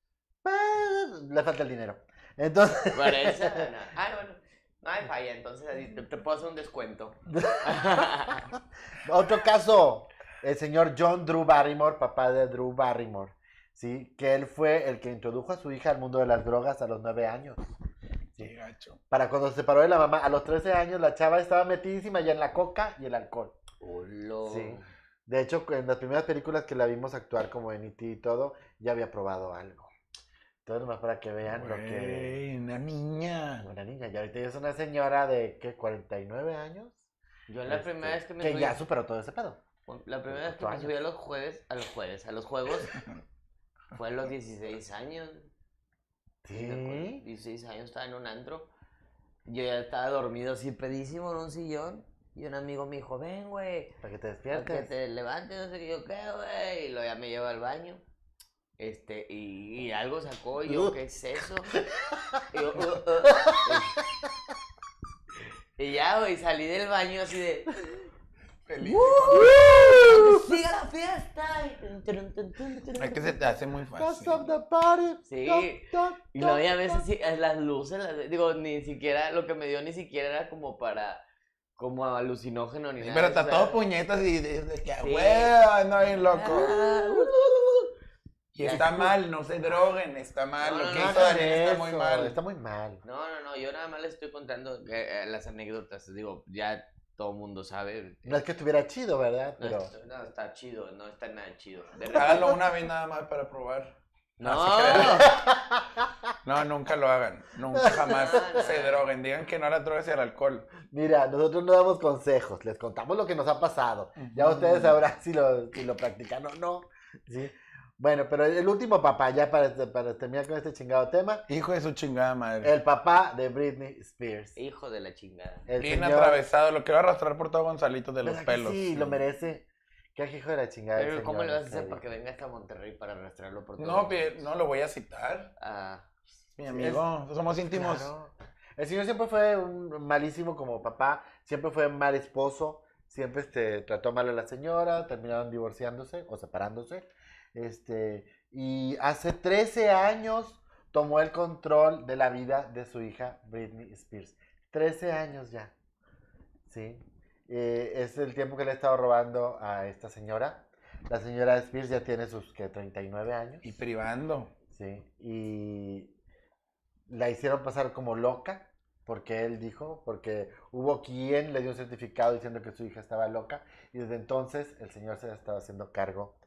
C: Ah, Le falta el dinero. Entonces,
D: Para esa, no. Ah, bueno. No hay falla, entonces ahí te, te puedo hacer un descuento.
C: Otro caso, el señor John Drew Barrymore, papá de Drew Barrymore, ¿sí? Que él fue el que introdujo a su hija al mundo de las drogas a los nueve años.
E: Qué gacho.
C: Para cuando se separó de la mamá, a los 13 años la chava estaba metidísima ya en la coca y el alcohol. Sí. De hecho, en las primeras películas que la vimos actuar como en E.T. y todo, ya había probado algo. Entonces, más para que vean lo que...
E: Güey, una niña.
C: Una niña, y ahorita ya es una señora de, ¿qué? ¿49 años?
D: Yo la
C: Este,
D: primera vez que me
C: Que
D: subí-
C: ya superó todo ese pedo.
D: La primera vez que me
C: Cuatro
D: subí a los jueves, a los jueves, a los juegos, fue a los 16 años.
C: Sí.
D: 16 años estaba en un antro. Yo ya estaba dormido así pedísimo en un sillón. Y un amigo me dijo, ven, güey,
C: Para que te
D: para que
C: despiertes.
D: te levantes, no sé qué, yo qué, güey. Y luego ya me lleva al baño. Este, y, y algo sacó, y yo,
C: Uh.
D: ¿qué es eso? Y, yo, "Uh, uh". Y ya, güey, salí del baño así de,
E: Feliz.
D: ¡siga la fiesta! Y tun, tun, tun, tun,
E: Es que se te hace muy
C: Don't
E: fácil.
C: stop the party.
D: Sí.
C: Don't, don't,
D: Y luego
C: don't,
D: ya a veces
C: don't.
D: sí, eh, las luces, las- digo, ni siquiera, lo que me dio ni siquiera era como para, como alucinógeno ni
E: Sí,
D: nada.
E: Pero
D: o
E: está
D: sea,
E: todo puñetas y de, de que,
D: Sí.
E: "Hueva, no hay loco.
D: ah,
E: Y está mal, no se droguen, está mal.
D: No,
E: Lo
D: no,
E: que
D: no
E: hizo
D: hagan
E: Daniel está muy
C: Eso,
E: mal.
C: Está muy mal.
D: No, no, no, yo nada más le estoy contando eh, eh, las anécdotas, digo, ya todo mundo sabe.
C: No es que estuviera chido, ¿verdad?
D: No,
C: Pero...
D: es- no, está chido, no está nada chido. De verdad.
E: Háganlo una vez nada más para probar.
D: No,
E: No, nunca lo hagan. Nunca jamás
D: No, no.
E: se droguen. Digan que no la drogas y el alcohol.
C: Mira, nosotros no damos consejos, les contamos lo que nos ha pasado. Ya
D: Mm.
C: ustedes sabrán si lo, si lo practican o no. ¿sí? Bueno, pero el último papá, ya para, para terminar con este chingado tema,
E: Hijo de su chingada madre.
C: el papá de Britney Spears.
D: hijo de la chingada.
C: El
E: Bien
C: señor-
E: atravesado. Lo quiero arrastrar por todo Gonzalito de los
C: ¿Verdad que
E: pelos.
C: Sí, lo merece. Qué hijo de la chingada. el
D: Pero ¿cómo le vas
C: señor, este
D: a
C: en
D: hacer
C: serio.
D: para que venga hasta Monterrey para arrastrarlo por todo?
E: No,
D: el
E: pe-
D: mundo?
E: no lo voy a citar.
D: Ah,
E: Mi amigo. Somos íntimos.
C: Claro. El señor siempre fue un malísimo como papá, siempre fue mal esposo, siempre este, trató mal a la señora, terminaron divorciándose o separándose. Este, y hace 13 años tomó el control de la vida de su hija Britney Spears. 13 años ya. Sí. Eh, es el tiempo que le he estado robando a esta señora. La señora Spears ya tiene sus que 39 años.
E: Y privando.
C: Sí, y la hicieron pasar como loca, porque él dijo, porque hubo quien le dio un certificado diciendo que su hija estaba loca, y desde entonces el señor se ha estado haciendo cargo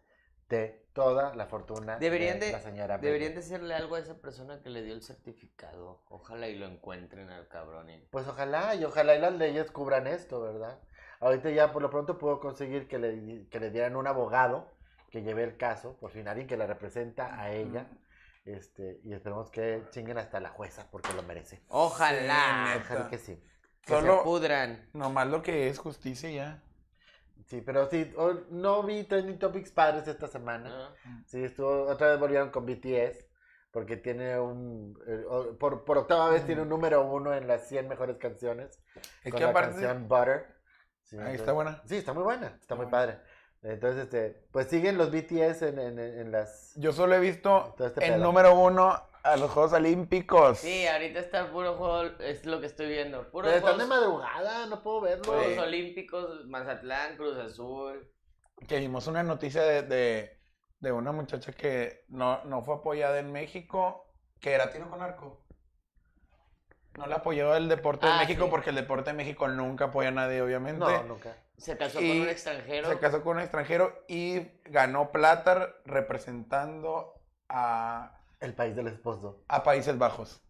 C: de toda la fortuna
D: Deberían de-
C: la señora.
D: deberían
C: Britney.
D: decirle algo a esa persona que le dio el certificado. Ojalá y lo encuentren al cabrón. y-
C: Pues ojalá, y ojalá y las leyes cubran esto, ¿verdad? Ahorita ya por lo pronto puedo conseguir que le, que le dieran un abogado que lleve el caso, por fin alguien que la representa a ella, este, y esperemos que chinguen hasta la jueza, porque lo merece.
D: Ojalá.
C: Ojalá que sí.
D: que se
E: Solo,
D: pudran.
E: nomás lo que es justicia y ya.
C: Sí, pero sí, o- no vi Trending Topics padres esta semana.
D: ¿no?
C: Sí, estuvo, otra vez volvieron con BTS, porque tiene un, eh, o- por, por octava vez tiene un número uno en las 100 mejores canciones,
E: Es
C: con
E: que
C: la
E: aparte.
C: canción Butter. Sí,
E: Ahí
C: entonces-
E: está buena.
C: Sí, está muy buena, está muy
E: Está
C: padre. Entonces, este, pues siguen los BTS en, en, en- en las...
E: Yo solo he visto
C: Todo este
E: el
C: pedo.
E: número uno a los Juegos Olímpicos.
D: Sí, ahorita está puro juego, es lo que estoy viendo. Puro
C: Pero están de
D: juegos,
C: madrugada, no puedo verlo.
D: Juegos
E: Sí.
D: Olímpicos, Mazatlán, Cruz Azul.
E: Que vimos una noticia de, de, de una muchacha que no, no fue apoyada en México, que era tiro con arco. No la apoyó el deporte
D: Ah,
E: de México
D: sí.
E: porque el deporte de México nunca apoya a nadie, obviamente.
C: No, nunca.
D: Se casó
E: Y
D: con un extranjero.
E: Se casó con un extranjero y ganó plata representando a,
C: El país del esposo.
E: a Países Bajos.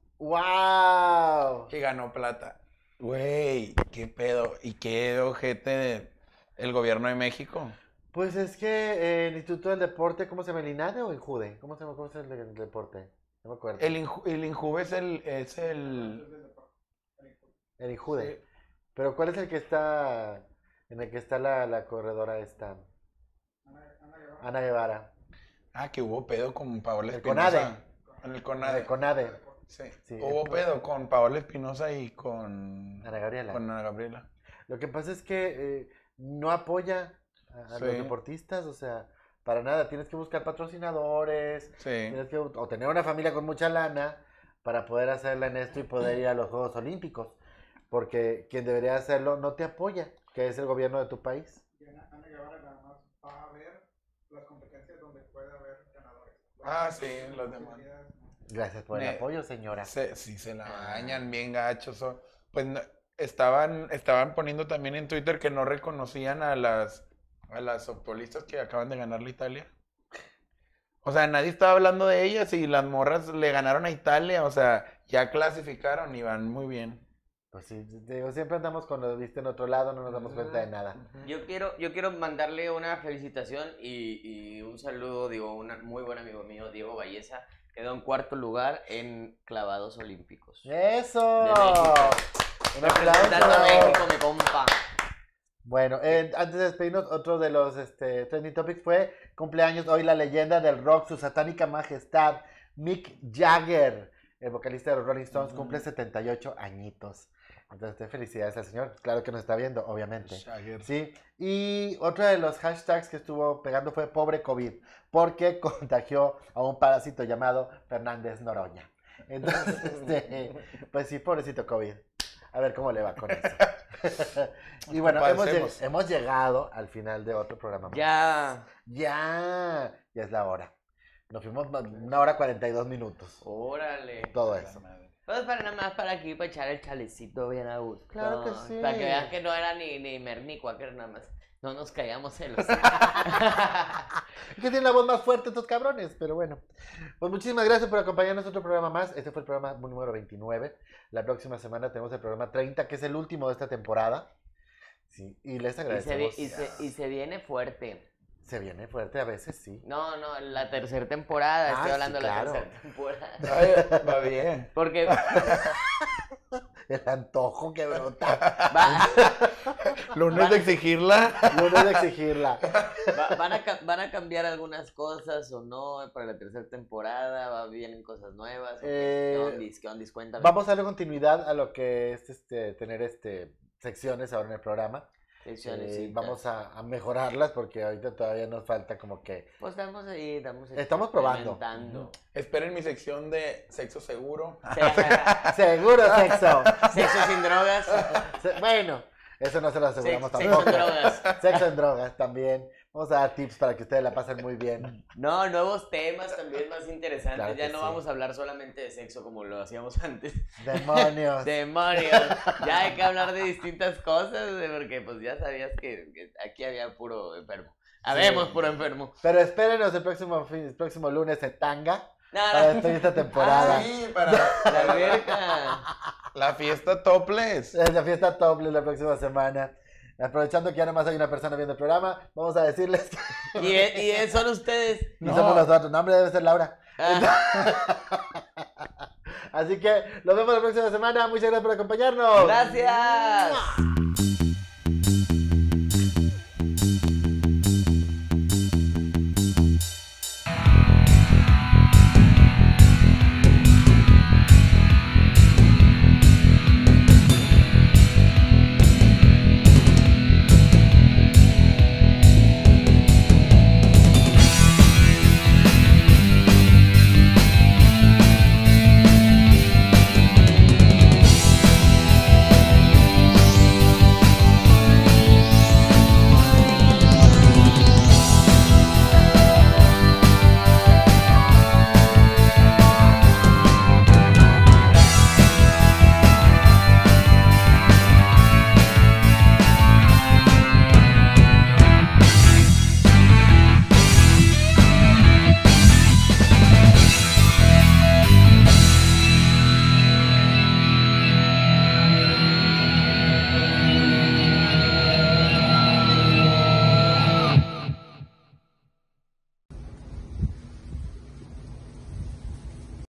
C: ¡Wow!
E: Y ganó plata. Güey, qué pedo. Y qué ojete de- el gobierno de México.
C: Pues es que eh, el Instituto del Deporte, ¿cómo se llama? ¿El INADE o INJUDE? ¿Cómo se llama, cómo se llama el, el deporte? No me acuerdo.
E: El, Inju- el Injuve es el, es el...
C: El INJUDE. Pero ¿cuál es el que está en el que está la, la corredora esta? Ana Guevara.
E: Ah, que hubo pedo con Paola
C: El
E: Espinosa. En el
C: La
E: CONADE.
C: de CONADE.
E: Sí.
C: Sí,
E: Hubo
C: el-
E: pedo con Paola Espinosa y con,
C: Ana Gabriela.
E: con Ana Gabriela.
C: Lo que pasa es que eh, no apoya a, a los
E: Sí.
C: deportistas, o sea, para nada. Tienes que buscar patrocinadores,
E: Sí.
C: tienes que o tener una familia con mucha lana para poder hacerla en esto y poder ir a los Juegos Olímpicos. porque quien debería hacerlo no te apoya, que es el gobierno de tu país.
G: Y Ana, Ana Guevara nada más va a ver las competencias donde pueda haber ganadores.
E: Ah, sí, los demás.
C: Gracias por el
E: Ne-
C: apoyo, señora.
E: Se, sí, se la bañan bien gachos. son- Pues no- estaban, estaban poniendo también en Twitter que no reconocían a las, a las futbolistas que acaban de ganar la Italia. O sea, nadie estaba hablando de ellas y las morras le ganaron a Italia. O sea, ya clasificaron y van muy bien.
C: Pues sí, te digo, siempre andamos con lo viste en otro lado, no nos damos cuenta de
D: Ah.
C: nada.
D: Yo quiero, yo quiero mandarle una felicitación y, y un saludo, digo, un muy buen amigo mío, Diego Valleza, quedó en cuarto lugar en clavados olímpicos.
C: ¡Eso!
D: De México.
C: Un
D: Representando a
C: aplauso.
D: México, mi compa.
C: Bueno, eh, antes de despedirnos, otro de los este, trending topics fue cumpleaños hoy la leyenda del rock, su satánica majestad, Mick Jagger, el vocalista de los Rolling Stones, cumple 78 añitos. Entonces, este, felicidades al señor. Claro que nos está viendo, obviamente. Sí, y otro de los hashtags que estuvo pegando fue pobre COVID, porque contagió a un parásito llamado Fernández Noroña. Entonces, este, pues sí, pobrecito COVID. A ver cómo le va con eso. y bueno, hemos,
E: Padecemos.
C: lleg- hemos llegado al final de otro programa. más.
D: Ya.
C: ya, ya es la hora. Nos fuimos ma- una hora 42 minutos.
D: Órale.
C: Todo eso.
D: Pues para nada más para aquí, para echar el chalecito bien a gusto.
C: Claro que sí.
D: Para que vean que no era ni, ni mer ni cuáquer, nada más. No nos callamos en los...
C: que tienen la voz más fuerte estos cabrones, pero bueno. Pues muchísimas gracias por acompañarnos en otro programa más. Este fue el programa número 29. La próxima semana tenemos el programa 30, que es el último de esta temporada. Sí, y les
D: y, se, vi-
C: agradecemos.
D: y, se, y se viene fuerte.
C: Se viene fuerte a veces, sí.
D: No, no, la tercera temporada.
C: Ah,
D: Estoy
C: sí,
D: hablando
C: claro.
D: de la tercera temporada.
E: Ay,
D: eh.
E: va bien.
D: Porque
C: El antojo que brota.
D: va-
E: Lunes de exigirla.
C: No de exigirla.
D: va- van, a, ca- van a cambiar algunas cosas o no para la tercera temporada. Va, vienen cosas nuevas. ¿o ¿Qué
C: Eh,
D: ¿Qué ondis? ¿Qué ondis? Cuéntame.
C: Vamos a darle continuidad a lo que es este, tener este, secciones ahora en el programa.
D: Secciones,
C: Eh,
D: sí,
C: vamos a, a mejorarlas porque ahorita todavía nos falta como que...
D: Pues estamos ahí, estamos
C: Estamos probando.
D: experimentando.
E: Esperen mi sección de sexo seguro.
C: Seguro, sexo.
D: Sexo sin drogas.
C: Se- Bueno, eso no se lo aseguramos
D: Sex- sexo
C: tampoco.
D: sin drogas.
C: Sexo en drogas también. Vamos a dar tips para que ustedes la pasen muy bien.
D: No, nuevos temas también más interesantes.
C: Claro
D: ya
C: que
D: no
C: sí.
D: vamos a hablar solamente de sexo como lo hacíamos antes.
C: Demonios.
D: Demonios. Ya hay que hablar de distintas cosas, eh, porque pues ya sabías que, que aquí había puro enfermo. Habemos puro enfermo.
C: Pero espérenos el próximo, fin- el próximo lunes en Tanga para
D: Nada.
C: despedir esta temporada.
E: Sí, para
D: La alberca.
E: la fiesta topless.
C: Es la fiesta Tople la próxima semana. Aprovechando que ya nomás hay una persona viendo el programa, vamos a decirles que
D: Y, e- y e- son ustedes.
C: no.
E: No.
C: somos nosotros. Nombre debe ser Laura.
D: Ah,
C: Así que nos vemos la próxima semana. Muchas gracias por acompañarnos.
D: Ah, gracias.